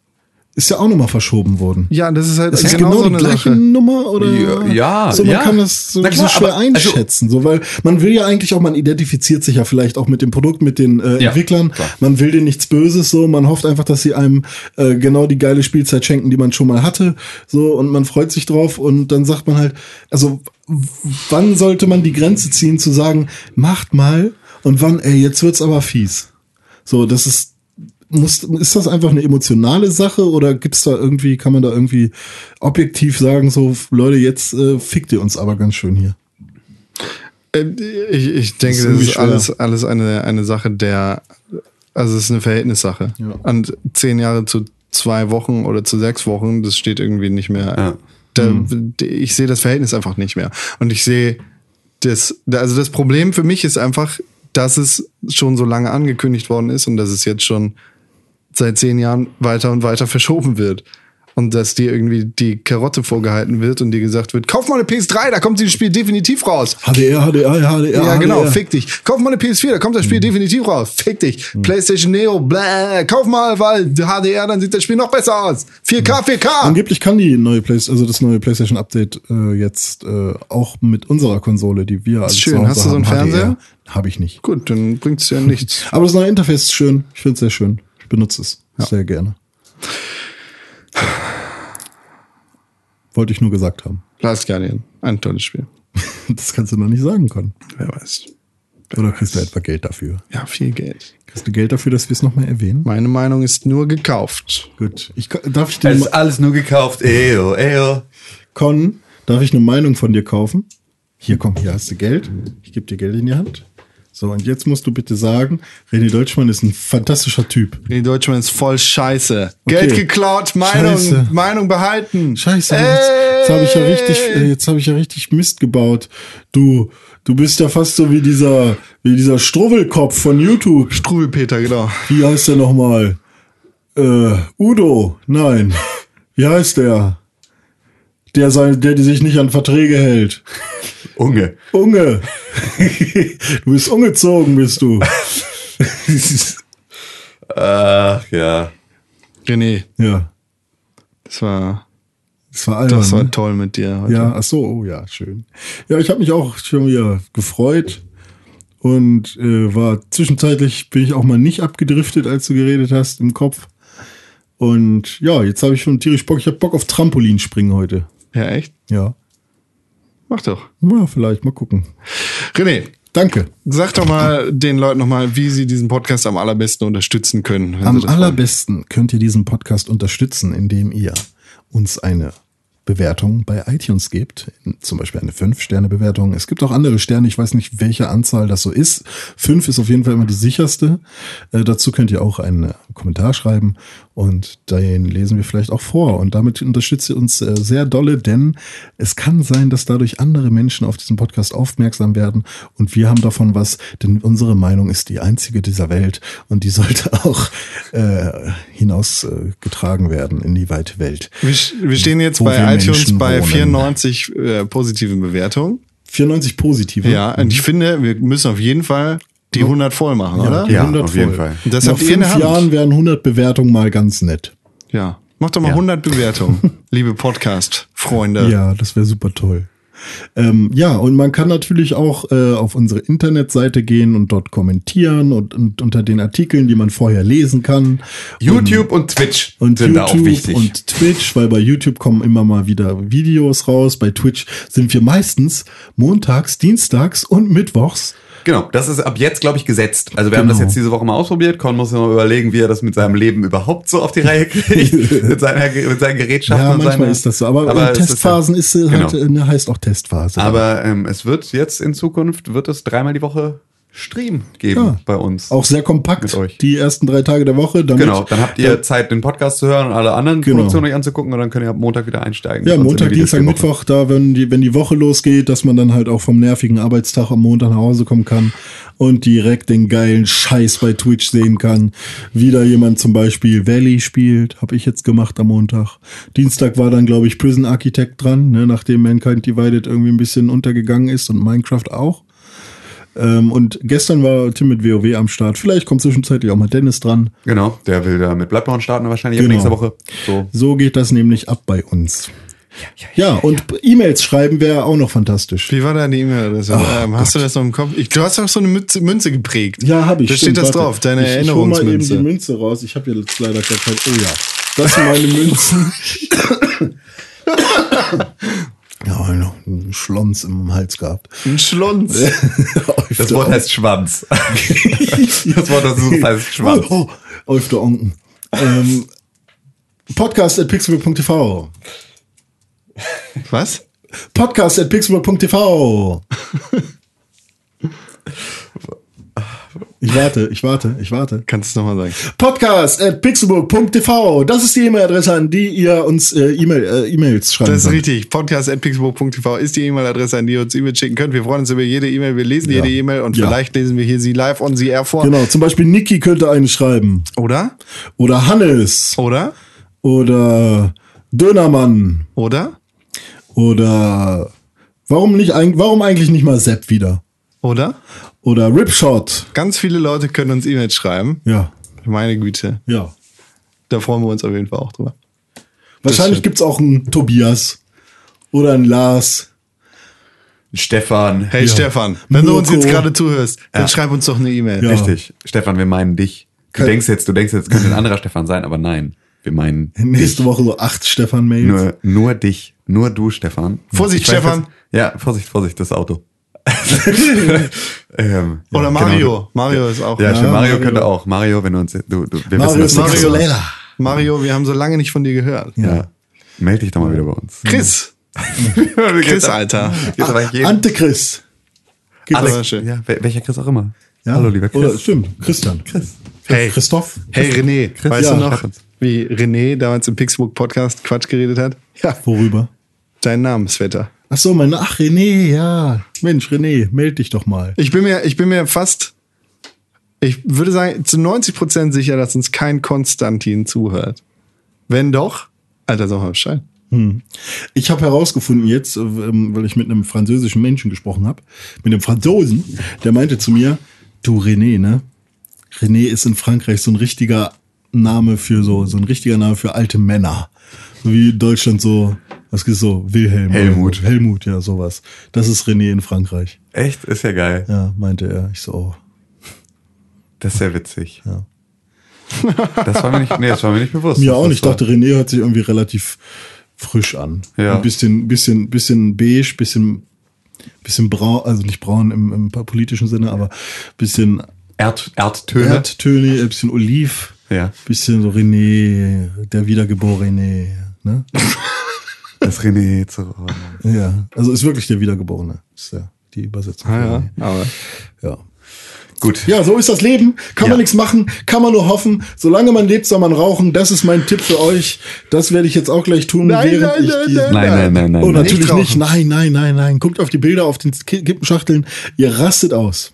[SPEAKER 3] ist ja auch nochmal verschoben worden.
[SPEAKER 2] Ja, das ist halt
[SPEAKER 3] Das ist
[SPEAKER 2] genau,
[SPEAKER 3] genau,
[SPEAKER 2] so
[SPEAKER 3] die
[SPEAKER 2] eine
[SPEAKER 3] gleiche
[SPEAKER 2] Sache.
[SPEAKER 3] Nummer oder
[SPEAKER 4] Ja,
[SPEAKER 3] so man
[SPEAKER 4] ja.
[SPEAKER 3] kann das so,
[SPEAKER 4] Na klar,
[SPEAKER 3] so schwer
[SPEAKER 4] aber- also-
[SPEAKER 3] einschätzen, so weil man will ja eigentlich auch man identifiziert sich ja vielleicht auch mit dem Produkt, mit den äh,
[SPEAKER 4] Ja,
[SPEAKER 3] Entwicklern,
[SPEAKER 4] klar.
[SPEAKER 3] man will denen nichts Böses, so man hofft einfach, dass sie einem äh, genau die geile Spielzeit schenken, die man schon mal hatte, so und man freut sich drauf und dann sagt man halt, also w- wann sollte man die Grenze ziehen zu sagen, macht mal und wann, ey, jetzt wird's aber fies, so das ist muss, ist das einfach eine emotionale Sache oder gibt's da irgendwie, kann man da irgendwie objektiv sagen, so, Leute, jetzt äh, fickt ihr uns aber ganz schön hier.
[SPEAKER 2] Äh, Ich, ich denke, das
[SPEAKER 3] ist irgendwie
[SPEAKER 2] ist
[SPEAKER 3] schwer.
[SPEAKER 2] alles, alles eine, eine Sache der, also es ist eine Verhältnissache. Und zehn Jahre zu zwei Wochen oder zu sechs Wochen, das steht irgendwie nicht mehr.
[SPEAKER 4] Ja.
[SPEAKER 2] Da,
[SPEAKER 3] Hm.
[SPEAKER 2] Ich sehe das Verhältnis einfach nicht mehr. Und ich sehe das, also das Problem für mich ist einfach, dass es schon so lange angekündigt worden ist und dass es jetzt schon seit zehn Jahren weiter und weiter verschoben wird. Und dass dir irgendwie die Karotte vorgehalten wird und dir gesagt wird, kauf mal eine PS3, da kommt dieses Spiel definitiv raus.
[SPEAKER 3] HDR, HDR, HDR.
[SPEAKER 2] Ja, genau,
[SPEAKER 3] HDR.
[SPEAKER 2] fick dich. Kauf mal eine PS4, da kommt das
[SPEAKER 3] Mhm.
[SPEAKER 2] Spiel definitiv raus. Fick dich. PlayStation Neo, bläh, kauf mal, weil HDR, dann sieht das Spiel noch besser aus.
[SPEAKER 3] Mhm.
[SPEAKER 2] 4K, 4K.
[SPEAKER 3] Angeblich kann die neue PlayStation, also das neue PlayStation Update äh, jetzt äh, auch mit unserer Konsole, die wir als
[SPEAKER 2] schön. Hast du so einen Fernseher?
[SPEAKER 3] Habe ich nicht.
[SPEAKER 2] Gut, dann bringt's ja nichts.
[SPEAKER 3] Aber das neue Interface ist schön. Ich finde es sehr schön. Ich benutze es sehr gerne. Wollte ich nur gesagt haben.
[SPEAKER 2] Last Guardian, ein tolles Spiel.
[SPEAKER 3] Das kannst du noch nicht sagen können.
[SPEAKER 2] Wer weiß.
[SPEAKER 3] Oder kriegst du etwa Geld dafür?
[SPEAKER 2] Ja, viel Geld.
[SPEAKER 3] Kriegst du Geld dafür, dass wir es nochmal erwähnen?
[SPEAKER 2] Meine Meinung ist nur gekauft.
[SPEAKER 3] Gut. Ich, ka- darf ich dir
[SPEAKER 4] Es
[SPEAKER 3] mal,
[SPEAKER 4] ist alles nur gekauft. Eyo, eyo.
[SPEAKER 3] Con, darf ich eine Meinung von dir kaufen? Hier, komm, hier hast du Geld. Ich gebe dir Geld in die Hand. So, und jetzt musst du bitte sagen, René Deutschmann ist ein fantastischer Typ.
[SPEAKER 2] Nee, Deutschland ist voll scheiße.
[SPEAKER 3] Okay.
[SPEAKER 2] Geld geklaut, Meinung,
[SPEAKER 3] Scheiße.
[SPEAKER 2] Meinung behalten.
[SPEAKER 3] Scheiße,
[SPEAKER 2] Ey.
[SPEAKER 3] jetzt, jetzt habe ich ja richtig, äh, jetzt habe ich ja richtig Mist gebaut. Du, du bist ja fast so wie dieser, wie dieser Struwelkopf von YouTube.
[SPEAKER 2] Strubelpeter, genau.
[SPEAKER 3] Wie heißt der nochmal? Äh, Udo, nein. Wie heißt der? Der, sein, der, die sich nicht an Verträge hält.
[SPEAKER 4] Unge.
[SPEAKER 3] Unge. du bist ungezogen, bist du.
[SPEAKER 4] Ach ja.
[SPEAKER 2] René,
[SPEAKER 3] Ja,
[SPEAKER 2] das war,
[SPEAKER 3] das war albern.
[SPEAKER 2] das
[SPEAKER 3] ne?
[SPEAKER 2] war toll mit dir heute.
[SPEAKER 3] Ja, ach so, oh ja, schön. Ja, ich habe mich auch schon wieder gefreut und äh, war zwischenzeitlich bin ich auch mal nicht abgedriftet, als du geredet hast im Kopf. Und ja, jetzt habe ich schon tierisch Bock. Ich habe Bock auf Trampolinspringen heute.
[SPEAKER 2] Ja, echt?
[SPEAKER 3] Ja,
[SPEAKER 2] Mach doch.
[SPEAKER 3] ja vielleicht mal gucken.
[SPEAKER 2] René,
[SPEAKER 3] Danke.
[SPEAKER 2] sag doch mal den Leuten nochmal, wie sie diesen Podcast am allerbesten unterstützen können. wenn sie
[SPEAKER 3] Am
[SPEAKER 2] das wollen.
[SPEAKER 3] allerbesten könnt ihr diesen Podcast unterstützen, indem ihr uns eine Bewertung bei iTunes gebt, zum Beispiel eine 5-Sterne-Bewertung. Es gibt auch andere Sterne, ich weiß nicht, welche Anzahl das so ist. 5 ist auf jeden Fall immer die sicherste. Äh, dazu könnt ihr auch einen äh, Kommentar schreiben und den lesen wir vielleicht auch vor. Und damit unterstützt ihr uns äh, sehr dolle, denn es kann sein, dass dadurch andere Menschen auf diesen Podcast aufmerksam werden und wir haben davon was, denn unsere Meinung ist die einzige dieser Welt und die sollte auch äh, hinausgetragen werden in die weite Welt.
[SPEAKER 2] Wir, wir stehen jetzt
[SPEAKER 3] Wo wir
[SPEAKER 2] bei iTunes
[SPEAKER 3] Menschen
[SPEAKER 2] bei
[SPEAKER 3] wohnen.
[SPEAKER 2] 94 äh, positiven Bewertungen.
[SPEAKER 3] 94 positive.
[SPEAKER 2] Ja, äh, und ich finde, wir müssen auf jeden Fall die 100 voll machen, oder?
[SPEAKER 3] die
[SPEAKER 4] Ja,
[SPEAKER 3] 100
[SPEAKER 4] auf jeden
[SPEAKER 3] voll.
[SPEAKER 4] Fall.
[SPEAKER 2] Und das
[SPEAKER 3] Nach
[SPEAKER 2] habt ihr in der
[SPEAKER 3] fünf
[SPEAKER 2] Hand.
[SPEAKER 3] Jahren wären 100 Bewertungen mal ganz nett.
[SPEAKER 2] Ja. Mach doch mal
[SPEAKER 4] Ja.
[SPEAKER 2] 100 Bewertungen, liebe Podcast-Freunde.
[SPEAKER 3] Ja, das wäre super toll. Ähm, ja, und man kann natürlich auch äh, auf unsere Internetseite gehen und dort kommentieren und, und unter den Artikeln, die man vorher lesen kann.
[SPEAKER 4] YouTube und Twitch
[SPEAKER 3] Und
[SPEAKER 4] sind da
[SPEAKER 3] YouTube
[SPEAKER 4] auch wichtig.
[SPEAKER 3] und Twitch, weil bei YouTube kommen immer mal wieder Videos raus. Bei Twitch sind wir meistens montags, dienstags und mittwochs.
[SPEAKER 4] genau, das ist ab jetzt, glaube ich, gesetzt. Also wir haben das
[SPEAKER 3] Genau.
[SPEAKER 4] jetzt diese Woche mal ausprobiert. Con muss ja mal überlegen, wie er das mit seinem Leben überhaupt so auf die Reihe kriegt. mit, seiner, mit seinen Gerätschaften
[SPEAKER 3] Ja,
[SPEAKER 4] und
[SPEAKER 3] manchmal
[SPEAKER 4] seiner-
[SPEAKER 3] ist das so. Aber, in
[SPEAKER 4] es
[SPEAKER 3] Testphasen ist, äh, halt,
[SPEAKER 4] Genau.
[SPEAKER 3] äh, ne, heißt auch Testphase.
[SPEAKER 4] Aber ähm, es wird jetzt in Zukunft, wird es dreimal die Woche Stream geben
[SPEAKER 3] Ja.
[SPEAKER 4] bei uns.
[SPEAKER 3] auch sehr kompakt
[SPEAKER 4] Mit euch.
[SPEAKER 3] die ersten drei Tage der Woche. Damit,
[SPEAKER 4] Genau, dann habt ihr Zeit, den Podcast zu hören und alle anderen
[SPEAKER 3] Genau.
[SPEAKER 4] Produktionen euch anzugucken und dann könnt ihr ab Montag wieder einsteigen.
[SPEAKER 3] Ja,
[SPEAKER 4] Sonst
[SPEAKER 3] Montag,
[SPEAKER 4] immer wieder
[SPEAKER 3] Dienstag,
[SPEAKER 4] vier Wochen.
[SPEAKER 3] Mittwoch, da, wenn die, wenn die Woche losgeht, dass man dann halt auch vom nervigen Arbeitstag am Montag nach Hause kommen kann und direkt den geilen Scheiß bei Twitch sehen kann. Wieder jemand zum Beispiel Valley spielt, habe ich jetzt gemacht am Montag. Dienstag war dann, glaube ich, Prison Architect dran, ne, nachdem Mankind Divided irgendwie ein bisschen untergegangen ist und Minecraft auch. Ähm, und gestern war Tim mit WoW am Start. Vielleicht kommt zwischenzeitlich auch mal Dennis dran.
[SPEAKER 4] Genau, der will da mit Bloodborne starten wahrscheinlich
[SPEAKER 3] Genau.
[SPEAKER 4] ab nächster Woche. So.
[SPEAKER 3] So geht das nämlich ab bei uns. Ja, und E-Mails schreiben wäre auch noch fantastisch.
[SPEAKER 2] Wie war da die E-Mail-Adresse? ähm, hast du das noch im Kopf? Ich, du hast doch so eine Mütze, Münze geprägt.
[SPEAKER 3] Oh Ja, habe ich.
[SPEAKER 2] Da steht
[SPEAKER 3] stimmt,
[SPEAKER 2] das
[SPEAKER 3] warte.
[SPEAKER 2] drauf, deine
[SPEAKER 3] ich, Ich hol mal eben die
[SPEAKER 2] Erinnerungsmünze.
[SPEAKER 3] Münze raus. Ich habe jetzt leider gar kein. Oh ja, das sind meine Münzen. ja, noch einen Schlons im Hals gehabt.
[SPEAKER 2] Ein Schlons.
[SPEAKER 4] Das Wort heißt Schwanz. das Wort, das du suchst, heißt Schwanz.
[SPEAKER 3] Oh, oh, auf der Onken. Ähm, Podcast at pixelburg.tv.
[SPEAKER 2] Was?
[SPEAKER 3] Podcast at pixelburg.tv. Ich warte, ich warte, ich warte.
[SPEAKER 2] Kannst du es nochmal sagen?
[SPEAKER 3] Podcast at pixelburg.tv. Das ist die E-Mail-Adresse, an die ihr uns äh, E-Mail, äh, E-Mails schreiben
[SPEAKER 2] Das ist
[SPEAKER 3] könnt.
[SPEAKER 2] richtig. Podcast.pixburg.tv ist die E-Mail-Adresse, an die ihr uns E-Mails schicken könnt. Wir freuen uns über jede E-Mail. Wir lesen jede E-Mail und
[SPEAKER 3] Ja.
[SPEAKER 2] vielleicht lesen wir hier sie live on the air vor.
[SPEAKER 3] Genau, zum Beispiel Niki könnte einen schreiben.
[SPEAKER 2] Oder?
[SPEAKER 3] Oder Hannes.
[SPEAKER 2] Oder?
[SPEAKER 3] Oder Dönermann.
[SPEAKER 2] Oder?
[SPEAKER 3] Oder warum, nicht, eig- warum eigentlich nicht mal Sepp wieder?
[SPEAKER 2] Oder?
[SPEAKER 3] Oder Ripshot.
[SPEAKER 2] Ganz viele Leute können uns E-Mails schreiben.
[SPEAKER 3] Ja,
[SPEAKER 2] Meine Güte.
[SPEAKER 3] ja.
[SPEAKER 2] Da freuen wir uns auf jeden Fall auch drüber.
[SPEAKER 3] Wahrscheinlich
[SPEAKER 2] stimmt.
[SPEAKER 3] gibt's auch einen Tobias. Oder einen Lars.
[SPEAKER 4] Stefan.
[SPEAKER 2] Hey Stefan, wenn du uns
[SPEAKER 3] Mirko.
[SPEAKER 2] jetzt gerade zuhörst, dann schreib uns doch eine E-Mail.
[SPEAKER 3] Ja. Äh.
[SPEAKER 4] Richtig. Stefan, wir meinen dich. Du denkst jetzt, du denkst jetzt, könnte ein anderer Stefan sein, aber nein. Wir meinen
[SPEAKER 3] Nächste Woche so acht Stefan-Mails.
[SPEAKER 4] nur, nur dich. Nur du, Stefan.
[SPEAKER 2] Vorsicht,
[SPEAKER 4] Ich weiß,
[SPEAKER 2] Stefan.
[SPEAKER 4] dass- ja, Vorsicht, Vorsicht, das Auto. ähm, ja,
[SPEAKER 2] Oder Mario. Mario ist auch.
[SPEAKER 4] Genau. Ja, stimmt, Mario,
[SPEAKER 3] ne? Mario.
[SPEAKER 4] könnte auch. Mario, wenn du uns, du, du wir
[SPEAKER 3] Mario ist
[SPEAKER 4] wissen, dass du-
[SPEAKER 3] Mario.
[SPEAKER 2] Mario, wir haben so lange nicht von dir gehört.
[SPEAKER 4] Ja. Meld dich doch mal wieder bei uns.
[SPEAKER 2] Chris, Chris, Alter.
[SPEAKER 4] Jetzt aber jeden-
[SPEAKER 3] Antichrist.
[SPEAKER 4] Alex-
[SPEAKER 2] aber schön.
[SPEAKER 4] Ja, wel- welcher Chris auch immer.
[SPEAKER 3] Ja.
[SPEAKER 4] Hallo, lieber Chris.
[SPEAKER 3] Oder, stimmt, Christian. Chris.
[SPEAKER 2] Hey.
[SPEAKER 3] Christoph.
[SPEAKER 2] Hey René,
[SPEAKER 4] Chris,
[SPEAKER 2] weißt
[SPEAKER 4] ja,
[SPEAKER 2] du noch,
[SPEAKER 4] schreib uns.
[SPEAKER 2] wie René damals im Pixburg Podcast Quatsch geredet hat? Ja,
[SPEAKER 3] Worüber?
[SPEAKER 2] dein Namensvetter.
[SPEAKER 3] Ach so, mein, ach, René, ja. Mensch, René, melde dich doch mal.
[SPEAKER 2] Ich bin mir, ich bin mir fast, ich würde sagen, zu 90% sicher, dass uns kein Konstantin zuhört. Wenn doch, Alter, sag mal Bescheid.
[SPEAKER 3] Ich habe herausgefunden jetzt, ähm, weil ich mit einem französischen Menschen gesprochen habe, mit einem Franzosen, der meinte zu mir, du René, ne? René ist in Frankreich so ein richtiger Name für so, so ein richtiger Name für alte Männer. So wie in Deutschland so, was gibt's so? Wilhelm.
[SPEAKER 4] Helmut.
[SPEAKER 3] Helmut, ja, sowas. Das ist René in Frankreich.
[SPEAKER 4] Echt? Ist ja geil.
[SPEAKER 3] Ja, meinte er. Ich so, oh.
[SPEAKER 4] Das ist ja witzig. Das, war mir nicht, nee, das war mir nicht bewusst.
[SPEAKER 3] Mir
[SPEAKER 4] dass
[SPEAKER 3] auch
[SPEAKER 4] das
[SPEAKER 3] nicht. Ich
[SPEAKER 4] war.
[SPEAKER 3] dachte, René hört sich irgendwie relativ frisch an.
[SPEAKER 4] Ja.
[SPEAKER 3] Ein bisschen, bisschen, bisschen beige, bisschen, bisschen braun, also nicht braun im, im politischen Sinne, aber bisschen
[SPEAKER 4] Erd, Erdtöne.
[SPEAKER 3] Erdtöne, ein bisschen Oliv,
[SPEAKER 4] Ja.
[SPEAKER 3] bisschen so René, der Wiedergeborene. Ne?
[SPEAKER 4] Das René zu.
[SPEAKER 3] Ja, also ist wirklich der Wiedergeborene. Ist ja die Übersetzung.
[SPEAKER 2] Ah,
[SPEAKER 3] von René.
[SPEAKER 2] aber
[SPEAKER 3] ja.
[SPEAKER 4] Gut.
[SPEAKER 3] Ja, so ist das Leben. Kann
[SPEAKER 4] Ja.
[SPEAKER 3] man nichts machen, kann man nur hoffen. Solange man lebt, soll man rauchen. Das ist mein Tipp für euch. Das werde ich jetzt auch gleich tun.
[SPEAKER 2] Nein,
[SPEAKER 3] während
[SPEAKER 2] nein,
[SPEAKER 3] ich
[SPEAKER 2] nein,
[SPEAKER 3] diesen-
[SPEAKER 2] nein,
[SPEAKER 4] Nein, nein, nein, nein.
[SPEAKER 3] Oh,
[SPEAKER 4] nein.
[SPEAKER 3] natürlich
[SPEAKER 2] rauchen.
[SPEAKER 3] nicht. Nein, nein, nein, nein. Guckt auf die Bilder auf den Ki- Kippenschachteln. Ihr rastet aus.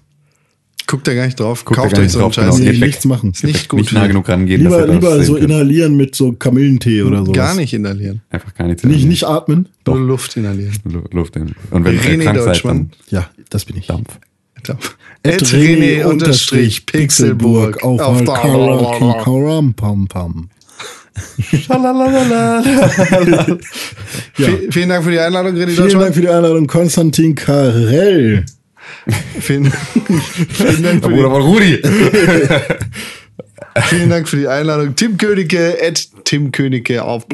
[SPEAKER 2] guckt da gar nicht drauf,
[SPEAKER 4] Guckt da
[SPEAKER 2] kauft
[SPEAKER 4] gar
[SPEAKER 2] euch
[SPEAKER 4] nicht
[SPEAKER 2] so einen
[SPEAKER 4] drauf,
[SPEAKER 2] Scheiß.
[SPEAKER 4] genau.
[SPEAKER 3] Nee,
[SPEAKER 4] geht weg.
[SPEAKER 3] nichts machen.
[SPEAKER 2] Ist nicht
[SPEAKER 4] Nicht
[SPEAKER 2] gut.
[SPEAKER 4] nah genug rangehen,
[SPEAKER 3] lieber
[SPEAKER 4] dass ihr
[SPEAKER 3] lieber
[SPEAKER 4] das
[SPEAKER 3] so
[SPEAKER 4] sehen könnt.
[SPEAKER 3] inhalieren mit so Kamillentee oder sowas.
[SPEAKER 2] Gar nicht inhalieren.
[SPEAKER 4] Einfach gar nichts.
[SPEAKER 3] Nicht, nicht atmen.
[SPEAKER 2] Nur Luft inhalieren.
[SPEAKER 4] Lu- Luft in. Und wenn ihr
[SPEAKER 2] René
[SPEAKER 4] krank seid,
[SPEAKER 2] Deutschmann.
[SPEAKER 4] dann
[SPEAKER 3] Ja, das bin ich.
[SPEAKER 4] Dampf.
[SPEAKER 2] Ich glaub.
[SPEAKER 3] At René unterstrich Pixelburg auf, auf
[SPEAKER 2] der
[SPEAKER 3] Karam, pam, pam. Ja.
[SPEAKER 2] Vielen- Vielen Dank für die Einladung, René
[SPEAKER 3] Vielen
[SPEAKER 2] Deutschmann.
[SPEAKER 3] Dank für die Einladung, Konstantin Karell.
[SPEAKER 2] Vielen, vielen, Dank für
[SPEAKER 4] Bruder
[SPEAKER 2] die,
[SPEAKER 4] von Rudi.
[SPEAKER 2] vielen Dank für die Einladung. Tim Königke, at Tim Königke auf.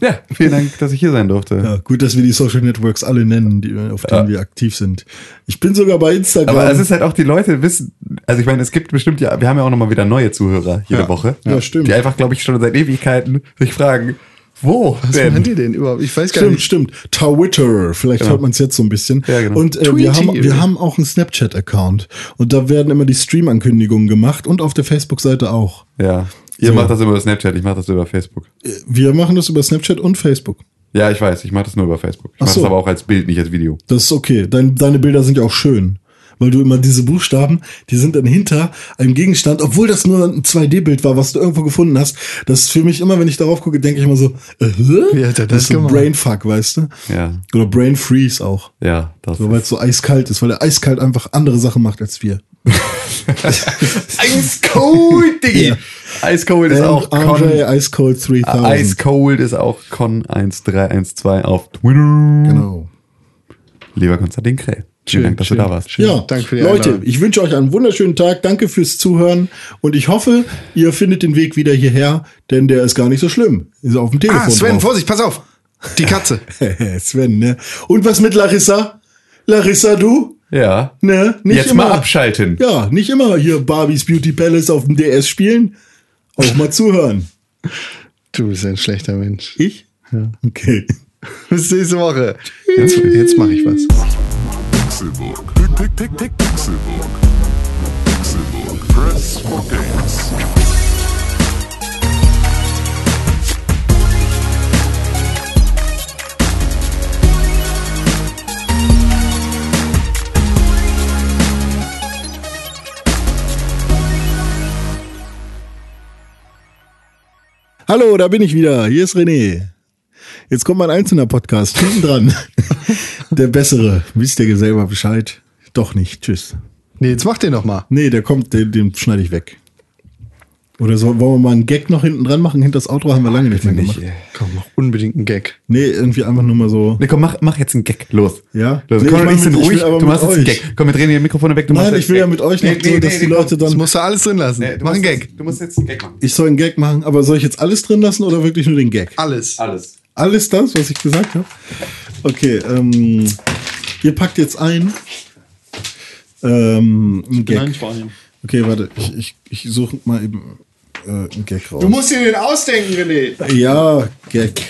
[SPEAKER 4] Ja, vielen Dank, dass ich hier sein durfte.
[SPEAKER 3] Ja, gut, dass wir die Social Networks alle nennen, die, auf denen wir aktiv sind. Ich bin sogar bei Instagram.
[SPEAKER 4] Aber es ist halt auch, die Leute wissen, also ich meine, es gibt bestimmt ja, wir haben ja auch nochmal wieder neue Zuhörer jede
[SPEAKER 2] Ja.
[SPEAKER 4] Woche.
[SPEAKER 3] Ja, stimmt.
[SPEAKER 4] Die einfach, glaube ich, schon seit Ewigkeiten sich fragen, wo
[SPEAKER 2] Was
[SPEAKER 4] denn?
[SPEAKER 2] meint ihr denn überhaupt? Ich Genau. weiß gar
[SPEAKER 3] Stimmt,
[SPEAKER 2] nicht.
[SPEAKER 3] stimmt. Twitter, vielleicht hört man es jetzt so ein bisschen.
[SPEAKER 4] Ja, genau.
[SPEAKER 3] Und äh, wir,
[SPEAKER 2] Tweety.
[SPEAKER 3] haben, wir haben auch einen Snapchat-Account. Und da werden immer die Stream-Ankündigungen gemacht und auf der Facebook-Seite auch.
[SPEAKER 4] Ja. Ihr
[SPEAKER 3] So.
[SPEAKER 4] macht das über Snapchat, ich mache das über Facebook.
[SPEAKER 3] Äh, Wir machen das über Snapchat und Facebook.
[SPEAKER 4] Ja, ich weiß, ich mache das nur über Facebook. Ich
[SPEAKER 3] Ach
[SPEAKER 4] mache
[SPEAKER 3] so.
[SPEAKER 4] das aber auch als Bild, nicht als Video.
[SPEAKER 3] Das ist okay. Dein, deine Bilder sind ja auch schön. Weil du immer diese Buchstaben, die sind dann hinter einem Gegenstand, obwohl das nur ein 2D-Bild war, was du irgendwo gefunden hast. Das ist für mich immer, wenn ich darauf gucke, denke ich immer so, äh,
[SPEAKER 2] Wie hat er das
[SPEAKER 3] ist so ein
[SPEAKER 2] gemacht?
[SPEAKER 3] Brainfuck, weißt du?
[SPEAKER 4] Ja.
[SPEAKER 3] Oder Brain Freeze auch.
[SPEAKER 4] Ja, das
[SPEAKER 3] So, weil es so eiskalt ist, weil er eiskalt einfach andere Sachen macht als wir.
[SPEAKER 4] Ice Cold, Diggi. Ice Cold ist
[SPEAKER 3] And
[SPEAKER 4] auch
[SPEAKER 3] Ähm, Andre äh,
[SPEAKER 4] Con.
[SPEAKER 3] Ice Cold 3000.
[SPEAKER 4] Ice Cold ist auch Con1312 auf Twitter.
[SPEAKER 3] Genau.
[SPEAKER 4] Lieber Konstantin Krell. Vielen Dank, dass
[SPEAKER 2] schön,
[SPEAKER 4] du da warst.
[SPEAKER 3] Ja,
[SPEAKER 2] Danke für die
[SPEAKER 3] Leute,
[SPEAKER 2] Einladung.
[SPEAKER 3] ich wünsche euch einen wunderschönen Tag. Danke fürs Zuhören. Und ich hoffe, ihr findet den Weg wieder hierher, denn der ist gar nicht so schlimm. Ist auf dem Telefon.
[SPEAKER 2] Ah, Sven,
[SPEAKER 3] drauf.
[SPEAKER 2] Vorsicht, pass auf. Die Katze.
[SPEAKER 3] Sven, ne? Und was mit Larissa? Larissa, du?
[SPEAKER 4] Ja.
[SPEAKER 3] Ne?
[SPEAKER 4] Jetzt mal abschalten.
[SPEAKER 3] Ja, nicht immer hier Barbies Beauty Palace auf dem DS spielen. Auch mal zuhören.
[SPEAKER 2] Du bist ein schlechter Mensch.
[SPEAKER 3] Ich? Ja. Okay.
[SPEAKER 2] Bis nächste Woche. Jetzt, jetzt mache ich was.
[SPEAKER 1] Pixelbook. Tick, tick, tick, tick, Pixelbook. Pixelbook. Press for games.
[SPEAKER 3] Hallo, da bin ich wieder. Hier ist René. Jetzt kommt mein einzelner Podcast hinten dran. Der bessere. Wisst ihr selber Bescheid? Doch nicht. Tschüss.
[SPEAKER 2] Nee, jetzt mach den noch mal.
[SPEAKER 3] Nee, der kommt, den, den schneide ich weg. Oder so, wollen wir mal einen Gag noch hinten dran machen? Hinter das Outro haben wir lange nicht mehr gemacht.
[SPEAKER 2] Komm, mach unbedingt einen Gag.
[SPEAKER 3] Nee, irgendwie einfach nur mal so.
[SPEAKER 4] Nee, komm, mach, mach jetzt einen Gag. Los.
[SPEAKER 3] Ja?
[SPEAKER 4] Los.
[SPEAKER 3] Nee,
[SPEAKER 4] komm,
[SPEAKER 3] ich
[SPEAKER 4] ich
[SPEAKER 3] mach
[SPEAKER 4] bin
[SPEAKER 3] mit- ich
[SPEAKER 4] ruhig.
[SPEAKER 3] will aber
[SPEAKER 4] Du machst
[SPEAKER 3] mit
[SPEAKER 4] jetzt einen
[SPEAKER 3] euch.
[SPEAKER 4] Gag. Komm, wir drehen die Mikrofone weg. Du machst
[SPEAKER 3] Nein,
[SPEAKER 4] jetzt
[SPEAKER 3] ich will ja
[SPEAKER 4] Gag.
[SPEAKER 3] mit euch noch,
[SPEAKER 4] Nee, nee,
[SPEAKER 3] dass
[SPEAKER 4] nee,
[SPEAKER 3] die
[SPEAKER 4] nee,
[SPEAKER 3] Leute
[SPEAKER 2] Das
[SPEAKER 3] dann.
[SPEAKER 2] musst du alles drin lassen.
[SPEAKER 4] Nee, du
[SPEAKER 2] mach einen
[SPEAKER 4] musst
[SPEAKER 2] Gag.
[SPEAKER 4] jetzt- Du musst jetzt einen Gag machen.
[SPEAKER 3] Ich soll einen Gag machen, aber soll ich jetzt alles drin lassen oder wirklich nur den Gag?
[SPEAKER 2] Alles.
[SPEAKER 4] Alles.
[SPEAKER 3] Alles das, was ich gesagt habe? Okay, ähm, ihr packt jetzt ein. Ähm, einen Gag. Okay, warte, ich, ich, ich suche mal eben äh, einen Gag raus.
[SPEAKER 2] musst dir den ausdenken, René.
[SPEAKER 3] Ja, Gag.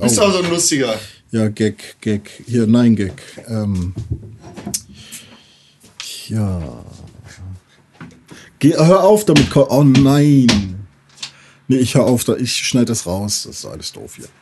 [SPEAKER 2] Bist also ein lustiger.
[SPEAKER 3] Ja, Gag, Gag. Hier, nein, Gag. Ähm, ja. Geh, hör auf damit. Ko- Oh nein. Nee, ich hör auf. da- Ich schneide das raus. Das ist alles doof hier.